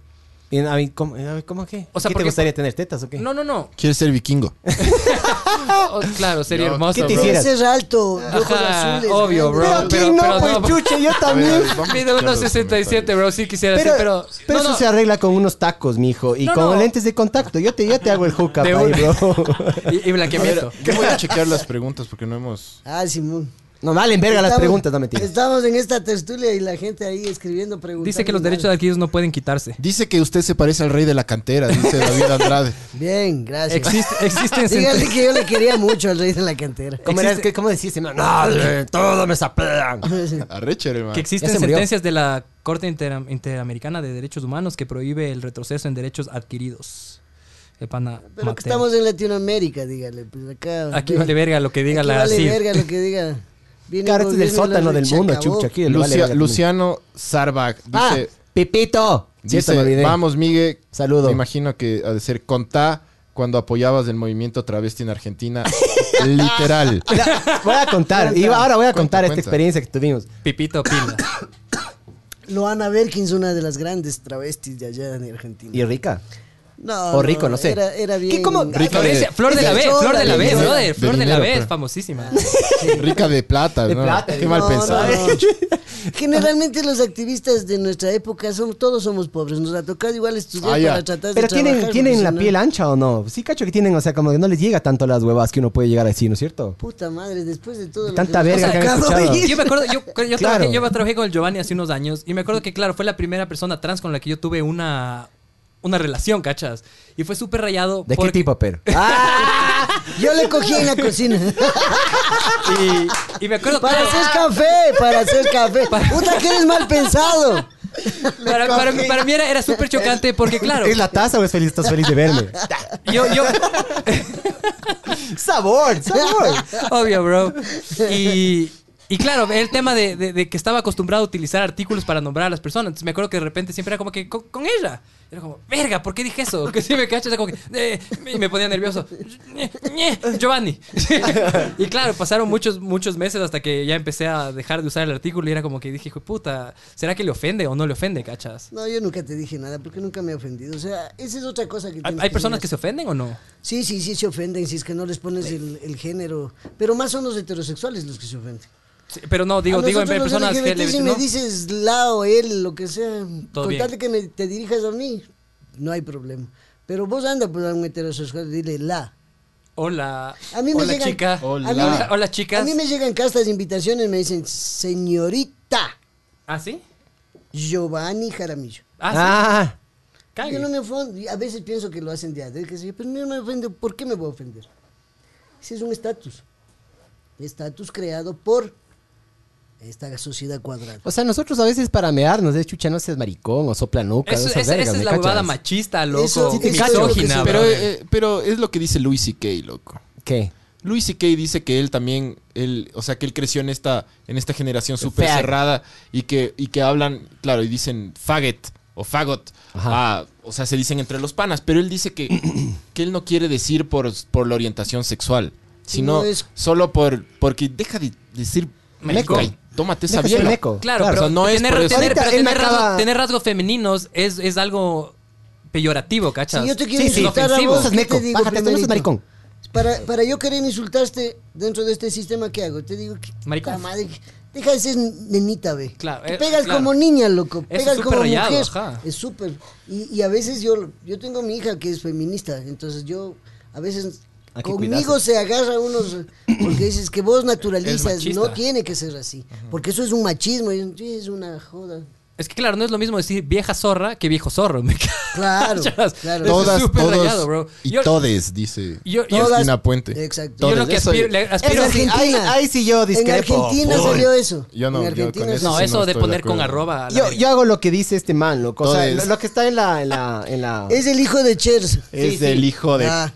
[SPEAKER 4] Y, a mí, ¿cómo, a mí, ¿cómo qué?
[SPEAKER 5] O sea,
[SPEAKER 4] ¿Qué te
[SPEAKER 5] porque-
[SPEAKER 4] gustaría tener tetas o qué?
[SPEAKER 5] No, no, no.
[SPEAKER 2] ¿Quieres ser vikingo?
[SPEAKER 5] Oh, claro, sería
[SPEAKER 2] Yo-
[SPEAKER 5] hermoso.
[SPEAKER 4] ¿Qué te
[SPEAKER 5] bro.
[SPEAKER 4] hicieras?
[SPEAKER 3] Ese es alto, de ojos
[SPEAKER 5] Ajá,
[SPEAKER 3] azules.
[SPEAKER 5] obvio,
[SPEAKER 3] grandes.
[SPEAKER 4] Pero
[SPEAKER 5] bro. pero-
[SPEAKER 4] aquí no,
[SPEAKER 5] pero
[SPEAKER 4] pues
[SPEAKER 5] no.
[SPEAKER 4] chuche, yo
[SPEAKER 2] A ver, a
[SPEAKER 4] también.
[SPEAKER 2] ver, vamos a
[SPEAKER 5] Mide
[SPEAKER 2] escuchar los
[SPEAKER 5] 1.67,
[SPEAKER 2] comentarios.
[SPEAKER 5] bro. Sí quisiera
[SPEAKER 4] Pero,
[SPEAKER 5] ser, pero...
[SPEAKER 4] pero
[SPEAKER 5] no,
[SPEAKER 4] eso
[SPEAKER 5] no.
[SPEAKER 4] se arregla con unos tacos, mijo. Y
[SPEAKER 5] No,
[SPEAKER 4] con
[SPEAKER 5] no.
[SPEAKER 4] lentes de contacto. Yo te, yo te hago el hookup
[SPEAKER 5] De
[SPEAKER 4] ahí,
[SPEAKER 5] una.
[SPEAKER 4] bro.
[SPEAKER 5] Y, y
[SPEAKER 2] A ver,
[SPEAKER 5] blanqueamiento.
[SPEAKER 2] yo voy a chequear las preguntas porque no hemos...
[SPEAKER 3] Ah, Simón.
[SPEAKER 4] No valen verga las
[SPEAKER 3] Estamos-
[SPEAKER 4] preguntas, no mentiras.
[SPEAKER 3] Estamos en esta tertulia y la gente ahí escribiendo preguntas.
[SPEAKER 5] Dice que los derechos adquiridos no pueden quitarse.
[SPEAKER 2] Dice que usted se parece al rey de la cantera, dice David Andrade.
[SPEAKER 3] Bien, gracias.
[SPEAKER 5] Existe- existen
[SPEAKER 3] Dígale que yo le quería mucho al rey de la cantera.
[SPEAKER 4] ¿Cómo, era?
[SPEAKER 5] existe-
[SPEAKER 4] ¿Qué- cómo decís? No, no, todo me sapean.
[SPEAKER 2] Arrecher, hermano.
[SPEAKER 5] Que existen
[SPEAKER 4] se murió.
[SPEAKER 5] sentencias de la Corte Inter- Interamericana de Derechos Humanos que prohíbe el retroceso en derechos adquiridos. El pana
[SPEAKER 3] Pero que
[SPEAKER 5] Mateo.
[SPEAKER 3] estamos en Latinoamérica, dígale. Pues acá,
[SPEAKER 5] Aquí vale verga lo que diga
[SPEAKER 3] Aquí
[SPEAKER 5] la
[SPEAKER 3] vale
[SPEAKER 5] CID.
[SPEAKER 3] verga lo que diga. Viene
[SPEAKER 4] Claro, este es del
[SPEAKER 3] gobierno,
[SPEAKER 4] sótano
[SPEAKER 3] la
[SPEAKER 4] del mundo,
[SPEAKER 3] rechaca, vos.
[SPEAKER 4] chucha. Aquí le vale
[SPEAKER 2] Lucia-
[SPEAKER 4] verga también.
[SPEAKER 2] Luciano Sarbac
[SPEAKER 4] Ah,
[SPEAKER 2] dice...
[SPEAKER 4] Pipito. Cierto,
[SPEAKER 2] Dice,
[SPEAKER 4] me olvidé.
[SPEAKER 2] vamos Migue,
[SPEAKER 4] Saludo.
[SPEAKER 2] me imagino que ha de ser contá cuando apoyabas el movimiento travesti en Argentina, literal.
[SPEAKER 4] La- voy a contar. Y ahora voy a
[SPEAKER 2] Cuenta,
[SPEAKER 4] contar esta
[SPEAKER 2] cuenta.
[SPEAKER 4] experiencia que tuvimos.
[SPEAKER 5] Pipito Pila.
[SPEAKER 3] Loana Berkins, una de las grandes travestis de allá en Argentina.
[SPEAKER 4] Y rica.
[SPEAKER 3] No,
[SPEAKER 4] o rico, no sé.
[SPEAKER 3] Era, era bien.
[SPEAKER 4] ¿Qué, cómo? Rica
[SPEAKER 5] Flor,
[SPEAKER 4] de-
[SPEAKER 5] ese- Flor de la B,
[SPEAKER 3] Chola,
[SPEAKER 5] Flor de la B,
[SPEAKER 3] de-
[SPEAKER 2] de
[SPEAKER 5] brother. Flor de la
[SPEAKER 2] dinero,
[SPEAKER 5] B,
[SPEAKER 2] pero-
[SPEAKER 5] famosísima.
[SPEAKER 2] Rica de plata,
[SPEAKER 4] De
[SPEAKER 2] ¿no?
[SPEAKER 4] plata,
[SPEAKER 2] Qué
[SPEAKER 4] digo.
[SPEAKER 2] mal
[SPEAKER 3] No,
[SPEAKER 2] pensado.
[SPEAKER 3] no, no. Generalmente los activistas de nuestra época son, todos somos pobres. Nos ha tocado igual estudiar
[SPEAKER 2] Ah, ya.
[SPEAKER 3] para tratar de
[SPEAKER 4] Pero tienen,
[SPEAKER 3] trabajar,
[SPEAKER 4] tienen
[SPEAKER 3] porque
[SPEAKER 4] la
[SPEAKER 3] si no-
[SPEAKER 4] piel ancha o pues, no? Sí, cacho que tienen, o sea, como que no les llega tanto las huevas que uno puede llegar así, ¿no es cierto?
[SPEAKER 3] Puta madre, después de todo. lo
[SPEAKER 4] Tanta
[SPEAKER 3] que nos
[SPEAKER 4] verga
[SPEAKER 3] ha
[SPEAKER 4] que han
[SPEAKER 3] tocado
[SPEAKER 4] escuchado.
[SPEAKER 3] vivir.
[SPEAKER 5] Yo me acuerdo, yo, yo,
[SPEAKER 4] Claro.
[SPEAKER 5] trabajé, yo trabajé con el Giovanni hace unos años y me acuerdo que, claro, fue la primera persona trans con la que yo tuve una, una relación, ¿cachas? Y fue súper rayado.
[SPEAKER 4] ¿De qué
[SPEAKER 5] porque-
[SPEAKER 4] tipo, pero?
[SPEAKER 3] Yo le cogí en la cocina.
[SPEAKER 5] Y, y me acuerdo
[SPEAKER 3] para
[SPEAKER 5] claro,
[SPEAKER 3] hacer café, para hacer café. Puta que eres mal pensado.
[SPEAKER 5] para, para mí- para mí era, era súper chocante porque, claro,
[SPEAKER 4] ¿Es la taza o es feliz, estás feliz de verme?
[SPEAKER 5] yo, yo,
[SPEAKER 4] ¡Sabor! ¡Sabor!
[SPEAKER 5] Obvio, bro. Y, y claro, el tema de, de- de que estaba acostumbrado a utilizar artículos para nombrar a las personas. Entonces me acuerdo que de repente siempre era como que con, con ella. Era como, verga, ¿por qué dije eso? Que si me cachas, era como que. eh, y me ponía nervioso. Ñe, Ñe, Giovanni. y claro, pasaron muchos, muchos meses hasta que ya empecé a dejar de usar el artículo y era como que dije, hijo de puta, ¿será que le ofende o no le ofende, cachas?
[SPEAKER 3] No, yo nunca te dije nada porque nunca me he ofendido. O sea, esa es otra cosa que
[SPEAKER 5] ¿Hay,
[SPEAKER 3] tienes
[SPEAKER 5] hay personas que
[SPEAKER 3] tener.
[SPEAKER 5] se ofenden o no?
[SPEAKER 3] Sí, sí, sí se ofenden si es que no les pones el, el género. Pero más son los heterosexuales los que se ofenden.
[SPEAKER 5] Sí, pero no,
[SPEAKER 3] A
[SPEAKER 5] digo, digo en
[SPEAKER 3] nosotros los
[SPEAKER 5] personas que
[SPEAKER 3] LGBT, Si
[SPEAKER 5] le.
[SPEAKER 3] me
[SPEAKER 5] ¿no?
[SPEAKER 3] dices la o él, lo que sea,
[SPEAKER 5] Todo
[SPEAKER 3] con
[SPEAKER 5] bien.
[SPEAKER 3] tal de que me- te dirijas a mí, no hay problema. Pero vos anda por un heterosexual, dile la.
[SPEAKER 5] Hola.
[SPEAKER 3] A mí me
[SPEAKER 5] hola,
[SPEAKER 3] llegan-
[SPEAKER 5] chica.
[SPEAKER 2] Hola.
[SPEAKER 3] A mí-
[SPEAKER 5] Hola, hola, chicas.
[SPEAKER 3] A mí me llegan castas de invitaciones, me dicen, señorita
[SPEAKER 5] ¿Ah, sí?
[SPEAKER 3] Giovanni Jaramillo.
[SPEAKER 5] Ah,
[SPEAKER 4] ¡Ah!
[SPEAKER 5] sí. Cague.
[SPEAKER 3] Yo no me ofendo, y a veces pienso que lo hacen de adrede, que sí, pero no me ofendo, ¿por qué me voy a ofender? Ese es un estatus. Estatus creado por esta sociedad cuadrada.
[SPEAKER 4] O sea, nosotros a veces para mearnos de chucha no seas maricón o sopla nuca.
[SPEAKER 5] Eso-
[SPEAKER 4] esas
[SPEAKER 5] esa,
[SPEAKER 4] vergas,
[SPEAKER 5] esa
[SPEAKER 4] ¿me
[SPEAKER 5] es la
[SPEAKER 4] cachas?
[SPEAKER 5] huevada machista, loco.
[SPEAKER 3] Eso sí te cacho,
[SPEAKER 5] misógina,
[SPEAKER 3] eso-
[SPEAKER 2] Pero,
[SPEAKER 5] bro.
[SPEAKER 2] eh, pero es lo que dice Louis C.K., loco.
[SPEAKER 4] ¿Qué?
[SPEAKER 2] Louis C.K. dice que él también, él, o sea, que él creció en esta, en esta generación súper
[SPEAKER 4] Fag.
[SPEAKER 2] cerrada y que, y que hablan, claro, y dicen faggot o fagot.
[SPEAKER 4] Ajá.
[SPEAKER 2] Ah, o sea, se dicen entre los panas, pero él dice que, que él no quiere decir por, por la orientación sexual, sino
[SPEAKER 3] No es-
[SPEAKER 2] solo por porque deja de decir
[SPEAKER 5] Meco.
[SPEAKER 2] meca y tómate esa
[SPEAKER 4] Deja ser
[SPEAKER 2] biela.
[SPEAKER 4] meco.
[SPEAKER 5] Claro,
[SPEAKER 2] Claro,
[SPEAKER 5] pero
[SPEAKER 2] o sea, no es
[SPEAKER 5] tener,
[SPEAKER 2] por eso.
[SPEAKER 5] tener- pero
[SPEAKER 4] Ahorita él me
[SPEAKER 5] tener rasgo-
[SPEAKER 4] acaba-
[SPEAKER 5] tener rasgos femeninos es, es algo peyorativo, ¿cachas?
[SPEAKER 3] Si yo te quiero
[SPEAKER 5] Sí, sí,
[SPEAKER 3] insultar a
[SPEAKER 5] ofensivo.
[SPEAKER 3] vos,
[SPEAKER 4] Estás
[SPEAKER 3] ¿qué
[SPEAKER 4] meco,
[SPEAKER 3] te digo
[SPEAKER 4] bájate, tú no seas
[SPEAKER 3] primerito?
[SPEAKER 4] maricón.
[SPEAKER 3] Para, para yo querer insultarte dentro de este sistema que hago, te digo que...
[SPEAKER 5] Maricón.
[SPEAKER 3] puta madre, deja de ser nenita, ve.
[SPEAKER 5] Claro,
[SPEAKER 3] Te
[SPEAKER 5] eh,
[SPEAKER 3] pegas
[SPEAKER 5] claro.
[SPEAKER 3] como niña, loco.
[SPEAKER 5] Eso es
[SPEAKER 3] Pegas
[SPEAKER 5] súper
[SPEAKER 3] como
[SPEAKER 5] rayado,
[SPEAKER 3] mujer.
[SPEAKER 5] ajá.
[SPEAKER 3] Es súper. Y, y a veces yo, yo tengo mi hija que es feminista, entonces yo a veces...
[SPEAKER 4] Hay que
[SPEAKER 3] Conmigo
[SPEAKER 4] cuidarse.
[SPEAKER 3] se agarra unos porque dices que vos
[SPEAKER 5] Es
[SPEAKER 3] naturalizas,
[SPEAKER 5] machista.
[SPEAKER 3] no tiene que ser así, porque eso es un machismo, y es una joda.
[SPEAKER 5] Es que claro, no es lo mismo decir vieja zorra que viejo zorro. me ca-
[SPEAKER 3] Claro,
[SPEAKER 5] Chas,
[SPEAKER 3] claro.
[SPEAKER 5] Eso es
[SPEAKER 2] Todas,
[SPEAKER 5] súper
[SPEAKER 2] todos
[SPEAKER 5] rayado, bro.
[SPEAKER 2] y
[SPEAKER 5] Yo-
[SPEAKER 2] todes, dice
[SPEAKER 5] yo- yo-
[SPEAKER 2] Justina Puente.
[SPEAKER 3] Exacto.
[SPEAKER 5] Yo lo
[SPEAKER 2] Todes,
[SPEAKER 5] que
[SPEAKER 2] eso-
[SPEAKER 5] aspiro, le aspiro-
[SPEAKER 3] Pero
[SPEAKER 4] Eso sí,
[SPEAKER 3] Argentina-
[SPEAKER 4] ahí, ahí sí yo
[SPEAKER 3] En
[SPEAKER 4] discrepo.
[SPEAKER 3] Argentina
[SPEAKER 2] Uy.
[SPEAKER 3] salió eso.
[SPEAKER 2] Yo no,
[SPEAKER 3] en
[SPEAKER 2] yo
[SPEAKER 3] Argentina
[SPEAKER 2] con
[SPEAKER 3] es-
[SPEAKER 2] eso
[SPEAKER 5] ah, No,
[SPEAKER 2] sí
[SPEAKER 5] eso
[SPEAKER 2] no
[SPEAKER 5] de
[SPEAKER 2] estoy de
[SPEAKER 5] poner con
[SPEAKER 2] acuerdo.
[SPEAKER 5] arroba. a la
[SPEAKER 4] Yo,
[SPEAKER 5] verga.
[SPEAKER 4] yo hago lo que dice este man, loco. O sea,
[SPEAKER 2] Todo
[SPEAKER 4] lo,
[SPEAKER 2] es-
[SPEAKER 4] lo que está en la... En la, en la...
[SPEAKER 3] Es el hijo de Chers.
[SPEAKER 2] Es del hijo de
[SPEAKER 3] Ah,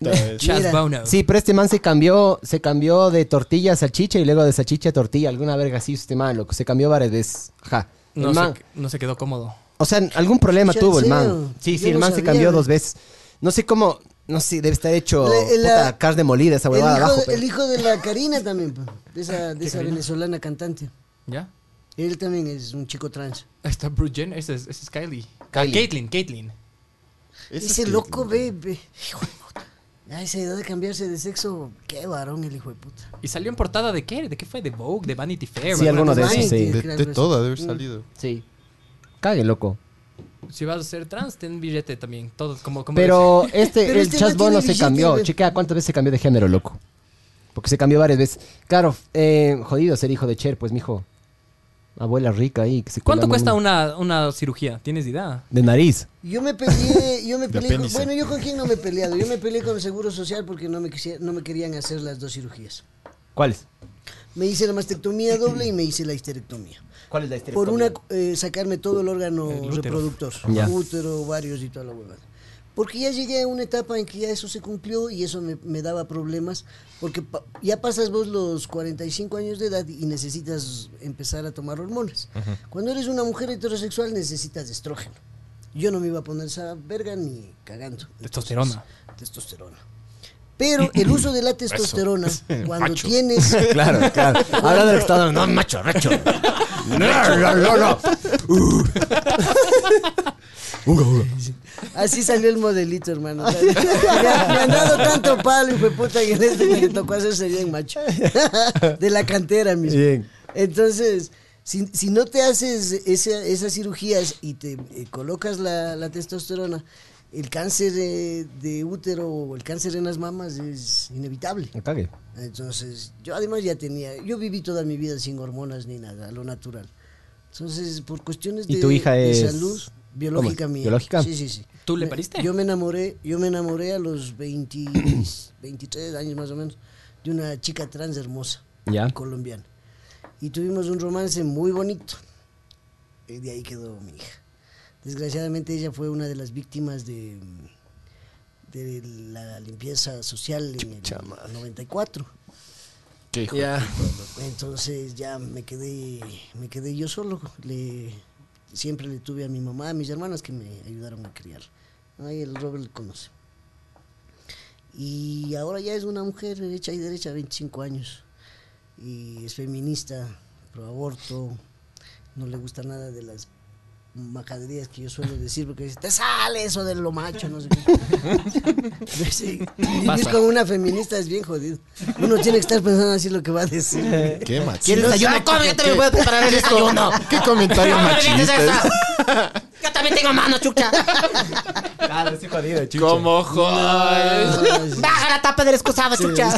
[SPEAKER 5] Chas
[SPEAKER 3] mira.
[SPEAKER 5] Bono.
[SPEAKER 4] Sí, pero este man se cambió, se cambió de tortilla a salchicha y luego de salchicha a tortilla. Alguna verga así, este man, loco. Se cambió varias veces. Ajá. El
[SPEAKER 5] no,
[SPEAKER 4] man-
[SPEAKER 5] se, no se quedó cómodo.
[SPEAKER 4] O sea, algún problema
[SPEAKER 3] Yo
[SPEAKER 4] tuvo el
[SPEAKER 3] en
[SPEAKER 4] man.
[SPEAKER 3] serio,
[SPEAKER 4] Sí, sí,
[SPEAKER 3] yo
[SPEAKER 4] el
[SPEAKER 3] no
[SPEAKER 4] man se
[SPEAKER 3] sabía,
[SPEAKER 4] cambió
[SPEAKER 3] ¿no?
[SPEAKER 4] dos veces. No sé cómo, no sé, debe estar hecho
[SPEAKER 3] Le- la-
[SPEAKER 4] puta, carne molida esa
[SPEAKER 3] el,
[SPEAKER 4] huevada
[SPEAKER 3] hijo,
[SPEAKER 4] abajo.
[SPEAKER 3] de-
[SPEAKER 4] pero-
[SPEAKER 3] el hijo de la Karina también, po, de esa, de esa
[SPEAKER 5] Karina?
[SPEAKER 3] venezolana cantante.
[SPEAKER 5] ¿Ya?
[SPEAKER 3] Él también es un chico trans.
[SPEAKER 5] Ahí está Bruce Jenner. Esa es, esa es Kylie. Ah,
[SPEAKER 4] Kylie.
[SPEAKER 5] Caitlyn, Caitlyn.
[SPEAKER 2] Eso
[SPEAKER 3] Ese
[SPEAKER 2] es que-
[SPEAKER 3] loco, bebé. Hijo de puta. A esa edad de cambiarse de sexo, qué varón el hijo de puta.
[SPEAKER 5] ¿Y salió en portada de qué? ¿De qué fue? ¿De Vogue? ¿De Vanity Fair?
[SPEAKER 4] Sí,
[SPEAKER 5] ¿verdad?
[SPEAKER 4] alguno de esos,
[SPEAKER 3] Vanity,
[SPEAKER 4] sí.
[SPEAKER 2] De,
[SPEAKER 3] creo,
[SPEAKER 2] de
[SPEAKER 3] algo así.
[SPEAKER 2] toda debe haber
[SPEAKER 5] Mm.
[SPEAKER 2] salido.
[SPEAKER 4] Sí. Cague, loco.
[SPEAKER 5] Si vas a ser trans, ten billete también. Todo, como, como
[SPEAKER 4] Pero este,
[SPEAKER 3] Pero
[SPEAKER 4] el
[SPEAKER 3] este
[SPEAKER 4] Chas
[SPEAKER 3] man
[SPEAKER 4] Bono
[SPEAKER 3] tiene
[SPEAKER 4] se
[SPEAKER 3] billete,
[SPEAKER 4] cambió.
[SPEAKER 3] güey.
[SPEAKER 4] Chequea cuántas veces se cambió de género, loco. Porque se cambió varias veces. Claro, eh, jodido ser hijo de Cher, pues, mijo. Abuela rica ahí. Que se
[SPEAKER 5] ¿Cuánto
[SPEAKER 4] cuela
[SPEAKER 5] cuesta
[SPEAKER 4] un-
[SPEAKER 5] una, una cirugía? ¿Tienes idea?
[SPEAKER 4] De nariz.
[SPEAKER 3] Yo me peleé, yo me
[SPEAKER 2] De
[SPEAKER 3] peleé. con-
[SPEAKER 2] apéndice.
[SPEAKER 3] bueno, yo con quién no me he peleado. Yo me peleé con el Seguro Social porque no me, quisier- no me querían hacer las dos cirugías.
[SPEAKER 4] ¿Cuáles?
[SPEAKER 3] Me hice la mastectomía doble y me hice la histerectomía.
[SPEAKER 4] ¿Cuál es la
[SPEAKER 3] por una eh, sacarme todo el órgano reproductor,
[SPEAKER 4] Ya.
[SPEAKER 3] útero, ovarios y toda la huevada. Porque ya llegué a una etapa en que ya eso se cumplió y eso me, me daba problemas, porque pa- ya pasas vos los 45 años de edad y necesitas empezar a tomar hormonas. Cuando eres una mujer heterosexual necesitas estrógeno. Yo no me iba a poner esa verga ni cagando.
[SPEAKER 5] Testosterona.
[SPEAKER 3] Entonces, Testosterona. Pero el uso de la testosterona, cuando tienes
[SPEAKER 4] Claro, claro. Hablando del estado, no, macho, macho.
[SPEAKER 3] Así salió el modelito, hermano. me, han, me han dado tanto palo, hijo de puta, que en este me tocó hacerse bien, macho. De la cantera mismo.
[SPEAKER 4] Bien.
[SPEAKER 3] Entonces, si, si no te haces esa- esas cirugías y te eh, colocas la, la testosterona, el cáncer eh, de útero o el cáncer en las mamas es inevitable.
[SPEAKER 4] Cague.
[SPEAKER 3] Entonces, yo además ya tenía, yo viví toda mi vida sin hormonas ni nada, a lo natural. Entonces, por cuestiones de,
[SPEAKER 4] ¿Y tu hija
[SPEAKER 3] de
[SPEAKER 4] es-
[SPEAKER 3] salud
[SPEAKER 4] ¿Cómo
[SPEAKER 3] biológica
[SPEAKER 4] es?
[SPEAKER 3] mía.
[SPEAKER 4] ¿Biológica?
[SPEAKER 3] Sí, sí, sí.
[SPEAKER 5] ¿Tú le
[SPEAKER 3] Me-
[SPEAKER 5] pariste?
[SPEAKER 3] Yo me enamoré, yo me enamoré a los 20 23 años más o menos de una chica trans hermosa,
[SPEAKER 4] Ya.
[SPEAKER 3] colombiana. Y tuvimos un romance muy bonito. Y de ahí quedó mi hija. Desgraciadamente ella fue una de las víctimas de, de la limpieza social en el 94.
[SPEAKER 2] Qué hijo de
[SPEAKER 3] Entonces ya me quedé, me quedé yo solo. Le, siempre le tuve a mi mamá, a mis hermanas que me ayudaron a criar. Ahí el Robert le conoce. Y ahora ya es una mujer derecha y derecha, 25 años. Y es feminista, pro aborto. No le gusta nada de las majaderías que yo suelo decir porque dice, te sale eso de lo macho, no sé qué. Sí, Vivir
[SPEAKER 5] Pasa.
[SPEAKER 3] con una feminista es bien jodido. Uno tiene que estar pensando así lo que va a decir.
[SPEAKER 2] Qué macho.
[SPEAKER 4] ¿Quieres desayuno? Come, yo también voy a preparar el desayuno.
[SPEAKER 2] ¿Qué comentario machista?
[SPEAKER 4] Yo también tengo mano, chucha. Claro, estoy jodido, chucha.
[SPEAKER 2] Como joder.
[SPEAKER 4] Baja la tapa del excusado, chucha.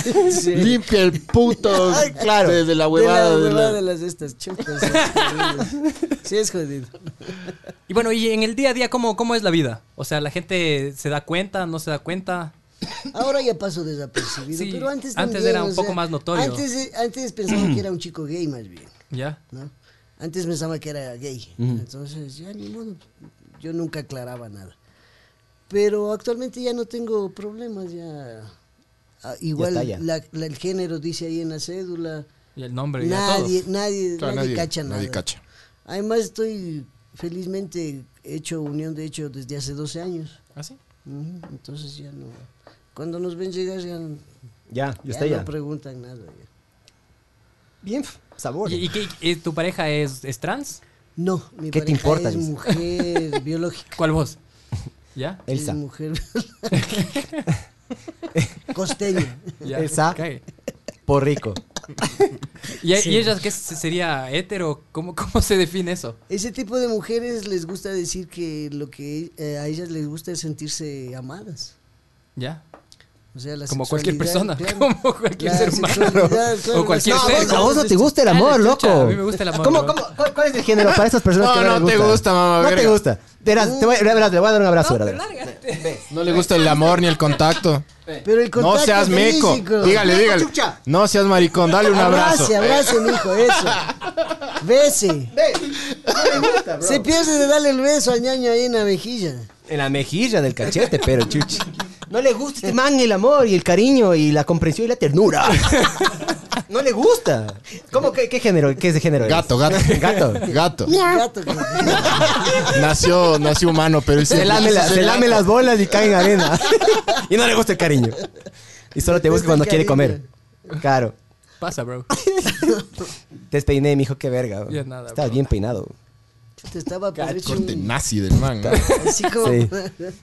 [SPEAKER 2] Limpia el puto
[SPEAKER 4] claro.
[SPEAKER 2] desde
[SPEAKER 3] De la
[SPEAKER 2] la huevada. de la-
[SPEAKER 3] huevada de las de estas chupas. sí, es jodido.
[SPEAKER 5] Y bueno, y en el día a día, ¿cómo, ¿cómo es la vida? O sea, ¿la gente se da cuenta, no se da cuenta?
[SPEAKER 3] Ahora ya paso desapercibido,
[SPEAKER 5] Sí,
[SPEAKER 3] pero antes
[SPEAKER 5] antes
[SPEAKER 3] también,
[SPEAKER 5] era un
[SPEAKER 3] o
[SPEAKER 5] poco
[SPEAKER 3] sea, eh,
[SPEAKER 5] más notorio.
[SPEAKER 3] Antes, antes pensaba que era un chico gay más bien.
[SPEAKER 5] Ya.
[SPEAKER 3] ¿no? Antes pensaba que era gay,
[SPEAKER 4] Ujú.
[SPEAKER 3] entonces ya ni modo, yo nunca aclaraba nada. Pero actualmente ya no tengo problemas, ya... ah, igual
[SPEAKER 4] Ya está, ya.
[SPEAKER 3] la- la- el género dice ahí en la cédula,
[SPEAKER 5] Y el nombre.
[SPEAKER 3] nadie,
[SPEAKER 5] Y a todos.
[SPEAKER 3] nadie,
[SPEAKER 2] Claro,
[SPEAKER 3] nadie cacha nada.
[SPEAKER 2] nadie cacha.
[SPEAKER 3] Además estoy felizmente hecho unión de hecho desde hace 12 años,
[SPEAKER 5] ¿Ah, sí?
[SPEAKER 3] Ujú, entonces ya no... Cuando nos ven llegar ya, no-
[SPEAKER 4] Ya, ya,
[SPEAKER 3] ya
[SPEAKER 4] está
[SPEAKER 3] no
[SPEAKER 4] ya.
[SPEAKER 3] preguntan nada. ya.
[SPEAKER 4] Bien, f- sabor.
[SPEAKER 5] ¿Y, y qué- y tu pareja es, es trans?
[SPEAKER 3] No, mi
[SPEAKER 4] ¿Qué te
[SPEAKER 3] pareja
[SPEAKER 4] importa,
[SPEAKER 3] es
[SPEAKER 4] dice?
[SPEAKER 3] mujer biológica.
[SPEAKER 5] ¿Cuál vos? ¿Ya?
[SPEAKER 4] Elsa.
[SPEAKER 3] Es mujer. Costeño.
[SPEAKER 5] ya.
[SPEAKER 4] Elsa.
[SPEAKER 5] Cague.
[SPEAKER 4] Por rico.
[SPEAKER 5] ¿Y, a- y ella qué se- sería hetero? ¿Cómo, ¿Cómo se define eso?
[SPEAKER 3] Ese tipo de mujeres les gusta decir que lo que eh, a ellas les gusta es sentirse amadas.
[SPEAKER 5] ¿Ya?
[SPEAKER 3] O sea, la
[SPEAKER 5] Como cualquier
[SPEAKER 3] sexualidad,
[SPEAKER 5] persona,
[SPEAKER 3] claro.
[SPEAKER 5] como cualquier
[SPEAKER 3] La
[SPEAKER 5] ser humano.
[SPEAKER 3] sexualidad, claro,
[SPEAKER 5] o cualquier
[SPEAKER 4] No, a
[SPEAKER 5] ser.
[SPEAKER 4] vos, a vos no te gusta el
[SPEAKER 5] Ah, la
[SPEAKER 4] amor, loco.
[SPEAKER 5] chucha, A mí me gusta el amor.
[SPEAKER 4] ¿Cómo,
[SPEAKER 5] bro.
[SPEAKER 4] cómo, cuál, cuál es el género para esas personas
[SPEAKER 2] No,
[SPEAKER 4] que no,
[SPEAKER 2] no
[SPEAKER 4] les
[SPEAKER 2] te gusta, mamá,
[SPEAKER 4] No te
[SPEAKER 2] verga.
[SPEAKER 4] gusta. Verás, te voy, verás, le voy a dar un abrazo.
[SPEAKER 5] No,
[SPEAKER 4] verás.
[SPEAKER 5] lárgate.
[SPEAKER 2] No le gusta el amor ni el contacto.
[SPEAKER 3] Pero el
[SPEAKER 2] No
[SPEAKER 3] contacto
[SPEAKER 2] seas meco.
[SPEAKER 3] físico.
[SPEAKER 2] Dígale,
[SPEAKER 4] Meco,
[SPEAKER 2] dígale.
[SPEAKER 4] chucha.
[SPEAKER 2] No seas maricón, dale un abrazo.
[SPEAKER 3] Abrace, abrace, mijo, eso. Bese. Se pierde de darle el beso al ñaño ahí en la mejilla.
[SPEAKER 4] En la mejilla, en el cachete, pero chuchi. No le gusta este man el amor y el cariño y la comprensión y la ternura. No le gusta. ¿Cómo? ¿Qué, qué género? ¿Qué es de género? eres?
[SPEAKER 2] Gato, gato.
[SPEAKER 4] Gato.
[SPEAKER 2] Gato.
[SPEAKER 3] Gato. que-
[SPEAKER 2] Nació, nació humano, pero él
[SPEAKER 4] Se
[SPEAKER 2] siempre
[SPEAKER 4] lame,
[SPEAKER 2] quiso
[SPEAKER 4] la-
[SPEAKER 2] ser
[SPEAKER 4] se
[SPEAKER 2] gato.
[SPEAKER 4] lame las bolas y cae en arena. Y no le gusta el cariño. Y solo te busca cuando quiere comer. Claro.
[SPEAKER 5] Pasa, bro.
[SPEAKER 4] Te despeiné, mijo, qué verga. bro.
[SPEAKER 5] Ya nada,
[SPEAKER 4] Estabas
[SPEAKER 5] bro.
[SPEAKER 4] bien peinado.
[SPEAKER 3] Te estaba por hecho
[SPEAKER 2] Corte
[SPEAKER 3] un-
[SPEAKER 2] nazi del man. ¿no?
[SPEAKER 3] Así como.
[SPEAKER 4] Sí.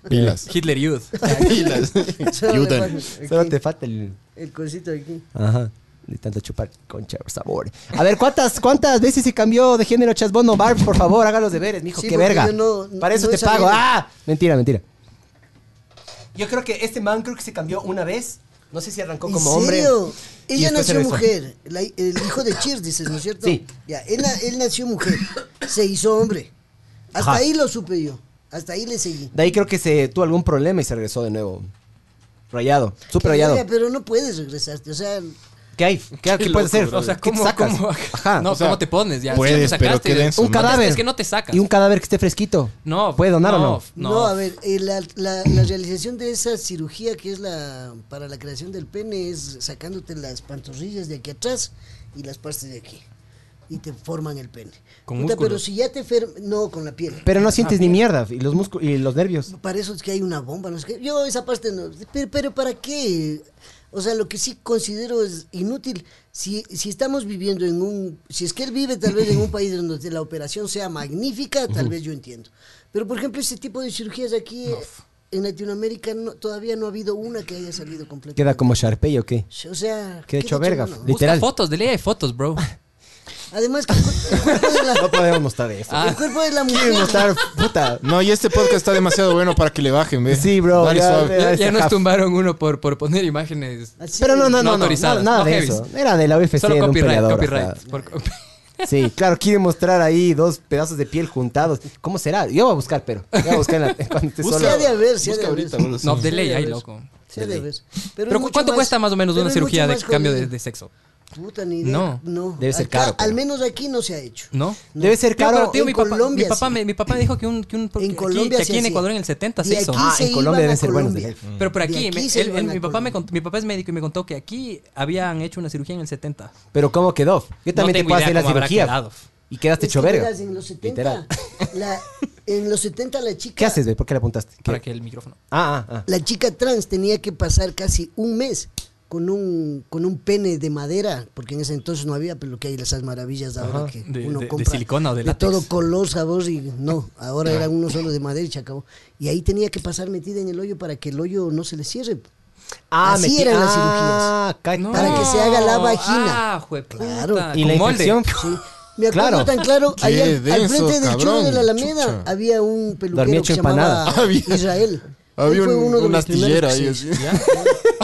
[SPEAKER 2] Pilas.
[SPEAKER 5] Hitler Youth.
[SPEAKER 2] Pilas.
[SPEAKER 3] Solo le
[SPEAKER 2] Ayuden.
[SPEAKER 3] falta
[SPEAKER 4] Solo
[SPEAKER 3] aquí,
[SPEAKER 4] te falta el.
[SPEAKER 3] El cosito aquí.
[SPEAKER 4] Ajá. De tanto chupar concha sabor. A ver, ¿cuántas, cuántas veces se cambió de género Chasbono Barb? Por favor, haga los deberes, mijo.
[SPEAKER 3] Sí,
[SPEAKER 4] qué
[SPEAKER 3] porque
[SPEAKER 4] verga.
[SPEAKER 3] yo no- no-
[SPEAKER 4] Para eso
[SPEAKER 3] no
[SPEAKER 4] te
[SPEAKER 3] he sabido.
[SPEAKER 4] pago. ¡Ah! Mentira, mentira. Yo creo que este man creo que se cambió una vez. No sé si arrancó
[SPEAKER 3] ¿En
[SPEAKER 4] como
[SPEAKER 3] serio?
[SPEAKER 4] hombre. Y
[SPEAKER 3] Ella
[SPEAKER 4] después se
[SPEAKER 3] nació
[SPEAKER 4] regresó.
[SPEAKER 3] mujer. La- el hijo de Cheers, dices, ¿no es cierto?
[SPEAKER 4] Sí.
[SPEAKER 3] Ya, él, na- él nació mujer. Se hizo hombre. Hasta
[SPEAKER 4] Ajá.
[SPEAKER 3] ahí lo supe yo. Hasta ahí le seguí.
[SPEAKER 4] De ahí creo que se tuvo algún problema y se regresó de nuevo. Rayado. Súper rayado.
[SPEAKER 3] Oiga, Pero no puedes regresarte. O sea,
[SPEAKER 4] ¿Qué hay? ¿Qué, qué puedes hacer?
[SPEAKER 5] O sea,
[SPEAKER 4] ¿Qué te
[SPEAKER 5] ¿cómo,
[SPEAKER 4] sacas?
[SPEAKER 5] cómo-
[SPEAKER 4] Ajá.
[SPEAKER 5] No,
[SPEAKER 4] o sea,
[SPEAKER 5] ¿cómo te pones? Ya,
[SPEAKER 2] puedes,
[SPEAKER 5] Sí, te
[SPEAKER 2] pero qué
[SPEAKER 5] de-
[SPEAKER 2] denso,
[SPEAKER 4] un
[SPEAKER 2] ¿no?
[SPEAKER 4] cadáver.
[SPEAKER 5] Es que no te sacas.
[SPEAKER 4] Y un cadáver que esté fresquito.
[SPEAKER 5] No.
[SPEAKER 4] ¿Puede donar o no?
[SPEAKER 3] no, a ver, eh, la, la- la realización de esa cirugía que es la para la creación del pene es sacándote las pantorrillas de aquí atrás y las partes de aquí. Y te forman el pene.
[SPEAKER 5] Con
[SPEAKER 3] pero
[SPEAKER 5] músculos.
[SPEAKER 3] si ya te fer no con la piel.
[SPEAKER 4] Pero no sientes ni mierda. Y los músculos y los nervios.
[SPEAKER 3] Para eso es que hay una bomba, no sé qué. Yo esa parte no. Pero, pero ¿para qué? O sea, lo que sí considero es inútil. Si, si estamos viviendo en un... Si es que él vive tal vez en un país donde la operación sea magnífica, tal vez yo entiendo. Pero, por ejemplo, este tipo de cirugías aquí eh, en Latinoamérica no- todavía no ha habido una que haya salido completa.
[SPEAKER 4] ¿Queda como Sharpey o qué?
[SPEAKER 3] O sea...
[SPEAKER 4] Queda hecho verga.
[SPEAKER 3] mano?
[SPEAKER 4] Li- literal.
[SPEAKER 5] Busca fotos, de hay fotos, bro.
[SPEAKER 3] Además que el cuerpo de la,
[SPEAKER 4] No podemos mostrar
[SPEAKER 5] Ah.
[SPEAKER 4] eso.
[SPEAKER 3] el cuerpo de la mujer...
[SPEAKER 4] Quieren Ah. mostrar, puta.
[SPEAKER 2] No, y este podcast está demasiado bueno para que le bajen, ¿ves?
[SPEAKER 4] Sí, bro,
[SPEAKER 2] Dale
[SPEAKER 4] ya,
[SPEAKER 2] suave.
[SPEAKER 4] ya.
[SPEAKER 5] Ya,
[SPEAKER 4] ese
[SPEAKER 5] nos
[SPEAKER 4] jaf.
[SPEAKER 5] tumbaron uno por, por poner imágenes.
[SPEAKER 3] así,
[SPEAKER 4] Pero no, no, no,
[SPEAKER 5] No
[SPEAKER 4] no,
[SPEAKER 5] autorizadas,
[SPEAKER 4] nada
[SPEAKER 5] no
[SPEAKER 4] de
[SPEAKER 5] heavies.
[SPEAKER 4] eso. Era de la UFC,
[SPEAKER 5] Solo
[SPEAKER 4] era un
[SPEAKER 5] copyright,
[SPEAKER 4] peleador.
[SPEAKER 5] copyright.
[SPEAKER 4] ajá.
[SPEAKER 5] Por co-
[SPEAKER 4] Sí, claro, quiere mostrar ahí dos pedazos de piel juntados. ¿Cómo será? Yo voy a buscar, pero. Yo voy a buscar en la- cuando esté
[SPEAKER 3] Busca
[SPEAKER 4] solo.
[SPEAKER 3] de haber, sí ha de
[SPEAKER 2] Busca
[SPEAKER 3] haber.
[SPEAKER 2] ahorita, boludo.
[SPEAKER 5] no, de
[SPEAKER 3] Sí,
[SPEAKER 5] ley,
[SPEAKER 3] de
[SPEAKER 5] ahí,
[SPEAKER 3] ver.
[SPEAKER 5] loco.
[SPEAKER 3] Sí, de ver. Pero,
[SPEAKER 5] Pero
[SPEAKER 3] es
[SPEAKER 5] cu-
[SPEAKER 3] mucho
[SPEAKER 5] ¿cuánto cuesta más o menos
[SPEAKER 3] pero
[SPEAKER 5] una
[SPEAKER 3] es
[SPEAKER 5] cirugía
[SPEAKER 3] mucho
[SPEAKER 5] de
[SPEAKER 3] más
[SPEAKER 5] cambio de,
[SPEAKER 3] jodido.
[SPEAKER 5] de sexo?
[SPEAKER 3] Puta, ni idea.
[SPEAKER 5] No.
[SPEAKER 3] No.
[SPEAKER 4] Debe ser
[SPEAKER 3] Acá,
[SPEAKER 4] caro, pero.
[SPEAKER 3] Al menos aquí no se ha hecho.
[SPEAKER 5] ¿No?
[SPEAKER 4] Debe ser
[SPEAKER 5] Tío,
[SPEAKER 4] caro.
[SPEAKER 5] pero, tío,
[SPEAKER 3] en
[SPEAKER 5] mi papá,
[SPEAKER 3] Colombia
[SPEAKER 5] mi, papá
[SPEAKER 3] sí.
[SPEAKER 5] me, mi papá me dijo que un... Que un porque
[SPEAKER 3] En
[SPEAKER 5] aquí-
[SPEAKER 3] Colombia
[SPEAKER 5] que
[SPEAKER 3] sí
[SPEAKER 5] aquí en
[SPEAKER 3] hacía.
[SPEAKER 5] Ecuador en el 70
[SPEAKER 3] De
[SPEAKER 5] se hizo.
[SPEAKER 3] aquí
[SPEAKER 4] Ah,
[SPEAKER 3] se
[SPEAKER 4] en Colombia
[SPEAKER 3] iban
[SPEAKER 4] deben
[SPEAKER 3] a
[SPEAKER 4] ser buenos de
[SPEAKER 3] Colombia.
[SPEAKER 4] ley.
[SPEAKER 5] Pero por
[SPEAKER 3] De
[SPEAKER 5] aquí, me-
[SPEAKER 3] se
[SPEAKER 5] él-
[SPEAKER 3] iban
[SPEAKER 5] él-
[SPEAKER 3] a
[SPEAKER 5] mi, papá
[SPEAKER 3] Colombia.
[SPEAKER 5] me contó- mi papá es médico y me contó que aquí habían hecho una cirugía en el 70.
[SPEAKER 4] Pero ¿cómo quedó? Yo también te
[SPEAKER 5] tengo
[SPEAKER 4] puedo
[SPEAKER 5] idea
[SPEAKER 4] hacer la
[SPEAKER 5] cómo habrá
[SPEAKER 4] cirugía.
[SPEAKER 5] quedado.
[SPEAKER 4] Y quedaste
[SPEAKER 3] Es
[SPEAKER 4] hecho
[SPEAKER 3] que
[SPEAKER 4] verga.
[SPEAKER 3] verás, En los 70,
[SPEAKER 4] Literal.
[SPEAKER 3] la, en los 70 la chica...
[SPEAKER 4] ¿Qué haces, güey? ¿Por qué le apuntaste? ¿Qué?
[SPEAKER 5] Para que el micrófono.
[SPEAKER 4] Ah, ah, ah.
[SPEAKER 3] La chica trans tenía que pasar casi un mes con un, con un pene de madera, porque en ese entonces no había, pero que hay esas maravillas de ahora que
[SPEAKER 5] de-
[SPEAKER 3] uno
[SPEAKER 5] de- de
[SPEAKER 3] compra.
[SPEAKER 5] silicona o de látex.
[SPEAKER 3] todo color, sabor y no, ahora era uno solo de madera y se acabó. Y ahí tenía que pasar metida en el hoyo para que el hoyo no se le cierre.
[SPEAKER 4] Ah,
[SPEAKER 3] Así
[SPEAKER 4] metí-
[SPEAKER 3] eran las
[SPEAKER 4] Ah,
[SPEAKER 5] No.
[SPEAKER 4] Para
[SPEAKER 3] Para que se haga la vagina.
[SPEAKER 5] Ah, jueputa.
[SPEAKER 3] Claro.
[SPEAKER 4] Y
[SPEAKER 5] con
[SPEAKER 4] la
[SPEAKER 5] molde.
[SPEAKER 4] infección.
[SPEAKER 3] Sí. Me acuerdo
[SPEAKER 4] Claro.
[SPEAKER 3] tan claro, ahí
[SPEAKER 2] Qué
[SPEAKER 3] al, al
[SPEAKER 2] denso,
[SPEAKER 3] frente del churro
[SPEAKER 2] cabrón,
[SPEAKER 3] de la Alameda
[SPEAKER 2] chucha.
[SPEAKER 3] había un
[SPEAKER 4] Dormía
[SPEAKER 3] peluquero
[SPEAKER 4] hecho
[SPEAKER 3] que se llamaba
[SPEAKER 4] empanada.
[SPEAKER 2] Había-
[SPEAKER 3] Israel.
[SPEAKER 2] Había
[SPEAKER 3] Él fue
[SPEAKER 2] un,
[SPEAKER 3] uno de
[SPEAKER 2] una
[SPEAKER 3] los primeros
[SPEAKER 2] astillera
[SPEAKER 3] que
[SPEAKER 2] ahí.
[SPEAKER 3] se-
[SPEAKER 2] así.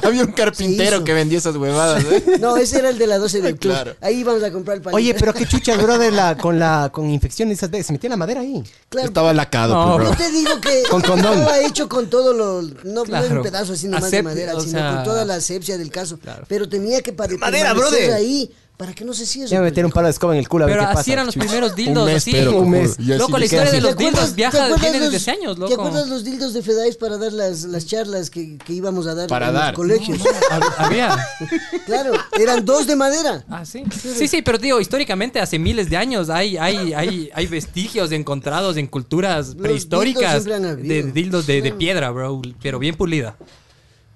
[SPEAKER 2] Había un carpintero
[SPEAKER 3] hizo.
[SPEAKER 2] que vendía esas huevadas. ¿eh?
[SPEAKER 3] No, ese era el de la 12 del club.
[SPEAKER 2] Claro.
[SPEAKER 3] Ahí íbamos a comprar el palito.
[SPEAKER 4] Oye, pero qué chucha, brother, la, con la con infección esas veces. Se metió la madera ahí.
[SPEAKER 3] Claro,
[SPEAKER 2] Estaba lacado,
[SPEAKER 5] No,
[SPEAKER 2] pues,
[SPEAKER 3] yo
[SPEAKER 2] bro.
[SPEAKER 3] te digo que
[SPEAKER 4] Con condón.
[SPEAKER 3] estaba hecho con todo lo... No, no
[SPEAKER 5] Claro.
[SPEAKER 3] un pedazo así nomás
[SPEAKER 5] Asepsia,
[SPEAKER 3] de madera,
[SPEAKER 5] o
[SPEAKER 3] sino
[SPEAKER 5] sea-
[SPEAKER 3] con toda la asepsia del caso.
[SPEAKER 5] Claro.
[SPEAKER 3] Pero tenía que para
[SPEAKER 4] madera,
[SPEAKER 3] permanecer
[SPEAKER 4] brother.
[SPEAKER 3] ahí para que no se cierre.
[SPEAKER 4] Voy a meter un palo de escoba en el culo a ver
[SPEAKER 5] Pero
[SPEAKER 4] qué
[SPEAKER 5] así
[SPEAKER 4] pasa.
[SPEAKER 5] eran los
[SPEAKER 4] chucha.
[SPEAKER 5] primeros dildos,
[SPEAKER 2] mes,
[SPEAKER 5] así.
[SPEAKER 2] pero,
[SPEAKER 4] Un mes.
[SPEAKER 2] y así
[SPEAKER 5] Loco,
[SPEAKER 2] me quedé
[SPEAKER 5] la historia de
[SPEAKER 2] así.
[SPEAKER 5] los dildos viaja, viene desde años,
[SPEAKER 3] ¿Te
[SPEAKER 5] loco.
[SPEAKER 3] acuerdas los dildos de Fedais para dar las, las charlas que, que íbamos a dar
[SPEAKER 2] Para
[SPEAKER 3] en
[SPEAKER 2] dar.
[SPEAKER 3] los colegios?
[SPEAKER 5] Hab- Había.
[SPEAKER 3] Claro, eran dos de madera.
[SPEAKER 5] Ah, sí. Sí, sí, pero digo, históricamente, hace miles de años, hay, hay, hay, hay vestigios encontrados en culturas
[SPEAKER 3] Los
[SPEAKER 5] prehistóricas
[SPEAKER 3] dildos siempre han
[SPEAKER 5] de
[SPEAKER 3] habido.
[SPEAKER 5] dildos de, de
[SPEAKER 3] Claro.
[SPEAKER 5] piedra, bro, pero bien pulida.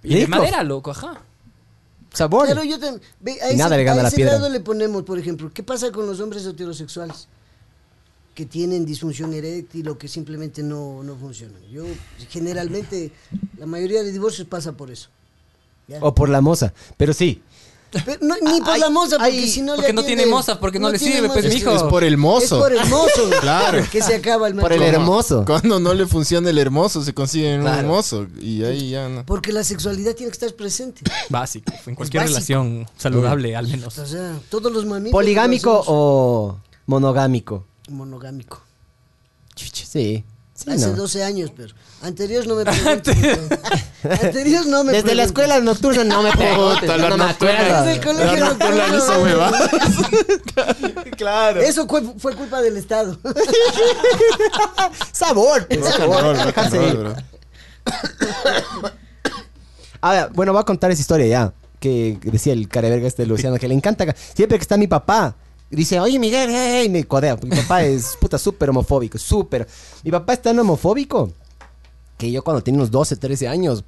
[SPEAKER 5] Y de
[SPEAKER 4] Rico.
[SPEAKER 5] madera, loco, ajá.
[SPEAKER 4] Sabor.
[SPEAKER 3] Claro, yo también. ve, a
[SPEAKER 4] Y
[SPEAKER 3] ese,
[SPEAKER 4] nada le gana
[SPEAKER 3] a
[SPEAKER 4] la
[SPEAKER 3] ese
[SPEAKER 4] piedra.
[SPEAKER 3] lado le ponemos, por ejemplo, ¿qué pasa con los hombres heterosexuales? Que tienen disfunción eréctil o que simplemente no, no funcionan. Yo, generalmente, la mayoría de divorcios pasa por eso. ¿ya?
[SPEAKER 4] O por la moza. Pero sí.
[SPEAKER 3] Pero no, ni por la moza, porque
[SPEAKER 4] hay-
[SPEAKER 3] si no le
[SPEAKER 5] porque no
[SPEAKER 3] atiende-
[SPEAKER 5] tiene moza, porque no le
[SPEAKER 3] tiene
[SPEAKER 5] sirve, pues,
[SPEAKER 3] moza.
[SPEAKER 5] mijo.
[SPEAKER 2] Es por el
[SPEAKER 3] Es
[SPEAKER 2] mozo.
[SPEAKER 3] por el mozo.
[SPEAKER 2] Claro.
[SPEAKER 3] Que se acaba el
[SPEAKER 4] Por el
[SPEAKER 3] matrimonio.
[SPEAKER 4] hermoso.
[SPEAKER 2] Cuando no le funciona el hermoso, se consigue un
[SPEAKER 4] Claro.
[SPEAKER 2] hermoso. Y ahí ya no.
[SPEAKER 3] Porque la sexualidad tiene que estar presente.
[SPEAKER 5] Básico, en cualquier
[SPEAKER 3] básico.
[SPEAKER 5] relación saludable, al menos.
[SPEAKER 3] O sea, todos los mamíferos.
[SPEAKER 4] ¿Poligámico
[SPEAKER 3] los hemos-
[SPEAKER 4] o monogámico?
[SPEAKER 3] Monogámico.
[SPEAKER 4] Chucha, sí. Sí,
[SPEAKER 3] Hace
[SPEAKER 4] no.
[SPEAKER 3] 12 años, pero. Anterior no me pregunten. Anterior no me
[SPEAKER 4] Desde la
[SPEAKER 3] pregunten.
[SPEAKER 4] escuela nocturna no me preguntes,
[SPEAKER 2] Puta,
[SPEAKER 4] yo
[SPEAKER 2] la
[SPEAKER 4] no me
[SPEAKER 2] nocturna.
[SPEAKER 4] acuerdo.
[SPEAKER 3] Desde el colegio
[SPEAKER 2] La nocturna
[SPEAKER 3] nocturno.
[SPEAKER 2] hizo huevadas.
[SPEAKER 4] Claro.
[SPEAKER 3] Eso cu- fue culpa del Estado.
[SPEAKER 4] Sabor. pues,
[SPEAKER 2] Rock and
[SPEAKER 4] sabor.
[SPEAKER 2] roll, rock and
[SPEAKER 4] Dejarse
[SPEAKER 2] roll,
[SPEAKER 4] ir.
[SPEAKER 2] bro.
[SPEAKER 4] A ver, bueno, voy a contar esa historia ya. Que que decía el careverga este Luciano, que le encanta. ca- Siempre que está mi papá, dice, oye Miguel, hey, me codea. porque Mi papá es puta súper homofóbico, súper. Mi papá es tan homofóbico que yo cuando tenía unos 12, 13 años,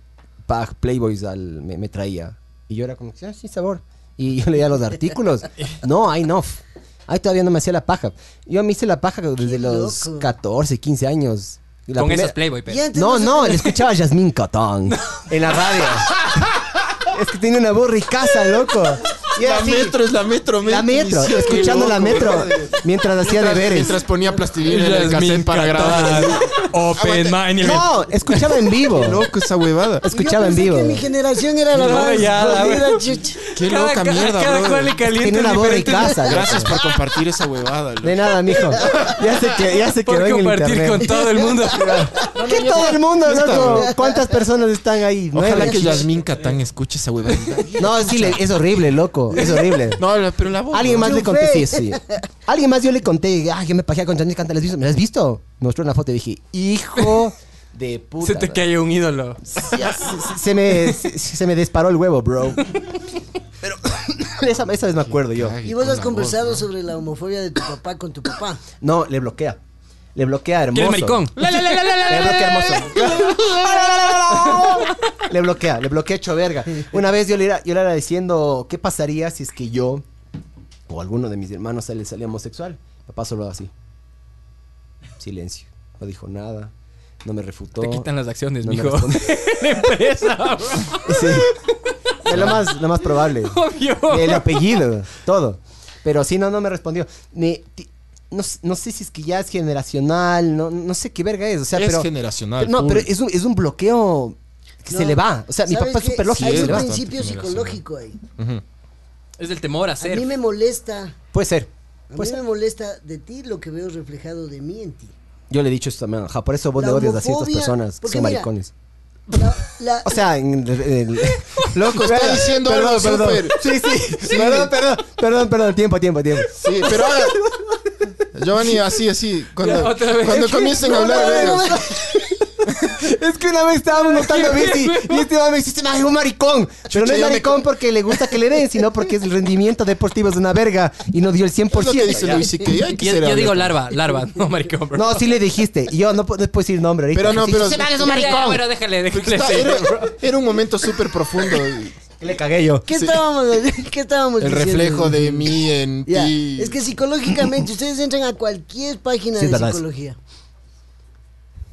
[SPEAKER 4] pack Playboys al- me, me traía. Y yo era como, ah, sí, sabor. Y yo leía los artículos. No, ay, no. Ay, todavía no me hacía la paja. Yo me hice la paja desde los
[SPEAKER 3] loco.
[SPEAKER 4] 14, 15 años. Y la
[SPEAKER 5] Con
[SPEAKER 4] primera-
[SPEAKER 5] esas Playboy, pero.
[SPEAKER 3] Y antes
[SPEAKER 4] no,
[SPEAKER 3] se-
[SPEAKER 4] no, le escuchaba a Yasmín Cotón en la radio. es que tiene una voz ricaza, loco. Y era
[SPEAKER 2] La
[SPEAKER 4] así,
[SPEAKER 2] metro es la metro,
[SPEAKER 4] la metro,
[SPEAKER 2] Sí, es que
[SPEAKER 4] escuchando la
[SPEAKER 2] loco,
[SPEAKER 4] metro
[SPEAKER 2] bro.
[SPEAKER 4] mientras hacía
[SPEAKER 2] Mientras-
[SPEAKER 4] deberes.
[SPEAKER 2] Mientras ponía plastilina en el cassette para grabar.
[SPEAKER 5] Open mind.
[SPEAKER 4] No, escuchaba en vivo.
[SPEAKER 2] Qué loco esa huevada.
[SPEAKER 3] Yo
[SPEAKER 4] Escuchaba en
[SPEAKER 3] pensé
[SPEAKER 4] vivo.
[SPEAKER 3] que mi generación era la
[SPEAKER 5] No,
[SPEAKER 3] más
[SPEAKER 5] ya, la
[SPEAKER 3] jodida,
[SPEAKER 5] verdad.
[SPEAKER 3] chucha.
[SPEAKER 2] Qué
[SPEAKER 5] Cada-
[SPEAKER 2] loca
[SPEAKER 5] cada-
[SPEAKER 2] mierda,
[SPEAKER 5] cada
[SPEAKER 2] bro.
[SPEAKER 5] cual le calienta
[SPEAKER 4] Tiene una
[SPEAKER 5] un
[SPEAKER 4] voz
[SPEAKER 5] diferente-
[SPEAKER 4] ricaza. loco.
[SPEAKER 2] Gracias por compartir esa huevada. loco.
[SPEAKER 4] De nada, mijo. Ya se, que, ya se quedó en
[SPEAKER 5] Por
[SPEAKER 4] el
[SPEAKER 5] compartir
[SPEAKER 4] internet.
[SPEAKER 5] con todo el mundo.
[SPEAKER 4] ¿Qué todo el mundo, loco? ¿Cuántas personas están ahí?
[SPEAKER 2] Ojalá
[SPEAKER 4] Nueve.
[SPEAKER 2] que Yasmín Catán escuche esa huevada.
[SPEAKER 4] No, sí, le- es horrible, loco. Es horrible.
[SPEAKER 2] No, la- pero la voz.
[SPEAKER 4] Alguien
[SPEAKER 2] bro.
[SPEAKER 4] más le
[SPEAKER 3] Triunfé.
[SPEAKER 4] conté, sí, sí. Alguien más yo le conté, ah, yo me pajé con Johnny Canta, ¿la has visto? ¿Me la has visto? Me mostró una foto y dije, hijo de puta.
[SPEAKER 5] Se te
[SPEAKER 4] bro.
[SPEAKER 5] cae un ídolo.
[SPEAKER 4] Ya, se, se- se me, se, se me disparó el huevo, bro. Pero esa, esa vez me acuerdo yo.
[SPEAKER 2] Ay,
[SPEAKER 3] Y vos
[SPEAKER 2] con
[SPEAKER 3] has
[SPEAKER 2] la
[SPEAKER 3] conversado
[SPEAKER 2] voz,
[SPEAKER 3] sobre la homofobia de tu papá con tu papá.
[SPEAKER 4] No, le bloquea. Le bloquea hermoso.
[SPEAKER 5] ¿Quieres maricón? La, la, la, la, la, la,
[SPEAKER 4] Le
[SPEAKER 5] la, la,
[SPEAKER 4] bloquea
[SPEAKER 5] la.
[SPEAKER 4] hermoso. le bloquea, le bloquea hecho verga. Una vez yo le, era, yo le era diciendo, ¿qué pasaría si es que yo o alguno de mis hermanos le salía homosexual? Papá solo así. Silencio. No dijo nada. No me refutó.
[SPEAKER 5] Te quitan las acciones,
[SPEAKER 4] No me
[SPEAKER 5] mijo.
[SPEAKER 4] responde.
[SPEAKER 5] La empresa, bro.
[SPEAKER 4] Sí. Es lo más, lo más probable. El
[SPEAKER 5] Obvio.
[SPEAKER 4] apellido, todo. Pero sí, no, no me respondió. Ni- ti- no, s- no sé si es que ya es generacional, no, no sé qué verga es. O sea,
[SPEAKER 2] Es
[SPEAKER 4] pero,
[SPEAKER 2] generacional,
[SPEAKER 4] No, pero
[SPEAKER 2] puro.
[SPEAKER 4] es un, es un bloqueo que se
[SPEAKER 3] No.
[SPEAKER 4] le va. O sea, mi
[SPEAKER 3] ¿Sabes
[SPEAKER 4] papá es
[SPEAKER 3] qué?
[SPEAKER 4] súper lógico.
[SPEAKER 2] Sí,
[SPEAKER 4] se
[SPEAKER 3] Hay
[SPEAKER 2] es
[SPEAKER 3] un
[SPEAKER 4] le va.
[SPEAKER 2] bastante
[SPEAKER 3] principio
[SPEAKER 2] generacional.
[SPEAKER 3] psicológico ahí.
[SPEAKER 5] Es del temor a
[SPEAKER 3] A mí
[SPEAKER 5] ser.
[SPEAKER 3] me molesta,
[SPEAKER 4] Puede ser.
[SPEAKER 3] a
[SPEAKER 4] Puede
[SPEAKER 3] mí me
[SPEAKER 4] ser.
[SPEAKER 3] molesta de ti lo que veo reflejado de mí en ti.
[SPEAKER 4] Yo le he dicho esto también. ajá, por eso vos
[SPEAKER 3] La
[SPEAKER 4] le odias a ciertas
[SPEAKER 3] homofobia,
[SPEAKER 4] personas que
[SPEAKER 3] porque
[SPEAKER 4] son
[SPEAKER 3] mira-
[SPEAKER 4] maricones.
[SPEAKER 3] La- la-
[SPEAKER 4] O sea, en, en-
[SPEAKER 2] Loco, está diciendo algo súper.
[SPEAKER 4] Sí, sí. Perdón, perdón, perdón, perdón. Tiempo, tiempo, tiempo.
[SPEAKER 2] Sí, pero ahora. Giovanni, así, así.
[SPEAKER 5] Ya,
[SPEAKER 2] Cuando,
[SPEAKER 5] otra vez.
[SPEAKER 2] cuando comiencen a hablar, vergas.
[SPEAKER 4] Es que una vez estábamos montando bici y este hombre me dice, "Ay, un maricón. Pero no
[SPEAKER 2] Chucha,
[SPEAKER 4] es
[SPEAKER 2] ya me
[SPEAKER 4] maricón
[SPEAKER 2] co-
[SPEAKER 4] porque le gusta que le den, sino porque el rendimiento deportivo es una verga y no dio el
[SPEAKER 2] Es lo que
[SPEAKER 4] 100%.
[SPEAKER 2] dice Luis y que hay que
[SPEAKER 5] Yo,
[SPEAKER 2] ser
[SPEAKER 5] yo digo
[SPEAKER 2] abierto.
[SPEAKER 5] larva, larva, no maricón, bro.
[SPEAKER 4] No, sí le dijiste. Y yo no, pu- no puedo decir nombre ahorita.
[SPEAKER 2] Pero no,
[SPEAKER 4] Sí,
[SPEAKER 2] pero-
[SPEAKER 4] "Ese man es
[SPEAKER 5] Ya,
[SPEAKER 4] un
[SPEAKER 5] ya, ya,
[SPEAKER 4] maricón.
[SPEAKER 5] Bueno, déjale, déjale.
[SPEAKER 2] Está-
[SPEAKER 5] ser,
[SPEAKER 2] era,
[SPEAKER 5] bro.
[SPEAKER 2] era un momento súper profundo.
[SPEAKER 4] Que le cagué yo.
[SPEAKER 3] ¿Qué estábamos, qué estábamos
[SPEAKER 2] El
[SPEAKER 3] diciendo?
[SPEAKER 2] reflejo de mí en
[SPEAKER 3] Ya,
[SPEAKER 2] ti.
[SPEAKER 3] Es que psicológicamente, ustedes entran a cualquier página
[SPEAKER 4] Sí, es
[SPEAKER 3] de
[SPEAKER 4] verdad.
[SPEAKER 3] psicología.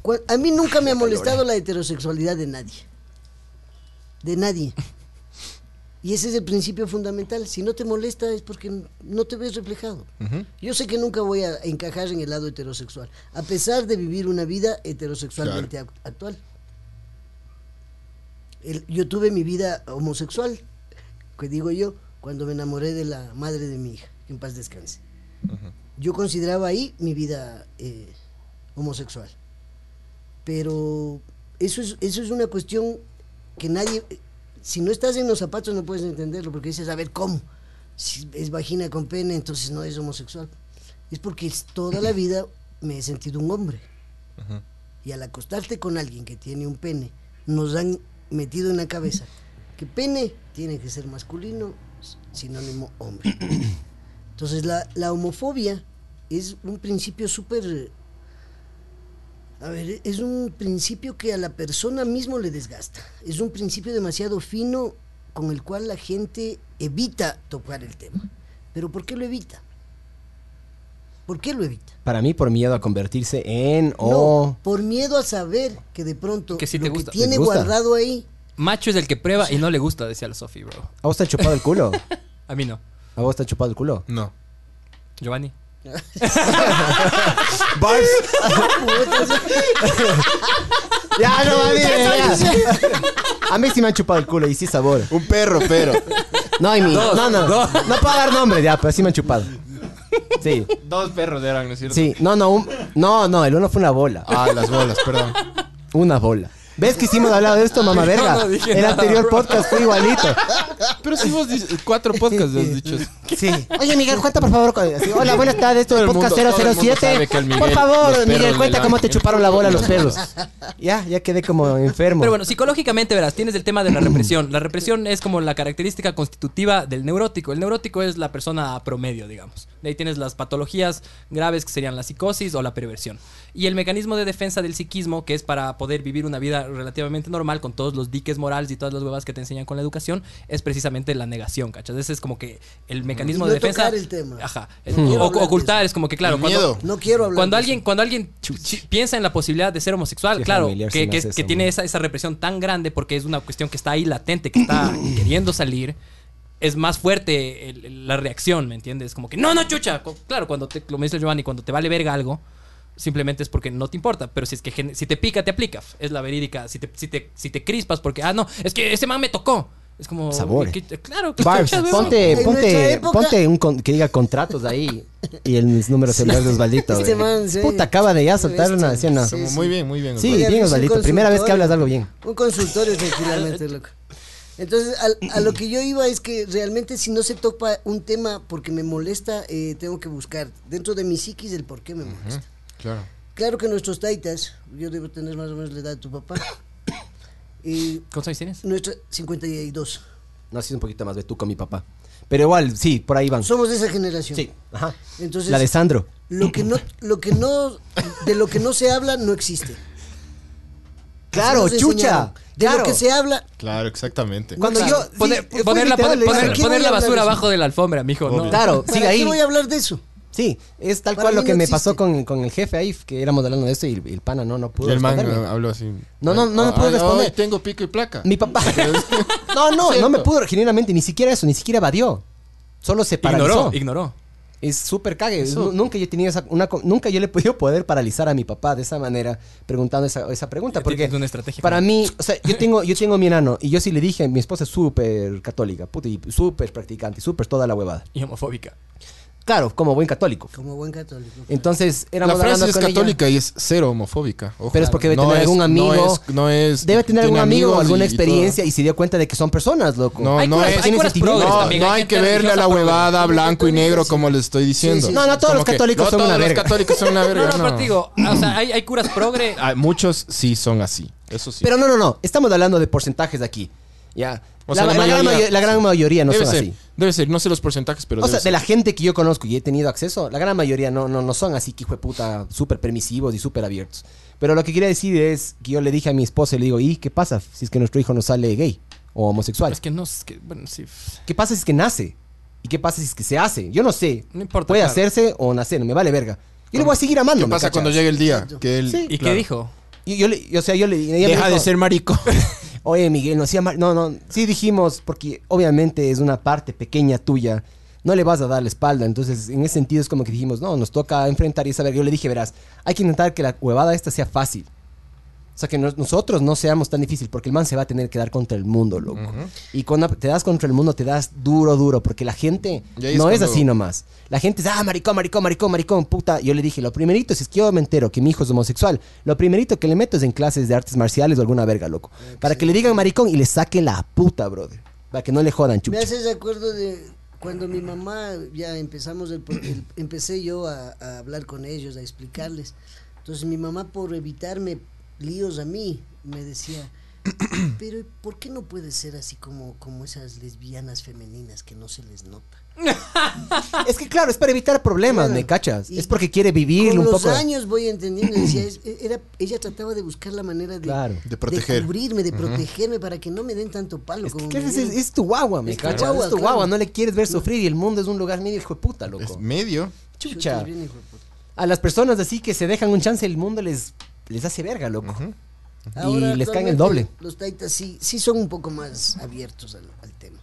[SPEAKER 3] Cua- A mí nunca me ha molestado la heterosexualidad de nadie. De nadie. Y ese es el principio fundamental. Si no te molesta es porque no te ves reflejado. Yo sé que nunca voy a encajar en el lado heterosexual, a pesar de vivir una vida heterosexualmente ac- actual. El- yo tuve mi vida homosexual, que digo yo, cuando me enamoré de la madre de mi hija, que en paz descanse. Yo consideraba ahí mi vida eh, homosexual. Pero eso es, eso es una cuestión que nadie, si no estás en los zapatos no puedes entenderlo, porque dices, a ver, ¿cómo? si es vagina con pene, entonces no es homosexual. Es porque es- toda la vida me he sentido un hombre. Y al acostarte con alguien que tiene un pene, nos han metido en la cabeza que pene tiene que ser masculino, s- sinónimo hombre. Entonces la, la homofobia es un principio súper... eh, A ver, es un principio que a la persona mismo le desgasta. Es un principio demasiado fino con el cual la gente evita tocar el tema. Pero ¿por qué lo evita? ¿Por qué lo evita?
[SPEAKER 4] Para mí, por miedo a convertirse en o.
[SPEAKER 3] No, por miedo a saber que de pronto
[SPEAKER 5] Que sí
[SPEAKER 3] lo
[SPEAKER 5] te gusta.
[SPEAKER 3] que tiene
[SPEAKER 4] ¿Te gusta?
[SPEAKER 3] guardado ahí
[SPEAKER 5] Macho es el que prueba y no le gusta, decía la Sofi, bro.
[SPEAKER 4] ¿A vos te ha chupado el culo?
[SPEAKER 5] A mí no.
[SPEAKER 4] ¿A vos te ha chupado el culo?
[SPEAKER 2] No.
[SPEAKER 5] Giovanni.
[SPEAKER 4] ¡Bars! ya, no, mami, ya, ya. A mí sí me han chupado el culo y sí sabor.
[SPEAKER 2] Un perro, pero.
[SPEAKER 4] No, y mi. no, no. No puedo dar nombres ya, pero sí me han chupado. Sí,
[SPEAKER 6] Dos perros eran, ¿no es cierto?
[SPEAKER 4] sí. No, no, un- no, no, el uno fue una bola.
[SPEAKER 2] Ah, las bolas, perdón.
[SPEAKER 4] Una bola. ¿Ves que hicimos hablado de esto, mamá verga?
[SPEAKER 5] no dije
[SPEAKER 4] el
[SPEAKER 5] nada,
[SPEAKER 4] anterior podcast fue igualito.
[SPEAKER 6] Pero si vos dices, cuatro podcasts has dicho eso.
[SPEAKER 4] Sí. Oye, Miguel, cuenta por favor. con- así, Hola, buenas tardes. Esto es
[SPEAKER 6] Todo el
[SPEAKER 4] podcast
[SPEAKER 6] mundo- todo el mundo
[SPEAKER 4] 007.
[SPEAKER 6] sabe que el Miguel-
[SPEAKER 4] por
[SPEAKER 6] los
[SPEAKER 4] favor,
[SPEAKER 6] perros
[SPEAKER 4] Miguel,
[SPEAKER 6] le
[SPEAKER 4] cuenta cómo te
[SPEAKER 6] ladran.
[SPEAKER 4] chuparon la bola los perros. Ya, ya quedé como enfermo.
[SPEAKER 5] Pero bueno, psicológicamente, verás, tienes el tema de la represión. La represión es como la característica constitutiva del neurótico. El neurótico es la persona promedio, digamos. De ahí tienes las patologías graves que serían la psicosis o la perversión. Y el mecanismo de defensa del psiquismo, que es para poder vivir una vida relativamente normal con todos los diques morales y todas las huevas que te enseñan con la educación, es precisamente la negación, ¿cachas? Ese es como que el mecanismo
[SPEAKER 3] Y
[SPEAKER 5] de
[SPEAKER 3] Mm. no
[SPEAKER 5] defensa.
[SPEAKER 3] tocar el tema.
[SPEAKER 5] Ajá.
[SPEAKER 3] quiero
[SPEAKER 5] O-
[SPEAKER 3] hablar de
[SPEAKER 5] ocultar
[SPEAKER 3] eso.
[SPEAKER 5] es como que, claro,
[SPEAKER 2] El
[SPEAKER 5] cuando-
[SPEAKER 2] miedo.
[SPEAKER 3] No quiero hablar.
[SPEAKER 5] cuando
[SPEAKER 3] de
[SPEAKER 5] alguien,
[SPEAKER 3] eso.
[SPEAKER 5] cuando alguien chi- piensa en la posibilidad de ser homosexual,
[SPEAKER 4] Qué
[SPEAKER 5] claro,
[SPEAKER 4] familiar se
[SPEAKER 5] que,
[SPEAKER 4] me
[SPEAKER 5] que-
[SPEAKER 4] hace
[SPEAKER 5] que
[SPEAKER 4] eso,
[SPEAKER 5] tiene
[SPEAKER 4] man.
[SPEAKER 5] esa, esa represión tan grande porque es una cuestión que está ahí latente, que está queriendo salir, es más fuerte el- el- la reacción, ¿me entiendes? Como que, no, no, chucha. Co- Claro, cuando te, lo me dice el Giovanni, cuando te vale verga algo, simplemente es porque no te importa. Pero si es que gen- si te pica, te aplica. Es la verídica. Si te, si te, si te crispas porque, ah, no, es que ese man me tocó. Es como.
[SPEAKER 4] Sabores.
[SPEAKER 5] ¿qué- claro, ¿qué
[SPEAKER 4] Barbs,
[SPEAKER 5] chucha, weón?
[SPEAKER 4] ponte,
[SPEAKER 3] En nuestra
[SPEAKER 4] ponte,
[SPEAKER 3] época-
[SPEAKER 4] ponte un con- que diga contratos ahí y el número celular de Osvaldito.
[SPEAKER 3] Este
[SPEAKER 4] güey.
[SPEAKER 3] man, sí.
[SPEAKER 4] Puta, acaba de ya soltar una, ¿sí o no?
[SPEAKER 3] Sí, sí.
[SPEAKER 2] Muy bien, muy bien.
[SPEAKER 4] Sí,
[SPEAKER 2] Osvaldo.
[SPEAKER 3] Oye,
[SPEAKER 4] bien,
[SPEAKER 3] es un
[SPEAKER 4] Osvaldito. Primera vez que
[SPEAKER 3] consultorio.
[SPEAKER 4] hablas de algo bien.
[SPEAKER 3] Un consultorio tranquilamente, loco. Entonces, al- a, lo que yo iba es que realmente si no se topa un tema porque me molesta, eh, tengo que buscar dentro de mi psiquis el por qué me molesta.
[SPEAKER 2] Claro.
[SPEAKER 3] Claro que nuestros taitas, yo debo tener más o menos la edad de tu papá, y
[SPEAKER 5] ¿Cuántos años tienes?
[SPEAKER 3] nuestro 52.
[SPEAKER 4] No, sí, es un poquito más de tú con mi papá. Pero igual, sí, por ahí van.
[SPEAKER 3] Somos de esa generación.
[SPEAKER 4] Sí, ajá.
[SPEAKER 3] Entonces,
[SPEAKER 4] La de Sandro.
[SPEAKER 3] lo que no, lo que no, de lo que no se habla no existe.
[SPEAKER 4] Claro,
[SPEAKER 3] Así nos
[SPEAKER 4] chucha.
[SPEAKER 3] enseñaron. De
[SPEAKER 4] claro.
[SPEAKER 3] lo que se habla
[SPEAKER 2] Claro, exactamente.
[SPEAKER 4] Cuando yo. sí,
[SPEAKER 5] Poner,
[SPEAKER 4] fue
[SPEAKER 5] poner la,
[SPEAKER 4] literal,
[SPEAKER 5] poner-
[SPEAKER 4] eso.
[SPEAKER 3] qué
[SPEAKER 5] poner
[SPEAKER 3] voy a
[SPEAKER 5] la
[SPEAKER 3] hablar
[SPEAKER 5] basura
[SPEAKER 3] de eso?
[SPEAKER 5] abajo de la alfombra, mijo. No.
[SPEAKER 4] Claro,
[SPEAKER 3] ¿Para
[SPEAKER 4] sigue
[SPEAKER 3] qué
[SPEAKER 4] ahí.
[SPEAKER 3] voy a hablar de eso?
[SPEAKER 4] Sí, es tal
[SPEAKER 3] Para
[SPEAKER 4] cual
[SPEAKER 3] mí
[SPEAKER 4] lo que
[SPEAKER 3] no
[SPEAKER 4] me
[SPEAKER 3] existe.
[SPEAKER 4] pasó con, con el jefe ahí, que éramos hablando de esto y el, el pana no, no
[SPEAKER 2] Y
[SPEAKER 4] pudo
[SPEAKER 2] el man
[SPEAKER 4] responderme.
[SPEAKER 2] eh, habló así.
[SPEAKER 4] No, no, no me
[SPEAKER 2] Ah,
[SPEAKER 4] puedo
[SPEAKER 2] ah,
[SPEAKER 4] responder.
[SPEAKER 2] hoy tengo pico y placa.
[SPEAKER 4] Mi papá. no, no, no me pudo, genuinamente, ni siquiera eso, ni siquiera evadió. Solo se paralizó.
[SPEAKER 5] Ignoró, ignoró.
[SPEAKER 4] Es súper cague. Nu- Nunca yo he tenido esa, una, co- nunca yo le he podido poder paralizar a mi papá de esa manera, preguntando esa, esa pregunta. Porque
[SPEAKER 5] Es una estrategia.
[SPEAKER 4] para mí, o sea, yo tengo, yo tengo mi enano y yo sí le dije, mi esposa es súper católica, puta, y súper practicante, súper toda la huevada.
[SPEAKER 5] Y homofóbica.
[SPEAKER 4] Claro, como buen católico.
[SPEAKER 3] Como buen católico.
[SPEAKER 4] Entonces,
[SPEAKER 2] La
[SPEAKER 4] éramos
[SPEAKER 2] frase
[SPEAKER 4] hablando
[SPEAKER 2] es
[SPEAKER 4] con ella.
[SPEAKER 2] católica y es cero homofóbica. Ojo.
[SPEAKER 4] Pero es porque debe
[SPEAKER 2] No
[SPEAKER 4] tener
[SPEAKER 2] es-
[SPEAKER 4] algún amigo.
[SPEAKER 2] No es. no es-
[SPEAKER 4] Debe tener
[SPEAKER 2] tiene
[SPEAKER 4] algún amigo,
[SPEAKER 2] amigos
[SPEAKER 4] alguna
[SPEAKER 2] y- y todo.
[SPEAKER 4] experiencia y, se dio cuenta de que son personas, loco.
[SPEAKER 2] No,
[SPEAKER 5] Hay
[SPEAKER 2] no
[SPEAKER 5] curas-
[SPEAKER 2] es.
[SPEAKER 5] hay
[SPEAKER 2] tiene
[SPEAKER 5] curas
[SPEAKER 2] sentido.
[SPEAKER 5] progres
[SPEAKER 2] no,
[SPEAKER 5] también,
[SPEAKER 2] no
[SPEAKER 5] hay
[SPEAKER 2] hay
[SPEAKER 5] gente
[SPEAKER 2] que verle a la
[SPEAKER 5] religiosa
[SPEAKER 2] huevada blanco y negro como les estoy diciendo.
[SPEAKER 4] sí, No, no, todos
[SPEAKER 2] Como
[SPEAKER 4] los
[SPEAKER 2] que
[SPEAKER 4] católicos son
[SPEAKER 2] todos
[SPEAKER 4] una
[SPEAKER 2] los
[SPEAKER 4] verga.
[SPEAKER 2] católicos son una
[SPEAKER 5] No,
[SPEAKER 2] verga.
[SPEAKER 5] no, pero te digo, o sea, hay, hay curas progre.
[SPEAKER 2] Ah, muchos sí son así. Eso sí.
[SPEAKER 4] Pero no, no, no. Estamos hablando de porcentajes de aquí. Ya.
[SPEAKER 2] O
[SPEAKER 4] la,
[SPEAKER 2] sea, la
[SPEAKER 4] la gran
[SPEAKER 2] mayoría-
[SPEAKER 4] mayo- la gran mayoría no
[SPEAKER 2] debe
[SPEAKER 4] son
[SPEAKER 2] ser,
[SPEAKER 4] así.
[SPEAKER 2] debe ser. No sé los porcentajes, pero.
[SPEAKER 4] O sea,
[SPEAKER 2] debe
[SPEAKER 4] de la
[SPEAKER 2] ser.
[SPEAKER 4] gente que yo conozco y he tenido acceso, la gran mayoría no, no, no son así que hijo de puta, súper permisivos y súper abiertos. Pero lo que quería decir es que yo le dije a mi esposa y le digo, ¿y qué pasa si es que nuestro hijo no sale gay o homosexual?
[SPEAKER 5] Es que no, es que, bueno, sí.
[SPEAKER 4] ¿Qué pasa si es que nace? ¿Y qué pasa si es que se hace? Yo no sé.
[SPEAKER 5] No importa,
[SPEAKER 4] Puede
[SPEAKER 5] claro.
[SPEAKER 4] hacerse o nacer, me vale verga. Yo le voy a seguir amando.
[SPEAKER 2] ¿Qué pasa cuando llegue el día? Que él.
[SPEAKER 4] Sí.
[SPEAKER 5] ¿Y qué
[SPEAKER 2] claro.
[SPEAKER 5] dijo?
[SPEAKER 4] Yo, yo le- o sea, yo le ella me
[SPEAKER 2] Deja
[SPEAKER 4] dijo,
[SPEAKER 2] de ser marico.
[SPEAKER 4] Oye, Miguel, no hacía mal. No, no, sí dijimos, porque obviamente es una parte pequeña tuya. No le vas a dar la espalda. Entonces, en ese sentido es como que dijimos, no, nos toca enfrentar y saber. Yo le dije, verás, hay que intentar que la huevada esta sea fácil. O sea, que nos- nosotros no seamos tan difícil, porque el man se va a tener que dar contra el mundo, loco. Y cuando te das contra el mundo, te das duro, duro, porque la gente
[SPEAKER 2] Y ahí es
[SPEAKER 4] no es,
[SPEAKER 2] cuando-
[SPEAKER 4] así nomás. La gente es, ah, maricón, maricón, maricón, maricón, puta. Yo le dije, lo primerito, si es que yo me entero que mi hijo es homosexual, lo primerito que le meto es en clases de artes marciales o alguna verga, loco. Para que le digan maricón y le saquen la puta, brother. Para que no le jodan,
[SPEAKER 3] Me
[SPEAKER 4] chucha.
[SPEAKER 3] haces de acuerdo de Cuando mi mamá, ya empezamos, el, pro- el- empecé yo a, a hablar con ellos, a explicarles. Entonces mi mamá, por evitarme líos a mí, me decía, pero ¿por qué no puede ser así como, como esas lesbianas femeninas que no se les nota?
[SPEAKER 4] Es que claro, es para evitar problemas,
[SPEAKER 3] Claro.
[SPEAKER 4] ¿me cachas?
[SPEAKER 3] Y
[SPEAKER 4] Es porque quiere vivir
[SPEAKER 3] con
[SPEAKER 4] un
[SPEAKER 3] los
[SPEAKER 4] poco.
[SPEAKER 3] años voy entendiendo, decía, es- e, era, ella trataba de buscar la manera de,
[SPEAKER 4] Claro.
[SPEAKER 2] De proteger.
[SPEAKER 3] de cubrirme, de protegerme para que no me den tanto palo.
[SPEAKER 4] Es, que,
[SPEAKER 3] como
[SPEAKER 4] ¿qué
[SPEAKER 3] me
[SPEAKER 4] haces?
[SPEAKER 3] dieron.
[SPEAKER 4] es, es tu guagua, ¿me
[SPEAKER 3] Es tu
[SPEAKER 4] cachas?
[SPEAKER 3] guagua,
[SPEAKER 4] es tu
[SPEAKER 3] claro.
[SPEAKER 4] guagua, no le quieres ver sufrir y el mundo es un lugar medio hijo de puta, loco.
[SPEAKER 2] Es medio.
[SPEAKER 3] Chuta,
[SPEAKER 4] Chucha.
[SPEAKER 3] es bien hijo de puta.
[SPEAKER 4] A las personas así que se dejan un chance, el mundo les, les hace verga, loco.
[SPEAKER 3] Ahora,
[SPEAKER 4] Y les caen el
[SPEAKER 3] actualmente,
[SPEAKER 4] doble.
[SPEAKER 3] Los taitas sí, sí son un poco más abiertos al, al tema.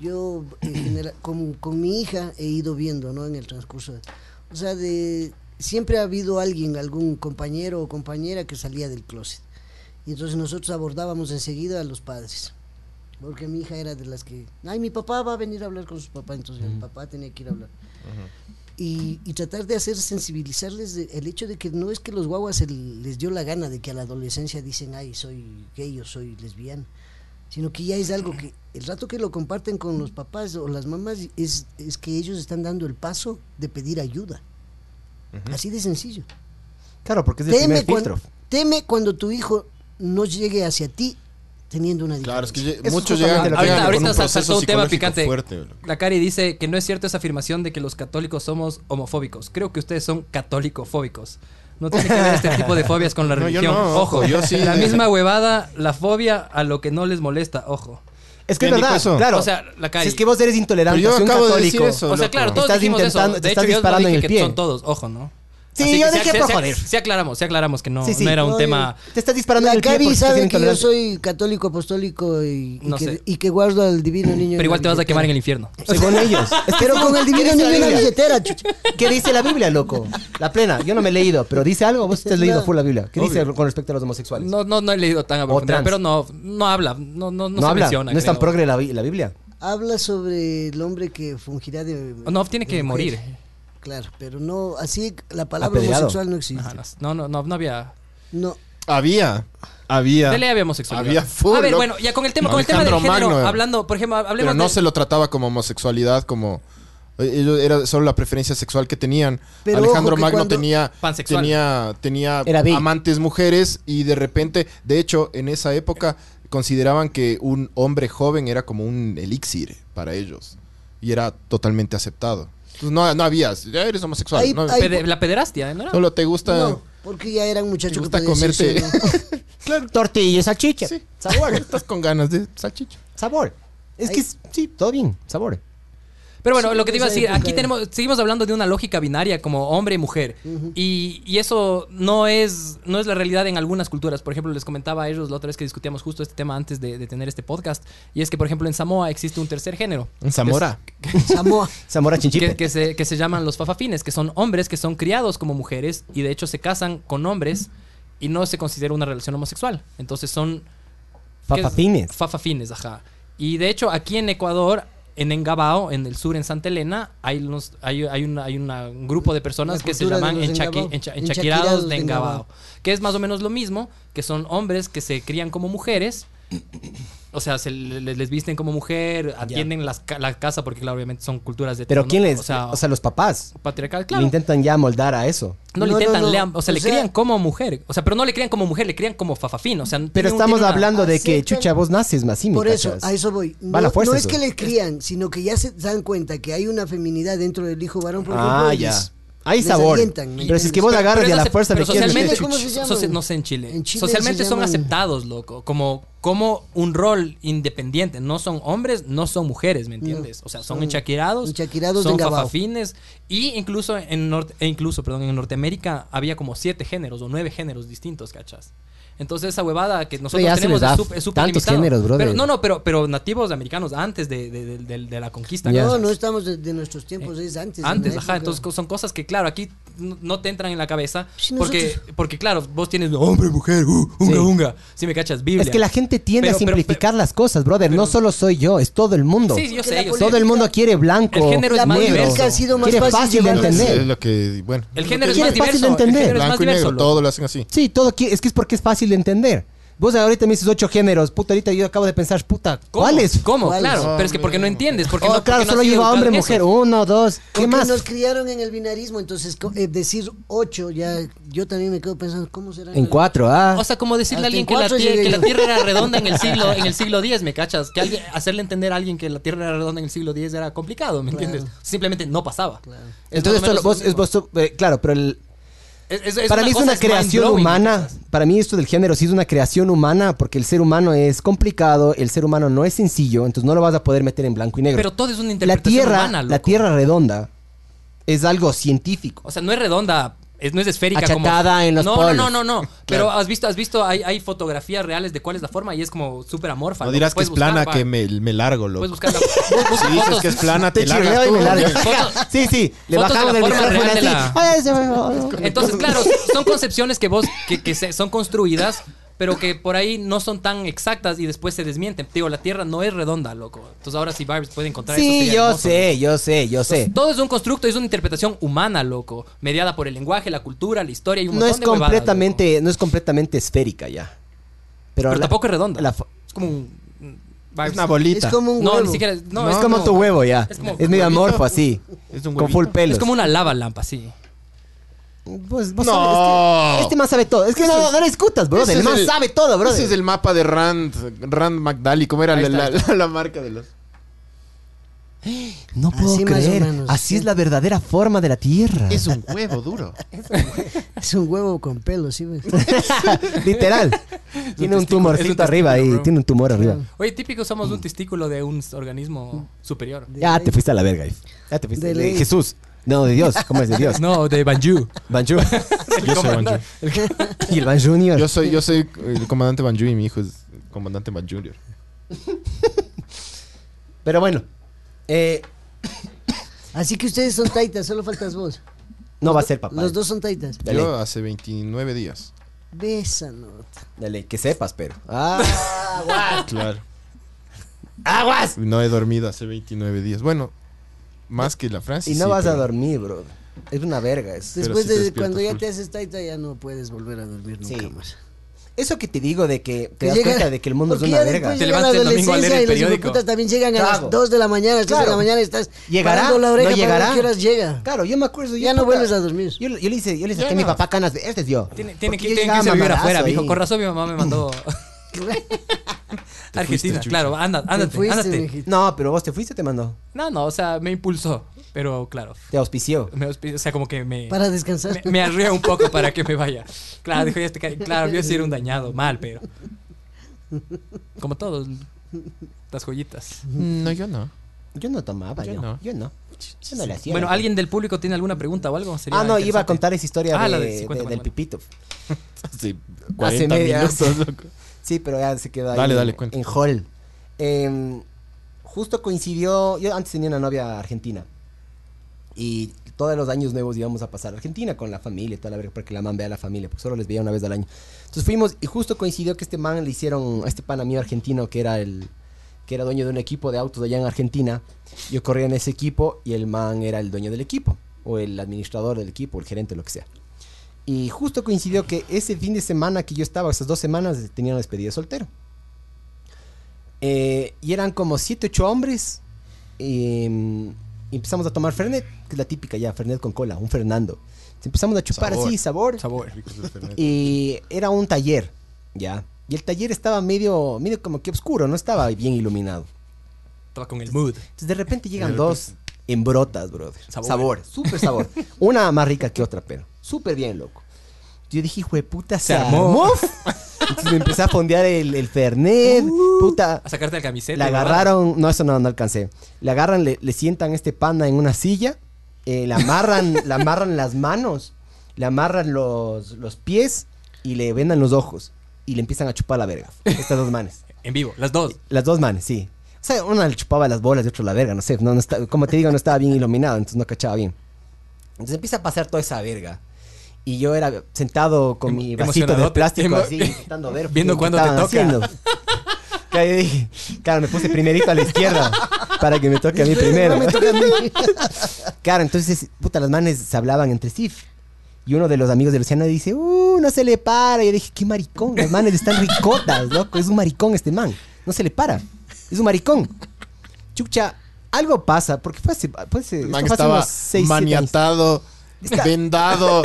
[SPEAKER 3] Yo, en general, con, con mi hija he ido viendo, ¿no? En el transcurso. de- o sea, de, siempre ha habido alguien, algún compañero o compañera que salía del closet. Y entonces nosotros abordábamos enseguida a los padres. Porque mi hija era de las que, ay, mi papá va a venir a hablar con su papá, entonces el papá tenía que ir a hablar. y, y tratar de hacer sensibilizarles de- el hecho de que no es que los guaguas se les dio la gana de que a la adolescencia dicen, ay, soy gay o soy lesbiana, sino que ya es algo que el rato que lo comparten con los papás o las mamás es, es que ellos están dando el paso de pedir ayuda. Así de sencillo.
[SPEAKER 4] Claro, porque es el
[SPEAKER 3] Teme,
[SPEAKER 4] primer
[SPEAKER 3] cuan-
[SPEAKER 4] filtro.
[SPEAKER 3] teme cuando tu hijo no llegue hacia ti teniendo una
[SPEAKER 2] Claro, es
[SPEAKER 3] diferencia.
[SPEAKER 2] que lle-
[SPEAKER 4] es
[SPEAKER 2] muchos
[SPEAKER 4] justamente
[SPEAKER 2] llegan,
[SPEAKER 4] lo que-
[SPEAKER 2] llegan con
[SPEAKER 4] Ahorita-
[SPEAKER 5] ahorita
[SPEAKER 2] un
[SPEAKER 5] saltó
[SPEAKER 2] proceso
[SPEAKER 5] un tema
[SPEAKER 2] psicológico
[SPEAKER 5] picante.
[SPEAKER 2] fuerte. bro.
[SPEAKER 5] La Cari dice que no es cierta esa afirmación de que los católicos somos homofóbicos. Creo que ustedes son católicofóbicos. No tiene que ver este tipo de fobias con la
[SPEAKER 2] No, yo
[SPEAKER 5] religión.
[SPEAKER 2] no,
[SPEAKER 5] ojo,
[SPEAKER 2] ojo, yo sí.
[SPEAKER 5] La misma huevada, la fobia a lo que no les molesta, ojo.
[SPEAKER 4] Es que es
[SPEAKER 2] Bendico
[SPEAKER 4] verdad,
[SPEAKER 2] eso.
[SPEAKER 4] claro.
[SPEAKER 5] O sea, la Cari.
[SPEAKER 4] Si es que vos eres intolerante,
[SPEAKER 2] Pero yo
[SPEAKER 4] soy un
[SPEAKER 2] acabo de
[SPEAKER 4] católico.
[SPEAKER 2] decir eso.
[SPEAKER 5] o sea,
[SPEAKER 2] loco.
[SPEAKER 5] claro, todos
[SPEAKER 4] Estás
[SPEAKER 5] dijimos eso.
[SPEAKER 4] intentando-
[SPEAKER 5] De
[SPEAKER 4] te
[SPEAKER 5] hecho,
[SPEAKER 4] estás
[SPEAKER 5] yo no
[SPEAKER 4] disparando
[SPEAKER 5] dije
[SPEAKER 4] en el
[SPEAKER 5] que
[SPEAKER 4] pie.
[SPEAKER 5] son todos, ojo, ¿no?
[SPEAKER 4] Sí,
[SPEAKER 5] Así que
[SPEAKER 4] yo
[SPEAKER 5] sí-
[SPEAKER 4] dejé
[SPEAKER 5] sí-
[SPEAKER 4] por
[SPEAKER 5] sí-
[SPEAKER 4] joder.
[SPEAKER 5] Sí aclaramos, sí aclaramos que no,
[SPEAKER 4] Sí, sí.
[SPEAKER 5] no era un
[SPEAKER 3] No,
[SPEAKER 5] tema...
[SPEAKER 4] Te estás disparando en
[SPEAKER 3] La
[SPEAKER 4] el pie porque
[SPEAKER 3] Gaby
[SPEAKER 4] estás siendo
[SPEAKER 3] sabe que yo
[SPEAKER 4] intolerante.
[SPEAKER 3] soy católico apostólico y, y
[SPEAKER 5] No
[SPEAKER 3] que,
[SPEAKER 5] sé.
[SPEAKER 3] y que guardo al divino niño. en
[SPEAKER 5] Pero
[SPEAKER 3] la
[SPEAKER 5] igual te vas a
[SPEAKER 3] billetera.
[SPEAKER 5] quemar en el infierno.
[SPEAKER 4] Según ellos. Es que
[SPEAKER 3] Pero con el divino
[SPEAKER 4] ¿Qué dice
[SPEAKER 3] niño
[SPEAKER 4] la
[SPEAKER 3] en la
[SPEAKER 4] Biblia?
[SPEAKER 3] billetera, chucha.
[SPEAKER 4] ¿Qué dice la Biblia, loco? La plena. Yo no me he leído, pero dice algo. Vos te has leído
[SPEAKER 3] No.
[SPEAKER 4] full la Biblia. ¿Qué dice con respecto a los homosexuales?
[SPEAKER 5] No, no, no he leído tan a
[SPEAKER 4] O
[SPEAKER 5] profundidad,
[SPEAKER 4] trans.
[SPEAKER 5] pero no, no habla, no, no, no,
[SPEAKER 4] No
[SPEAKER 5] se
[SPEAKER 4] habla.
[SPEAKER 5] menciona.
[SPEAKER 4] no es tan
[SPEAKER 5] creo.
[SPEAKER 4] progre la, bi- la Biblia.
[SPEAKER 3] Habla sobre el hombre que fungirá de.
[SPEAKER 5] No, tiene
[SPEAKER 3] de
[SPEAKER 5] que
[SPEAKER 3] mujer.
[SPEAKER 5] morir.
[SPEAKER 3] Claro, pero no. Así la palabra
[SPEAKER 4] Apedreado.
[SPEAKER 3] homosexual no existe.
[SPEAKER 5] Ajá, Ah, no, no, no, no había...
[SPEAKER 3] No.
[SPEAKER 2] Había. Había.
[SPEAKER 5] Dele había homosexualidad.
[SPEAKER 2] Había full,
[SPEAKER 5] a ver,
[SPEAKER 2] loco.
[SPEAKER 5] bueno, ya con el tema, con el tema del
[SPEAKER 2] Alejandro
[SPEAKER 5] género,
[SPEAKER 2] Magno.
[SPEAKER 5] hablando, por ejemplo, hablemos
[SPEAKER 2] Pero no
[SPEAKER 5] de-
[SPEAKER 2] se lo trataba como homosexualidad, como. ellos- Era solo la preferencia sexual que tenían.
[SPEAKER 3] Pero
[SPEAKER 2] Alejandro
[SPEAKER 3] ojo que
[SPEAKER 2] Magno
[SPEAKER 3] cuando-
[SPEAKER 2] tenía,
[SPEAKER 5] Pansexual.
[SPEAKER 2] tenía, tenía
[SPEAKER 4] Era bi.
[SPEAKER 2] amantes mujeres y de repente, de hecho, en esa época consideraban que un hombre joven era como un elixir para ellos y era totalmente aceptado. Entonces no, no habías, ya eres homosexual.
[SPEAKER 3] Ahí-
[SPEAKER 2] no,
[SPEAKER 3] ahí-
[SPEAKER 5] pede- la pederastia, ¿no era?
[SPEAKER 2] solo te gusta.
[SPEAKER 3] No, porque ya era un muchacho que
[SPEAKER 2] Te gusta
[SPEAKER 3] podía decirse,
[SPEAKER 2] comerte.
[SPEAKER 3] ¿no?
[SPEAKER 4] Claro. Tortilla y salchicha.
[SPEAKER 2] Sí.
[SPEAKER 4] Sabor.
[SPEAKER 2] Estás con ganas de salchicha.
[SPEAKER 4] Sabor. Es que es- sí, todo bien. Sabor.
[SPEAKER 5] Pero bueno,
[SPEAKER 3] Sí,
[SPEAKER 5] lo que te iba a
[SPEAKER 3] esa
[SPEAKER 5] decir,
[SPEAKER 3] época
[SPEAKER 5] aquí
[SPEAKER 3] era.
[SPEAKER 5] tenemos, seguimos hablando de una lógica binaria como hombre y mujer. y, y eso no es, no es la realidad en algunas culturas. Por ejemplo, les comentaba a ellos la otra vez que discutíamos justo este tema antes de, de tener este podcast. Y es que, por ejemplo, en Samoa existe un tercer género.
[SPEAKER 2] En Zamora.
[SPEAKER 3] Samoa.
[SPEAKER 4] Zamora
[SPEAKER 5] que,
[SPEAKER 4] chinchipe.
[SPEAKER 5] que se, que se llaman los fafafines, que son hombres que son criados como mujeres y de hecho se casan con hombres y no se considera una relación homosexual. Entonces son... ¿qué es?
[SPEAKER 4] Fafafines.
[SPEAKER 5] Fafafines, ajá. Y de hecho aquí en Ecuador, en Engabao, en el sur, en Santa Elena, hay, unos- hay, hay una- hay una- un grupo de personas
[SPEAKER 3] La
[SPEAKER 5] que se
[SPEAKER 3] cultura de
[SPEAKER 5] llaman
[SPEAKER 3] los
[SPEAKER 5] enchaqui-
[SPEAKER 3] Engabao.
[SPEAKER 5] encha-
[SPEAKER 3] Enchaquirados
[SPEAKER 5] enchaquirados de
[SPEAKER 3] de
[SPEAKER 5] Engabao.
[SPEAKER 3] Engabao.
[SPEAKER 5] Que es más o menos lo mismo, que son hombres que se crían como mujeres o sea, se le- les, visten como mujer, atienden las ca- la casa porque claro, obviamente son culturas de
[SPEAKER 4] Pero
[SPEAKER 5] todo,
[SPEAKER 4] ¿quién
[SPEAKER 5] ¿no?
[SPEAKER 4] les?
[SPEAKER 5] O sea,
[SPEAKER 4] los papás.
[SPEAKER 5] patriarcal,
[SPEAKER 4] Le
[SPEAKER 5] claro.
[SPEAKER 4] intentan ya moldar a eso.
[SPEAKER 5] no le
[SPEAKER 3] No, no,
[SPEAKER 5] intentan,
[SPEAKER 3] no.
[SPEAKER 5] le am- o sea,
[SPEAKER 3] O
[SPEAKER 5] le
[SPEAKER 3] sea-
[SPEAKER 5] crían como mujer. O sea, pero no le crían como mujer, le crían como fafafín. O sea, tiene
[SPEAKER 4] Pero
[SPEAKER 5] un-
[SPEAKER 4] estamos
[SPEAKER 5] tiene una-
[SPEAKER 4] hablando de que,
[SPEAKER 3] aceptan-
[SPEAKER 4] chucha, vos naces así, ¿me
[SPEAKER 3] Por eso,
[SPEAKER 4] cachas?
[SPEAKER 3] a eso voy.
[SPEAKER 4] Va
[SPEAKER 3] No,
[SPEAKER 4] a la fuerza
[SPEAKER 3] no es
[SPEAKER 4] eso.
[SPEAKER 3] que le crían, sino que ya se dan cuenta que hay una feminidad dentro del hijo varón. por ejemplo,
[SPEAKER 4] Ah,
[SPEAKER 3] y
[SPEAKER 4] ya.
[SPEAKER 3] les-
[SPEAKER 4] Hay
[SPEAKER 3] les
[SPEAKER 4] sabor.
[SPEAKER 3] alientan, ¿me
[SPEAKER 4] Pero si es que
[SPEAKER 3] entiendes?
[SPEAKER 4] vos
[SPEAKER 5] Pero
[SPEAKER 4] agarras de
[SPEAKER 5] es
[SPEAKER 4] la
[SPEAKER 5] acep-
[SPEAKER 4] fuerza, le
[SPEAKER 5] pero
[SPEAKER 4] quieres
[SPEAKER 5] socialmente,
[SPEAKER 4] meter
[SPEAKER 3] ¿cómo se
[SPEAKER 5] socia-
[SPEAKER 3] llaman?
[SPEAKER 5] no sé en Chile.
[SPEAKER 3] En Chile
[SPEAKER 5] socialmente
[SPEAKER 3] se
[SPEAKER 5] son
[SPEAKER 3] llaman-
[SPEAKER 5] aceptados, loco, como como un rol independiente, no son hombres, no son mujeres, ¿me entiendes? O sea, son
[SPEAKER 3] son
[SPEAKER 5] enchaquirados,
[SPEAKER 3] enchaquirados de
[SPEAKER 5] son
[SPEAKER 3] Engabao.
[SPEAKER 5] fafafines y incluso en norte, e incluso, perdón, en Norteamérica había como siete géneros o nueve géneros distintos, ¿cachas? Entonces esa huevada que nosotros
[SPEAKER 4] ya se
[SPEAKER 5] tenemos
[SPEAKER 4] les da
[SPEAKER 5] es sup- es súper
[SPEAKER 4] tantos
[SPEAKER 5] limitado.
[SPEAKER 4] géneros, brother.
[SPEAKER 5] Pero no, no, pero pero nativos americanos antes de, de- de- de- de la conquista.
[SPEAKER 4] Ya.
[SPEAKER 5] ¿cachas?
[SPEAKER 3] No, no estamos de, de nuestros
[SPEAKER 4] pues,
[SPEAKER 3] tiempos, es antes. de
[SPEAKER 5] Eh, Antes,
[SPEAKER 3] una
[SPEAKER 5] ajá,
[SPEAKER 3] época.
[SPEAKER 5] entonces co- son cosas que, claro, aquí no, no te entran en la cabeza.
[SPEAKER 3] Si
[SPEAKER 5] porque,
[SPEAKER 3] nosotros-
[SPEAKER 5] porque, claro, vos tienes hombre, mujer, uh, unga,
[SPEAKER 4] Pues, Sí.
[SPEAKER 5] unga. Si me cachas, Biblia.
[SPEAKER 4] Es que la gente tiende
[SPEAKER 5] Pero-
[SPEAKER 4] a
[SPEAKER 5] pero-
[SPEAKER 4] simplificar las cosas, brother. no solo soy yo, es todo el mundo.
[SPEAKER 5] Sí, yo
[SPEAKER 3] la
[SPEAKER 5] sé, yo sé.
[SPEAKER 4] todo el mundo quiere blanco,
[SPEAKER 5] El género
[SPEAKER 4] negro.
[SPEAKER 5] es más diverso.
[SPEAKER 4] quiere
[SPEAKER 5] Ha
[SPEAKER 3] sido más
[SPEAKER 4] fácil,
[SPEAKER 3] fácil
[SPEAKER 4] de
[SPEAKER 3] llevarlo.
[SPEAKER 2] Es
[SPEAKER 4] entender.
[SPEAKER 2] lo que, bueno.
[SPEAKER 5] El género es
[SPEAKER 4] Quiere
[SPEAKER 5] más
[SPEAKER 4] fácil
[SPEAKER 5] diverso.
[SPEAKER 4] de entender.
[SPEAKER 5] El género es más
[SPEAKER 2] Blanco y
[SPEAKER 5] diverso.
[SPEAKER 2] negro,
[SPEAKER 5] loco.
[SPEAKER 2] todo lo hacen así.
[SPEAKER 4] Sí, todo qui- es que es porque es fácil de entender. Vos ahorita me dices ocho géneros. Puta, ahorita yo acabo de pensar, puta,
[SPEAKER 5] ¿Cómo?
[SPEAKER 4] ¿cuáles?
[SPEAKER 5] ¿Cómo?
[SPEAKER 3] ¿Cuáles?
[SPEAKER 5] Claro, pero es que porque no entiendes. Porque
[SPEAKER 4] Oh,
[SPEAKER 5] no, porque
[SPEAKER 4] claro,
[SPEAKER 5] no has
[SPEAKER 4] solo
[SPEAKER 5] sido
[SPEAKER 4] lleva
[SPEAKER 5] educado
[SPEAKER 4] hombre,
[SPEAKER 5] en eso.
[SPEAKER 4] mujer. oh. Uno, dos. ¿Qué
[SPEAKER 3] Porque
[SPEAKER 4] más?
[SPEAKER 3] nos criaron en el binarismo, entonces co- eh, decir ocho, ya yo también me quedo pensando, ¿cómo será?
[SPEAKER 4] En cuatro, ah.
[SPEAKER 5] O sea, como decirle a
[SPEAKER 3] Hasta
[SPEAKER 5] alguien
[SPEAKER 3] en
[SPEAKER 5] que la,
[SPEAKER 3] cuatro
[SPEAKER 5] tie-
[SPEAKER 3] llegué
[SPEAKER 5] que la
[SPEAKER 3] yo.
[SPEAKER 5] Tierra era redonda en el siglo en el siglo X, ¿me cachas? Que alguien, hacerle entender a alguien que la Tierra era redonda en el siglo X era complicado, ¿me entiendes? Simplemente no pasaba. Es
[SPEAKER 4] Entonces,
[SPEAKER 5] más o
[SPEAKER 4] esto,
[SPEAKER 5] menos
[SPEAKER 4] vos,
[SPEAKER 5] lo
[SPEAKER 4] es,
[SPEAKER 5] mismo.
[SPEAKER 4] vos, eh, claro, pero el,
[SPEAKER 5] Es- es- es
[SPEAKER 4] para mí es
[SPEAKER 5] cosa
[SPEAKER 4] una creación
[SPEAKER 5] mind-blowing,
[SPEAKER 4] humana.
[SPEAKER 5] ¿cachas?
[SPEAKER 4] Para mí esto del género sí es una creación humana porque el ser humano es complicado, el ser humano no es sencillo, entonces no lo vas a poder meter en blanco y negro.
[SPEAKER 5] Pero todo es una
[SPEAKER 4] la
[SPEAKER 5] interpretación
[SPEAKER 4] tierra,
[SPEAKER 5] humana,
[SPEAKER 4] la
[SPEAKER 5] loco.
[SPEAKER 4] tierra redonda es algo científico.
[SPEAKER 5] O sea, no es redonda, es- no es esférica como...
[SPEAKER 4] Achatada en los
[SPEAKER 5] no,
[SPEAKER 4] polos.
[SPEAKER 5] No, no, no, no. Pero has visto, has visto, hay, hay fotografías reales de cuál es la forma y es como súper amorfa.
[SPEAKER 2] No
[SPEAKER 5] loco.
[SPEAKER 2] dirás que
[SPEAKER 5] Puedes
[SPEAKER 2] es plana
[SPEAKER 5] buscar, va.
[SPEAKER 2] que me, me largo, loco.
[SPEAKER 5] Puedes buscar la... bu- busca
[SPEAKER 2] Si dices
[SPEAKER 5] fotos.
[SPEAKER 2] que es plana, te,
[SPEAKER 4] Te
[SPEAKER 2] largas
[SPEAKER 4] chirreo y
[SPEAKER 2] tú.
[SPEAKER 4] me largo.
[SPEAKER 5] Fotos-
[SPEAKER 4] sí, sí, le
[SPEAKER 5] fotos de
[SPEAKER 4] bajamos
[SPEAKER 5] la
[SPEAKER 4] el
[SPEAKER 5] forma
[SPEAKER 4] micrófono
[SPEAKER 5] real de
[SPEAKER 4] así.
[SPEAKER 5] la-
[SPEAKER 4] Ay, se me-
[SPEAKER 5] Entonces, claro, son concepciones que vos, que, que se- son construidas, pero que por ahí no son tan exactas y después se desmienten. Te Digo, la Tierra no es redonda, loco. Entonces ahora si Barbs puede encontrar eso.
[SPEAKER 4] Sí,
[SPEAKER 5] sería
[SPEAKER 4] yo
[SPEAKER 5] hermoso, loco.
[SPEAKER 4] sé, yo sé, yo sé.
[SPEAKER 5] Todo es un constructo, es una interpretación humana, loco. Mediada por el lenguaje, la cultura, la historia y un
[SPEAKER 4] No
[SPEAKER 5] montón
[SPEAKER 4] es
[SPEAKER 5] de huevadas,
[SPEAKER 4] completamente,
[SPEAKER 5] loco.
[SPEAKER 4] no es completamente esférica ya. Pero,
[SPEAKER 5] Pero
[SPEAKER 4] la-
[SPEAKER 5] tampoco es redonda.
[SPEAKER 4] la fo-
[SPEAKER 5] Es como un...
[SPEAKER 2] Es
[SPEAKER 5] Barbs.
[SPEAKER 2] una
[SPEAKER 3] Es
[SPEAKER 2] bolita.
[SPEAKER 3] como un
[SPEAKER 5] No,
[SPEAKER 3] huevo.
[SPEAKER 5] ni siquiera... No,
[SPEAKER 4] es como tu huevo ya. Es,
[SPEAKER 5] Es como-
[SPEAKER 4] medio amorfo así.
[SPEAKER 2] Es un
[SPEAKER 4] Con full
[SPEAKER 2] huevito.
[SPEAKER 4] pelos.
[SPEAKER 5] Es como una lava lampa, sí.
[SPEAKER 4] Pues vos
[SPEAKER 2] No.
[SPEAKER 4] sabes, este, este man sabe todo. Es que no, no le discutas, bro.
[SPEAKER 2] Ese
[SPEAKER 4] El
[SPEAKER 2] es
[SPEAKER 4] man sabe todo, bro.
[SPEAKER 2] Ese es el mapa de Rand, Rand McDally. ¿Cómo era
[SPEAKER 5] Ahí
[SPEAKER 2] la,
[SPEAKER 5] está,
[SPEAKER 2] la-
[SPEAKER 5] ahí
[SPEAKER 2] la marca de los...?
[SPEAKER 4] No puedo
[SPEAKER 3] Así más o
[SPEAKER 4] creer.
[SPEAKER 3] menos,
[SPEAKER 4] Así
[SPEAKER 3] sí.
[SPEAKER 4] es la verdadera forma de la tierra.
[SPEAKER 2] Es un huevo duro.
[SPEAKER 3] Es un huevo con pelo, ¿sí? ves?
[SPEAKER 4] Literal. tiene un
[SPEAKER 5] testículo, es un
[SPEAKER 4] tumorcito arriba
[SPEAKER 5] testículo,
[SPEAKER 4] ahí.
[SPEAKER 5] bro.
[SPEAKER 4] Tiene un tumor arriba.
[SPEAKER 5] Oye, típico somos un testículo de un organismo superior.
[SPEAKER 4] Ya te fuiste a la verga. If. Ya te fuiste.
[SPEAKER 3] De
[SPEAKER 4] De
[SPEAKER 3] ley.
[SPEAKER 4] Jesús. No, de Dios. ¿Cómo es de Dios?
[SPEAKER 5] No, de Banju.
[SPEAKER 4] Banjú.
[SPEAKER 2] Yo soy Banjo.
[SPEAKER 4] y el Ban Junior.
[SPEAKER 2] Yo soy, yo soy el comandante Banjo y mi hijo es el comandante Ban Junior.
[SPEAKER 4] Pero bueno. eh,
[SPEAKER 3] Así que ustedes son taitas, solo faltas vos.
[SPEAKER 4] no va a ser papá.
[SPEAKER 3] Los dos son taitas.
[SPEAKER 4] Dale.
[SPEAKER 2] Yo hace 29 días.
[SPEAKER 3] Bésanos.
[SPEAKER 4] Dale, que sepas, pero. Ah, aguas.
[SPEAKER 2] Claro.
[SPEAKER 4] ¡Aguas!
[SPEAKER 2] No he dormido hace 29 días. Bueno, más que la Francis.
[SPEAKER 4] Y no
[SPEAKER 2] sí,
[SPEAKER 4] vas a
[SPEAKER 2] pero-
[SPEAKER 4] dormir, bro. Es una verga. Es,
[SPEAKER 3] Después
[SPEAKER 2] sí te
[SPEAKER 3] de
[SPEAKER 2] despiertas
[SPEAKER 3] cuando ya
[SPEAKER 2] full.
[SPEAKER 3] te haces taita, ya no puedes volver a dormir nunca
[SPEAKER 4] Sí.
[SPEAKER 3] más.
[SPEAKER 4] Eso que te digo de que te
[SPEAKER 3] Que
[SPEAKER 4] das
[SPEAKER 3] llega-
[SPEAKER 4] cuenta de que el mundo es
[SPEAKER 3] porque
[SPEAKER 4] una
[SPEAKER 3] ya
[SPEAKER 4] verga.
[SPEAKER 3] después
[SPEAKER 5] Te
[SPEAKER 3] llega
[SPEAKER 5] levantas
[SPEAKER 3] la
[SPEAKER 5] el domingo a leer el
[SPEAKER 3] adolescencia y los
[SPEAKER 5] periódico.
[SPEAKER 3] hijueputas también llegan a
[SPEAKER 4] Cago.
[SPEAKER 3] las 2 de la mañana, a las 3 de
[SPEAKER 4] Claro.
[SPEAKER 3] la mañana y estás
[SPEAKER 4] ¿Llegará?
[SPEAKER 3] parando la oreja para
[SPEAKER 4] ¿No
[SPEAKER 3] ver
[SPEAKER 4] llegará?
[SPEAKER 3] a qué horas llega.
[SPEAKER 4] Claro, yo me acuerdo. yo,
[SPEAKER 3] Ya no
[SPEAKER 4] puta,
[SPEAKER 3] vuelves a dormir.
[SPEAKER 4] Yo, yo le hice, yo le saqué a mi papá canas de. Este es yo.
[SPEAKER 5] Tiene, tiene que,
[SPEAKER 4] Porque yo
[SPEAKER 5] tiene que
[SPEAKER 4] llegaba
[SPEAKER 5] irse a vivir
[SPEAKER 4] mamadazo
[SPEAKER 5] afuera,
[SPEAKER 4] ahí.
[SPEAKER 5] mijo. Con razón mi mamá me mandó a Argentina.
[SPEAKER 2] chucha.
[SPEAKER 5] claro, anda, ándate,
[SPEAKER 3] fuiste,
[SPEAKER 5] ándate.
[SPEAKER 3] mijito.
[SPEAKER 4] No, pero vos te fuiste, te mandó.
[SPEAKER 5] No, no, o sea, me impulsó. Pero claro,
[SPEAKER 4] Te auspició.
[SPEAKER 5] me hospi- o sea, como que me,
[SPEAKER 3] Para descansar.
[SPEAKER 5] me, me arrea un poco para que me vaya. Claro, dijo, ya este ca- claro, yo sí era un dañado, mal, pero. Como todos, las joyitas.
[SPEAKER 2] No, yo no.
[SPEAKER 4] Yo no tomaba, yo. Yo no.
[SPEAKER 2] no.
[SPEAKER 4] Yo no, le hacía.
[SPEAKER 5] Bueno,
[SPEAKER 4] yo.
[SPEAKER 5] ¿alguien del público tiene alguna pregunta o algo? Sería
[SPEAKER 4] Ah, no, iba a
[SPEAKER 5] interesante.
[SPEAKER 4] contar esa historia
[SPEAKER 5] Ah,
[SPEAKER 4] de-
[SPEAKER 5] la del
[SPEAKER 4] de-
[SPEAKER 5] 50, bueno,
[SPEAKER 4] del
[SPEAKER 5] bueno.
[SPEAKER 4] Pipito.
[SPEAKER 2] Hace 40
[SPEAKER 4] media-
[SPEAKER 2] minutos, loco.
[SPEAKER 4] Sí, pero ya se quedó ahí
[SPEAKER 2] Dale,
[SPEAKER 4] en-
[SPEAKER 2] dale, cuenta.
[SPEAKER 4] en hall. Eh, justo coincidió, yo antes tenía una novia argentina. Y todos los años nuevos íbamos a pasar a Argentina con la familia y toda la verga, porque la man vea a la familia, porque solo les veía una vez al año. Entonces fuimos y justo coincidió que este man le hicieron a este pan amigo argentino que era el que era dueño de un equipo de autos allá en Argentina. Yo corría en ese equipo y el man era el dueño del equipo, o el administrador del equipo, el gerente, lo que sea. Y justo coincidió que ese fin de semana que yo estaba, esas dos semanas, tenía una despedida de soltero. Eh, y eran como 7, 8 hombres. eh, y empezamos a tomar Fernet, que es la típica ya, Fernet con cola, un Fernando. Entonces empezamos a chupar
[SPEAKER 2] Sabor.
[SPEAKER 4] así, sabor.
[SPEAKER 5] Sabor.
[SPEAKER 2] Pues
[SPEAKER 4] Y era un taller, ya. Y el taller estaba medio, medio como que oscuro, no estaba bien iluminado.
[SPEAKER 5] Estaba con el mood.
[SPEAKER 4] Entonces de repente llegan dos embrotas, brother.
[SPEAKER 5] Sabor.
[SPEAKER 4] Sabor. súper sabor. Una más rica que otra, pero súper bien, loco. Yo dije, hijo de puta, se,
[SPEAKER 5] Se armó".
[SPEAKER 4] armó. Entonces me empecé a fondear el, el Fernet, puta.
[SPEAKER 5] A sacarte la camiseta.
[SPEAKER 4] La
[SPEAKER 5] y huevadas.
[SPEAKER 4] agarraron, no, eso no, no alcancé. Le agarran, le, le sientan este panda en una silla, eh, le amarran, le amarran las manos, le amarran los, los pies y le vendan los ojos. Y le empiezan a chupar la verga. Estas dos manes.
[SPEAKER 5] En vivo, las dos.
[SPEAKER 4] Las dos manes, sí. O sea, una le chupaba las bolas y otra la verga, no sé. No, no está- como te digo, no estaba bien iluminado, entonces no cachaba bien. Entonces empieza a pasar toda esa verga. Y yo era sentado con
[SPEAKER 5] Emo-
[SPEAKER 4] mi vasito de
[SPEAKER 5] Em, emocionadote.
[SPEAKER 4] plástico
[SPEAKER 5] Emo-
[SPEAKER 4] así, intentando ver.
[SPEAKER 5] Viendo
[SPEAKER 4] qué
[SPEAKER 5] cuándo te
[SPEAKER 4] estaban
[SPEAKER 5] toca.
[SPEAKER 4] Claro, yo dije, claro, me puse primerito a la izquierda para que me toque a mí primero.
[SPEAKER 3] No me toca a mí.
[SPEAKER 4] Claro, entonces, puta, las manes se hablaban entre sí. Y uno de los amigos de Luciana dice, uh, no se le para. Y yo dije, qué maricón, las manes están ricotas, loco. Es un maricón este man. No se le para. Es un maricón. Chucha, algo pasa, porque fue hace, fue hace-
[SPEAKER 2] El
[SPEAKER 4] esto
[SPEAKER 2] man
[SPEAKER 4] fue hace
[SPEAKER 2] estaba
[SPEAKER 4] unos seis, siete años.
[SPEAKER 2] maniatado,
[SPEAKER 4] Está-
[SPEAKER 2] vendado,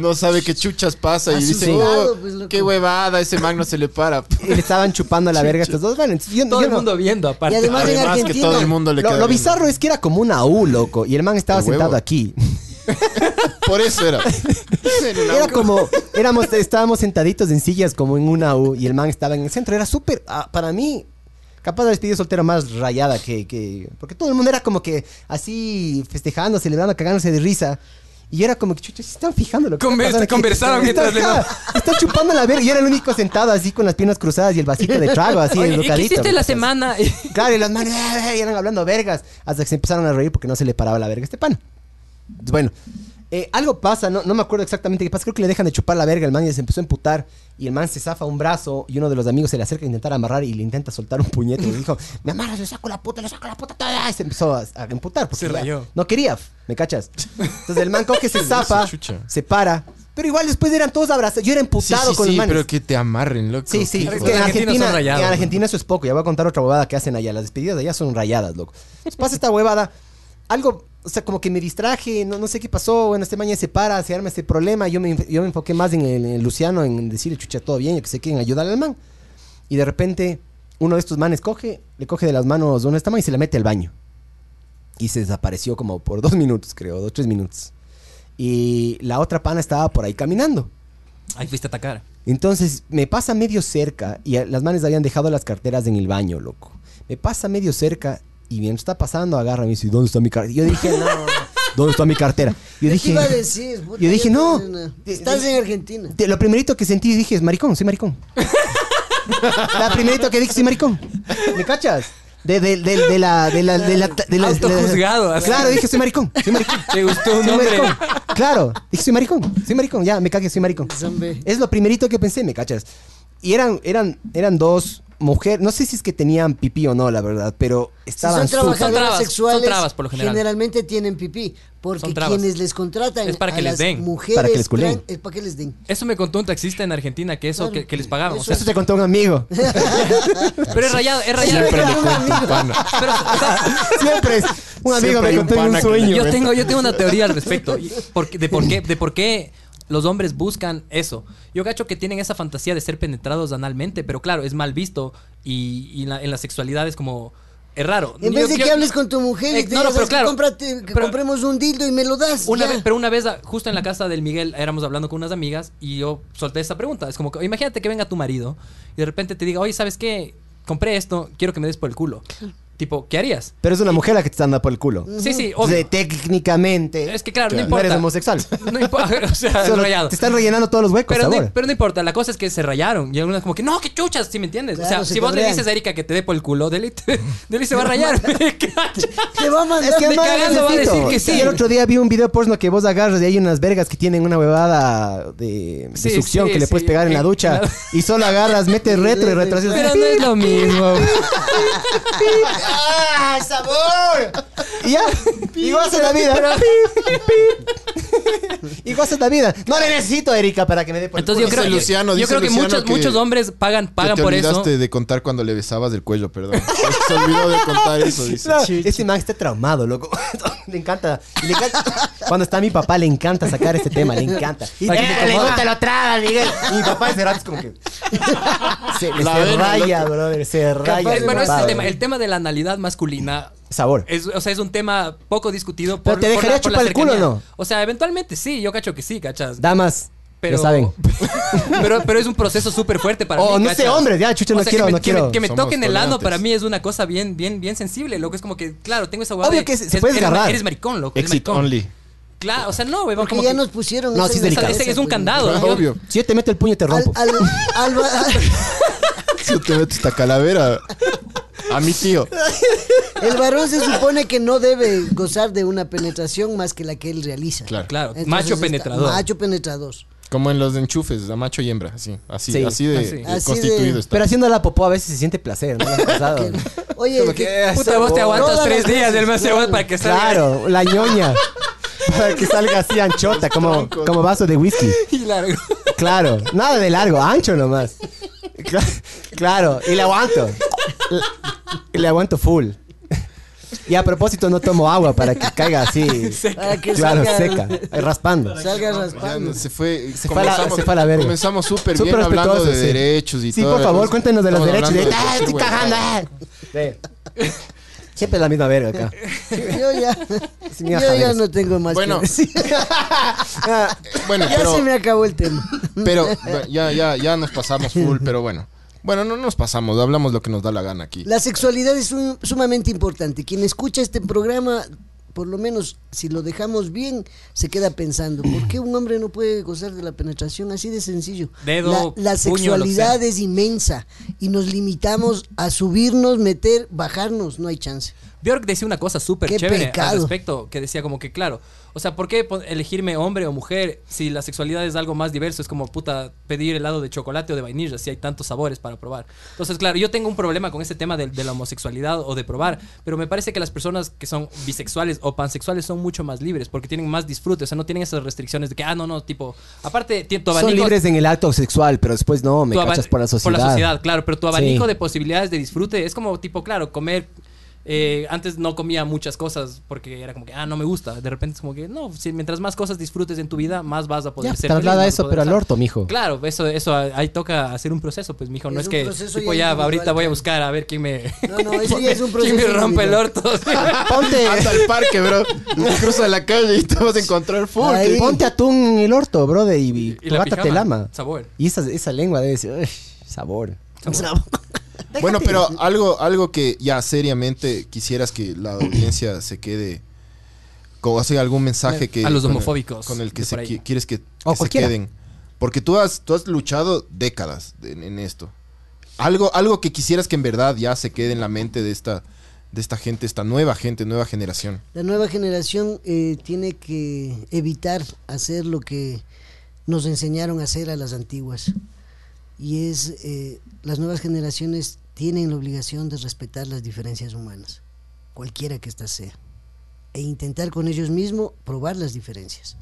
[SPEAKER 2] no sabe qué chuchas pasa y dice,
[SPEAKER 3] Asustado,
[SPEAKER 2] "Oh,
[SPEAKER 3] pues, loco".
[SPEAKER 2] qué huevada, ese man no se le para.
[SPEAKER 4] Y le estaban chupando la verga estos dos. Bueno, entonces yo,
[SPEAKER 5] Todo
[SPEAKER 4] yo
[SPEAKER 5] el
[SPEAKER 4] no-
[SPEAKER 5] mundo viendo, aparte.
[SPEAKER 3] Y además- en
[SPEAKER 2] Además que
[SPEAKER 3] Argentina,
[SPEAKER 2] todo el mundo le
[SPEAKER 4] lo,
[SPEAKER 2] queda
[SPEAKER 4] lo
[SPEAKER 2] viendo.
[SPEAKER 4] bizarro es que era como una U, loco. Y el man estaba
[SPEAKER 2] El huevo.
[SPEAKER 4] sentado aquí.
[SPEAKER 2] Por eso era.
[SPEAKER 4] Era como, éramos, estábamos sentaditos en sillas como en una U y el man estaba en el centro. Era súper, ah, para mí, capaz la despedida soltera más rayada que, que... Porque todo el mundo era como que así festejando, celebrando, cagándose de risa. Y era como que, chucha, se están fijando lo que está
[SPEAKER 5] Conver-
[SPEAKER 4] pasando aquí.
[SPEAKER 5] conversaron
[SPEAKER 4] Está-
[SPEAKER 5] mientras le-
[SPEAKER 4] ajá, Está chupando la verga y era el único sentado así con las piernas cruzadas y el vasito de trago así
[SPEAKER 5] Oye, ¿y
[SPEAKER 4] enrocadito.
[SPEAKER 5] ¿Qué hiciste la semana?
[SPEAKER 4] Claro, y las manos "Ah, ah", y eran hablando vergas. Hasta que se empezaron a reír porque no se le paraba la verga a este pan. Bueno, eh, algo pasa, no, no me acuerdo exactamente qué pasa. Creo que le dejan de chupar la verga al man y se empezó a emputar. Y el man se zafa un brazo y uno de los amigos se le acerca a intentar amarrar y le intenta soltar un puñete. Y dijo, me amarras, le saco la puta, le saco la puta toda. Y se empezó a, a emputar porque
[SPEAKER 5] Se
[SPEAKER 4] ya
[SPEAKER 5] rayó.
[SPEAKER 4] no quería, ¿me cachas? Entonces el man coge, se zafa,
[SPEAKER 2] chucha.
[SPEAKER 4] se para. Pero igual después eran todos abrazados. Yo era
[SPEAKER 2] Sí,
[SPEAKER 4] emputado
[SPEAKER 2] sí,
[SPEAKER 4] con los
[SPEAKER 2] sí,
[SPEAKER 4] manes.
[SPEAKER 2] pero que te amarren, loco.
[SPEAKER 4] Sí, sí,
[SPEAKER 2] Qué
[SPEAKER 4] es
[SPEAKER 5] Los
[SPEAKER 4] que en
[SPEAKER 2] joder.
[SPEAKER 5] argentinos
[SPEAKER 4] Argentina,
[SPEAKER 5] son rayados,
[SPEAKER 4] en
[SPEAKER 5] ¿no?
[SPEAKER 4] Argentina eso es poco. Ya voy a contar otra huevada que hacen allá. Las despedidas de allá son rayadas, loco. Entonces pasa esta huevada. Algo, o sea, como que me distraje, no, no sé qué pasó. Bueno, este mañana se para, se arma este problema. Yo me, enf- yo me enfoqué más en, el, en Luciano, en decirle, chucha, todo bien, yo que sé quién, ayudarle al man. Y de repente, uno de estos manes coge, le coge de las manos una esta man y se la mete al baño. Y se desapareció como por dos minutos, creo, dos, tres minutos. Y la otra pana estaba por ahí caminando.
[SPEAKER 5] Ahí fuiste a atacar.
[SPEAKER 4] Entonces me pasa medio cerca y a- las manes habían dejado las carteras en el baño, loco. Me pasa medio cerca y mientras está pasando agarra y me dice, ¿dónde está mi cartera? Yo dije, no, ¿dónde está mi cartera? Yo
[SPEAKER 3] ¿Qué te
[SPEAKER 4] dije,
[SPEAKER 3] iba a decir? Puta,
[SPEAKER 4] yo dije,
[SPEAKER 3] ya
[SPEAKER 4] no.
[SPEAKER 3] estás en- Estás en Argentina.
[SPEAKER 4] Te- lo primerito que sentí dije, es maricón, soy maricón. la primerito que dije, soy maricón. ¿Me cachas? De, de, de, de la... De la, de la, de la- de la-
[SPEAKER 5] Autojuzgado, así.
[SPEAKER 4] Claro, dije, soy maricón, soy maricón.
[SPEAKER 5] Te gustó un
[SPEAKER 4] Soy
[SPEAKER 5] hombre.
[SPEAKER 4] maricón. Claro, dije, soy maricón, soy maricón. Ya, me cagué, soy maricón.
[SPEAKER 3] Zombie.
[SPEAKER 4] Es lo primerito que pensé, ¿me cachas? Y eran, eran, eran dos mujeres, no sé si es que tenían pipí o no, la verdad, pero
[SPEAKER 3] Si son
[SPEAKER 4] estaban súper-
[SPEAKER 5] Son
[SPEAKER 3] trabajadores
[SPEAKER 5] trabas, son
[SPEAKER 3] sexuales,
[SPEAKER 5] trabas por lo general.
[SPEAKER 3] generalmente tienen pipí, porque
[SPEAKER 5] Son trabas.
[SPEAKER 3] quienes les contratan
[SPEAKER 5] Es para que
[SPEAKER 3] a
[SPEAKER 5] les
[SPEAKER 3] las
[SPEAKER 5] den.
[SPEAKER 3] mujeres
[SPEAKER 4] Para que les culen.
[SPEAKER 3] tran- es para que les den.
[SPEAKER 5] Eso me contó un taxista en Argentina, que eso,
[SPEAKER 3] Claro.
[SPEAKER 5] que, que les pagaban. o sea,
[SPEAKER 4] Eso te contó un amigo.
[SPEAKER 5] pero es rayado, es rayado.
[SPEAKER 2] Siempre le cuento un pana.
[SPEAKER 5] Pero, o sea,
[SPEAKER 4] Siempre es. Un amigo
[SPEAKER 2] Siempre hay un
[SPEAKER 4] me contó en un
[SPEAKER 2] pana que le
[SPEAKER 4] sueño.
[SPEAKER 5] yo tengo, yo tengo una teoría al respecto. y por qué- de, por qué, de por qué los hombres buscan eso. Yo gacho que tienen esa fantasía de ser penetrados analmente, pero claro, es mal visto y, y en, la, en la sexualidad es como... Es raro.
[SPEAKER 3] En
[SPEAKER 5] Yo-
[SPEAKER 3] vez de
[SPEAKER 5] yo-
[SPEAKER 3] que hables con tu mujer
[SPEAKER 5] Eh,
[SPEAKER 3] y te
[SPEAKER 5] no, no,
[SPEAKER 3] digas,
[SPEAKER 5] pero
[SPEAKER 3] "Haz que
[SPEAKER 5] claro,
[SPEAKER 3] cómprate- que
[SPEAKER 5] pero-
[SPEAKER 3] compremos un dildo y me lo das.
[SPEAKER 5] Una
[SPEAKER 3] ya".
[SPEAKER 5] vez, pero una vez, ah, justo en la casa del Miguel, éramos hablando con unas amigas y yo solté esta pregunta. Es como que, imagínate que venga tu marido y de repente te diga, oye, ¿sabes qué? Compré esto, quiero que me des por el culo. Tipo, ¿qué harías?
[SPEAKER 4] Pero es una mujer la que te está andando por el culo.
[SPEAKER 5] Sí, sí,
[SPEAKER 4] O
[SPEAKER 5] Mm, obvio.
[SPEAKER 4] sea, técnicamente.
[SPEAKER 5] Es que claro, no
[SPEAKER 4] no
[SPEAKER 5] importa.
[SPEAKER 4] eres homosexual.
[SPEAKER 5] No importa, o sea,
[SPEAKER 4] Solo
[SPEAKER 5] rayado.
[SPEAKER 4] Te están rellenando todos los huecos
[SPEAKER 5] Pero no,
[SPEAKER 4] ahora.
[SPEAKER 5] pero no importa, la cosa es que se rayaron. Y algunas como que, no, que chuchas, si me entiendes. o
[SPEAKER 3] Claro,
[SPEAKER 5] sea,
[SPEAKER 3] se
[SPEAKER 5] si vos le
[SPEAKER 3] cabrean.
[SPEAKER 5] dices a Erika que te dé por el culo, Deli, te- Deli se va a rayar. ¿me cachas?
[SPEAKER 3] Te va a mandar.
[SPEAKER 4] Es que
[SPEAKER 5] de
[SPEAKER 4] no,
[SPEAKER 5] cagando va a
[SPEAKER 4] necesito.
[SPEAKER 5] decir que sí.
[SPEAKER 4] Y el otro día vi un video porno que vos agarras y hay unas vergas que tienen una huevada de, de
[SPEAKER 5] Sí,
[SPEAKER 4] succión
[SPEAKER 5] sí,
[SPEAKER 4] que le
[SPEAKER 5] sí,
[SPEAKER 4] puedes pegar en la
[SPEAKER 5] en
[SPEAKER 4] ducha.
[SPEAKER 5] la-
[SPEAKER 4] Y solo agarras, metes retro y retrocedes.
[SPEAKER 5] Pero no es lo mismo.
[SPEAKER 4] ¡Ah, sabor! Y ya, y gozas la vida. y gozas la vida. No le necesito a Erika para que me dé por el
[SPEAKER 5] Entonces yo
[SPEAKER 2] Dice
[SPEAKER 5] creo, que-
[SPEAKER 2] Luciano,
[SPEAKER 5] yo
[SPEAKER 2] dice
[SPEAKER 5] creo que,
[SPEAKER 2] Luciano
[SPEAKER 5] muchos,
[SPEAKER 2] que-
[SPEAKER 5] muchos hombres pagan, pagan
[SPEAKER 2] te
[SPEAKER 5] por eso.
[SPEAKER 2] olvidaste de contar cuando le besabas el cuello, perdón. Se olvidó de contar eso, dice.
[SPEAKER 4] culo. Este man está traumado, loco. le encanta. y le encanta- Cuando está mi papá, le encanta sacar este tema, le encanta. Y
[SPEAKER 5] Para que te incomoda.
[SPEAKER 4] lo tragas, Miguel. Y mi papá ese rato es como que. Se,
[SPEAKER 2] La
[SPEAKER 4] se
[SPEAKER 2] vena,
[SPEAKER 4] raya, brother. Se raya.
[SPEAKER 5] Capaz-
[SPEAKER 4] mi
[SPEAKER 5] bueno, ese es
[SPEAKER 4] papá,
[SPEAKER 5] el tema.
[SPEAKER 4] brother.
[SPEAKER 5] El tema de la analidad masculina.
[SPEAKER 4] Sabor.
[SPEAKER 5] Es, o sea, es un tema poco discutido
[SPEAKER 4] Pero
[SPEAKER 5] por,
[SPEAKER 4] te
[SPEAKER 5] por
[SPEAKER 4] dejaría
[SPEAKER 5] por
[SPEAKER 4] chupar el culo,
[SPEAKER 5] cercanía.
[SPEAKER 4] ¿no?
[SPEAKER 5] O sea, eventualmente sí, yo cacho que sí, cachas.
[SPEAKER 4] Damas.
[SPEAKER 5] pero,
[SPEAKER 4] lo saben.
[SPEAKER 5] pero, pero es un proceso súper fuerte para
[SPEAKER 4] Oh,
[SPEAKER 5] mí.
[SPEAKER 4] no sé, hombres, ya, chucha,
[SPEAKER 5] O
[SPEAKER 4] no
[SPEAKER 5] sea,
[SPEAKER 4] quiero,
[SPEAKER 5] que me,
[SPEAKER 4] no
[SPEAKER 5] que me-
[SPEAKER 4] quiero.
[SPEAKER 5] Que me,
[SPEAKER 2] Somos
[SPEAKER 5] toquen el ano
[SPEAKER 2] tolerantes.
[SPEAKER 5] para mí es una cosa bien, bien, bien sensible, loco. Es como que, claro, tengo esa hueá
[SPEAKER 4] Obvio
[SPEAKER 5] de-
[SPEAKER 4] que se- se
[SPEAKER 5] es-
[SPEAKER 4] puedes
[SPEAKER 5] eres,
[SPEAKER 4] agarrar.
[SPEAKER 5] eres maricón, loco. eres
[SPEAKER 2] Exit
[SPEAKER 5] maricón.
[SPEAKER 2] only.
[SPEAKER 5] Claro, o sea, no, huevón.
[SPEAKER 3] Porque
[SPEAKER 5] como
[SPEAKER 3] ya
[SPEAKER 5] que-
[SPEAKER 3] nos pusieron.
[SPEAKER 4] No,
[SPEAKER 3] esas
[SPEAKER 4] sí es delicado.
[SPEAKER 3] mesas,
[SPEAKER 5] Ese es un
[SPEAKER 3] pues,
[SPEAKER 5] candado.
[SPEAKER 2] Ah, Obvio.
[SPEAKER 4] Si yo te meto el puño, te
[SPEAKER 3] Al,
[SPEAKER 4] rompo.
[SPEAKER 3] al, al ba-
[SPEAKER 2] Si te metes esta calavera a mi tío.
[SPEAKER 3] el varón se supone que no debe gozar de una penetración más que la que él realiza.
[SPEAKER 2] Claro.
[SPEAKER 5] Claro,
[SPEAKER 3] Entonces
[SPEAKER 5] macho
[SPEAKER 3] está-
[SPEAKER 5] penetrador.
[SPEAKER 3] Macho penetrador.
[SPEAKER 2] Como en los enchufes, a macho y hembra, así. Así,
[SPEAKER 4] Sí,
[SPEAKER 2] así de
[SPEAKER 5] así.
[SPEAKER 2] de
[SPEAKER 3] Así
[SPEAKER 2] constituido
[SPEAKER 3] de-
[SPEAKER 2] está.
[SPEAKER 4] Pero haciendo la popó a veces se siente placer, ¿no? Las pasadas.
[SPEAKER 3] Oye,
[SPEAKER 4] Como que,
[SPEAKER 3] que-
[SPEAKER 5] Puta, vos te aguantas
[SPEAKER 3] Todas
[SPEAKER 5] tres
[SPEAKER 3] las
[SPEAKER 5] días
[SPEAKER 3] veces,
[SPEAKER 5] del más
[SPEAKER 3] claro.
[SPEAKER 5] para que salga.
[SPEAKER 4] Claro, la ñoña. para que salga así anchota, como,
[SPEAKER 2] troncos.
[SPEAKER 4] como vaso de whisky.
[SPEAKER 5] Y largo.
[SPEAKER 4] Claro, nada de largo, ancho nomás. Cla- Claro, y le aguanto. Le- Y le aguanto full. Y a propósito no tomo agua para que caiga así.
[SPEAKER 3] Para que
[SPEAKER 4] Claro,
[SPEAKER 3] salga-
[SPEAKER 4] seca, raspando.
[SPEAKER 3] Salga
[SPEAKER 2] Ya
[SPEAKER 3] raspando.
[SPEAKER 2] no, se fue.
[SPEAKER 4] Se fue a la- se fue a la verga.
[SPEAKER 2] Comenzamos súper
[SPEAKER 4] Súper
[SPEAKER 2] bien hablando de
[SPEAKER 4] respetuosos, sí.
[SPEAKER 2] derechos y
[SPEAKER 4] Sí,
[SPEAKER 2] todo.
[SPEAKER 4] por favor, cuéntenos de los
[SPEAKER 2] Estamos
[SPEAKER 4] derechos.
[SPEAKER 2] hablando
[SPEAKER 4] ¡Ah,
[SPEAKER 2] de-
[SPEAKER 4] estoy
[SPEAKER 2] güey,
[SPEAKER 4] cagando! ah! Sí. Siempre es la misma verga acá.
[SPEAKER 3] Yo ya,
[SPEAKER 4] Sí, mi
[SPEAKER 3] yo
[SPEAKER 4] hija,
[SPEAKER 3] ya
[SPEAKER 4] vergas.
[SPEAKER 3] no tengo más
[SPEAKER 2] Bueno,
[SPEAKER 3] que
[SPEAKER 2] Eh,
[SPEAKER 3] decir.
[SPEAKER 2] Bueno,
[SPEAKER 3] Ya
[SPEAKER 2] pero,
[SPEAKER 3] se me acabó el tema.
[SPEAKER 2] pero bueno, ya, ya, ya nos pasamos full, pero bueno. Bueno, no nos pasamos, hablamos lo que nos da la gana aquí.
[SPEAKER 3] La sexualidad es un- sumamente importante. Quien escucha este programa, por lo menos si lo dejamos bien, se queda pensando, ¿por qué un hombre no puede gozar de la penetración? Así de sencillo.
[SPEAKER 5] Dedo,
[SPEAKER 3] la, la
[SPEAKER 5] puño, lo que sea.
[SPEAKER 3] sexualidad es inmensa y nos limitamos a subirnos, meter, bajarnos, no hay chance.
[SPEAKER 5] Bjork decía una cosa súper
[SPEAKER 3] Qué
[SPEAKER 5] chévere
[SPEAKER 3] pecado.
[SPEAKER 5] al respecto, que decía como que, claro, o sea, ¿por qué pon- elegirme hombre o mujer si la sexualidad es algo más diverso? Es como, puta, pedir helado de chocolate o de vainilla, si hay tantos sabores para probar. Entonces, claro, yo tengo un problema con ese tema de, de la homosexualidad o de probar, pero me parece que las personas que son bisexuales o pansexuales son mucho más libres porque tienen más disfrute, o sea, no tienen esas restricciones de que, ah, no, no, tipo, aparte, ti- tu
[SPEAKER 4] Son
[SPEAKER 5] abanico-
[SPEAKER 4] libres en el acto sexual, pero después no, me
[SPEAKER 5] tu aba-
[SPEAKER 4] cachas por la sociedad.
[SPEAKER 5] claro, pero tu abanico
[SPEAKER 4] Sí.
[SPEAKER 5] de posibilidades de disfrute es como tipo, claro, comer. eh, antes no comía muchas cosas porque era como que, ah, no me gusta. De repente es como que, no, si mientras más cosas disfrutes en tu vida, más vas a poder
[SPEAKER 4] Ya,
[SPEAKER 5] ser.
[SPEAKER 4] traslada
[SPEAKER 5] feliz, vas a
[SPEAKER 4] eso,
[SPEAKER 5] poder
[SPEAKER 4] pero al
[SPEAKER 5] estar.
[SPEAKER 4] orto, mijo.
[SPEAKER 5] Claro, eso, eso ah, ahí toca hacer un proceso, pues, mijo. No
[SPEAKER 3] Es
[SPEAKER 5] es
[SPEAKER 3] un
[SPEAKER 5] que,
[SPEAKER 3] proceso
[SPEAKER 5] tipo,
[SPEAKER 3] ya
[SPEAKER 5] ya,
[SPEAKER 3] individual,
[SPEAKER 5] ahorita voy a
[SPEAKER 3] claro.
[SPEAKER 5] buscar a ver quién me.
[SPEAKER 3] No, no, eso ya es un
[SPEAKER 5] quién me
[SPEAKER 3] proceso
[SPEAKER 5] rompe el
[SPEAKER 3] individual.
[SPEAKER 5] orto.
[SPEAKER 4] Ponte,
[SPEAKER 2] Anda al parque, bro. Cruza la calle y te vas a encontrar full.
[SPEAKER 3] Ahí.
[SPEAKER 4] ponte atún en el orto, brother, y, y tu gata te
[SPEAKER 5] pijama,
[SPEAKER 4] lama.
[SPEAKER 5] Sabor.
[SPEAKER 4] Y esa, esa lengua debe ser. "Uy, sabor.
[SPEAKER 2] Bueno, pero algo, algo que ya seriamente quisieras que la audiencia se quede. Como hace algún mensaje que.
[SPEAKER 5] A los
[SPEAKER 2] con el-
[SPEAKER 5] homofóbicos
[SPEAKER 2] Con el que
[SPEAKER 5] de
[SPEAKER 2] se
[SPEAKER 5] por ahí.
[SPEAKER 2] qui- quieres que,
[SPEAKER 4] O
[SPEAKER 2] que se
[SPEAKER 4] cualquiera.
[SPEAKER 2] queden. Porque tú has, tú has luchado décadas en, en esto. Algo, algo que quisieras que en verdad ya se quede en la mente de esta, de esta gente, esta nueva gente, nueva generación.
[SPEAKER 3] La nueva generación eh, tiene que evitar hacer lo que nos enseñaron a hacer a las antiguas. Y es, eh, las nuevas generaciones tienen la obligación de respetar las diferencias humanas, cualquiera que ésta sea, e intentar con ellos mismos probar las diferencias.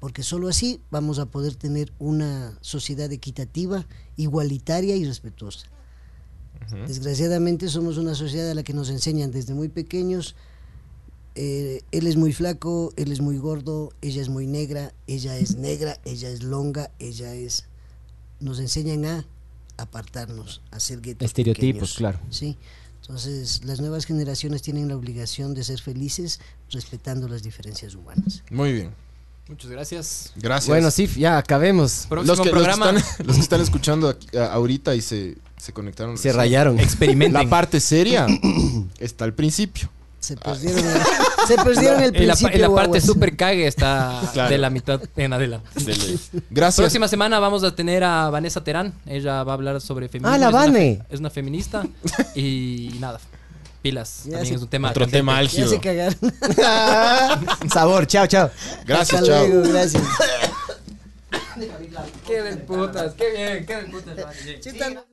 [SPEAKER 3] Porque solo así vamos a poder tener una sociedad equitativa, igualitaria y respetuosa. Desgraciadamente somos una sociedad a la que nos enseñan desde muy pequeños eh, él es muy flaco, él es muy gordo, ella es muy negra, ella es negra, ella es longa, ella es... Nos enseñan a apartarnos, a ser guetos
[SPEAKER 4] Estereotipos,
[SPEAKER 3] pequeños,
[SPEAKER 4] claro.
[SPEAKER 3] Sí. Entonces, las nuevas generaciones tienen la obligación de ser felices respetando las diferencias humanas.
[SPEAKER 2] Muy bien.
[SPEAKER 5] Muchas gracias.
[SPEAKER 2] Gracias.
[SPEAKER 4] Bueno, sí, ya acabemos.
[SPEAKER 5] Próximo
[SPEAKER 2] los, que, los que
[SPEAKER 5] programa.
[SPEAKER 2] están, los que están escuchando aquí- a- ahorita y se, se conectaron.
[SPEAKER 4] Se
[SPEAKER 2] recién.
[SPEAKER 4] rayaron.
[SPEAKER 5] Experimenten.
[SPEAKER 2] La parte seria está al principio.
[SPEAKER 3] Se perdieron, el, se perdieron el
[SPEAKER 5] En la, pa-
[SPEAKER 3] principio.
[SPEAKER 5] en la parte
[SPEAKER 3] guaguas.
[SPEAKER 5] súper cague está
[SPEAKER 2] Claro.
[SPEAKER 5] de la mitad en adelante.
[SPEAKER 2] Gracias.
[SPEAKER 5] Próxima semana vamos a tener a Vanessa Terán. Ella va a hablar sobre feminismo.
[SPEAKER 4] Ah, la
[SPEAKER 5] Es una-
[SPEAKER 4] Vane.
[SPEAKER 5] Es una feminista. Y nada. Pilas.
[SPEAKER 3] Ya
[SPEAKER 5] también
[SPEAKER 3] se-
[SPEAKER 5] es un tema.
[SPEAKER 6] Otro
[SPEAKER 5] caliente.
[SPEAKER 6] tema
[SPEAKER 3] Ya
[SPEAKER 6] álgido.
[SPEAKER 3] se cagaron.
[SPEAKER 4] sabor, chao, chao.
[SPEAKER 2] Gracias,
[SPEAKER 3] Hasta
[SPEAKER 2] chao.
[SPEAKER 3] luego, gracias.
[SPEAKER 5] Qué del putas, qué bien, qué del putas. Vane.
[SPEAKER 3] Chuta.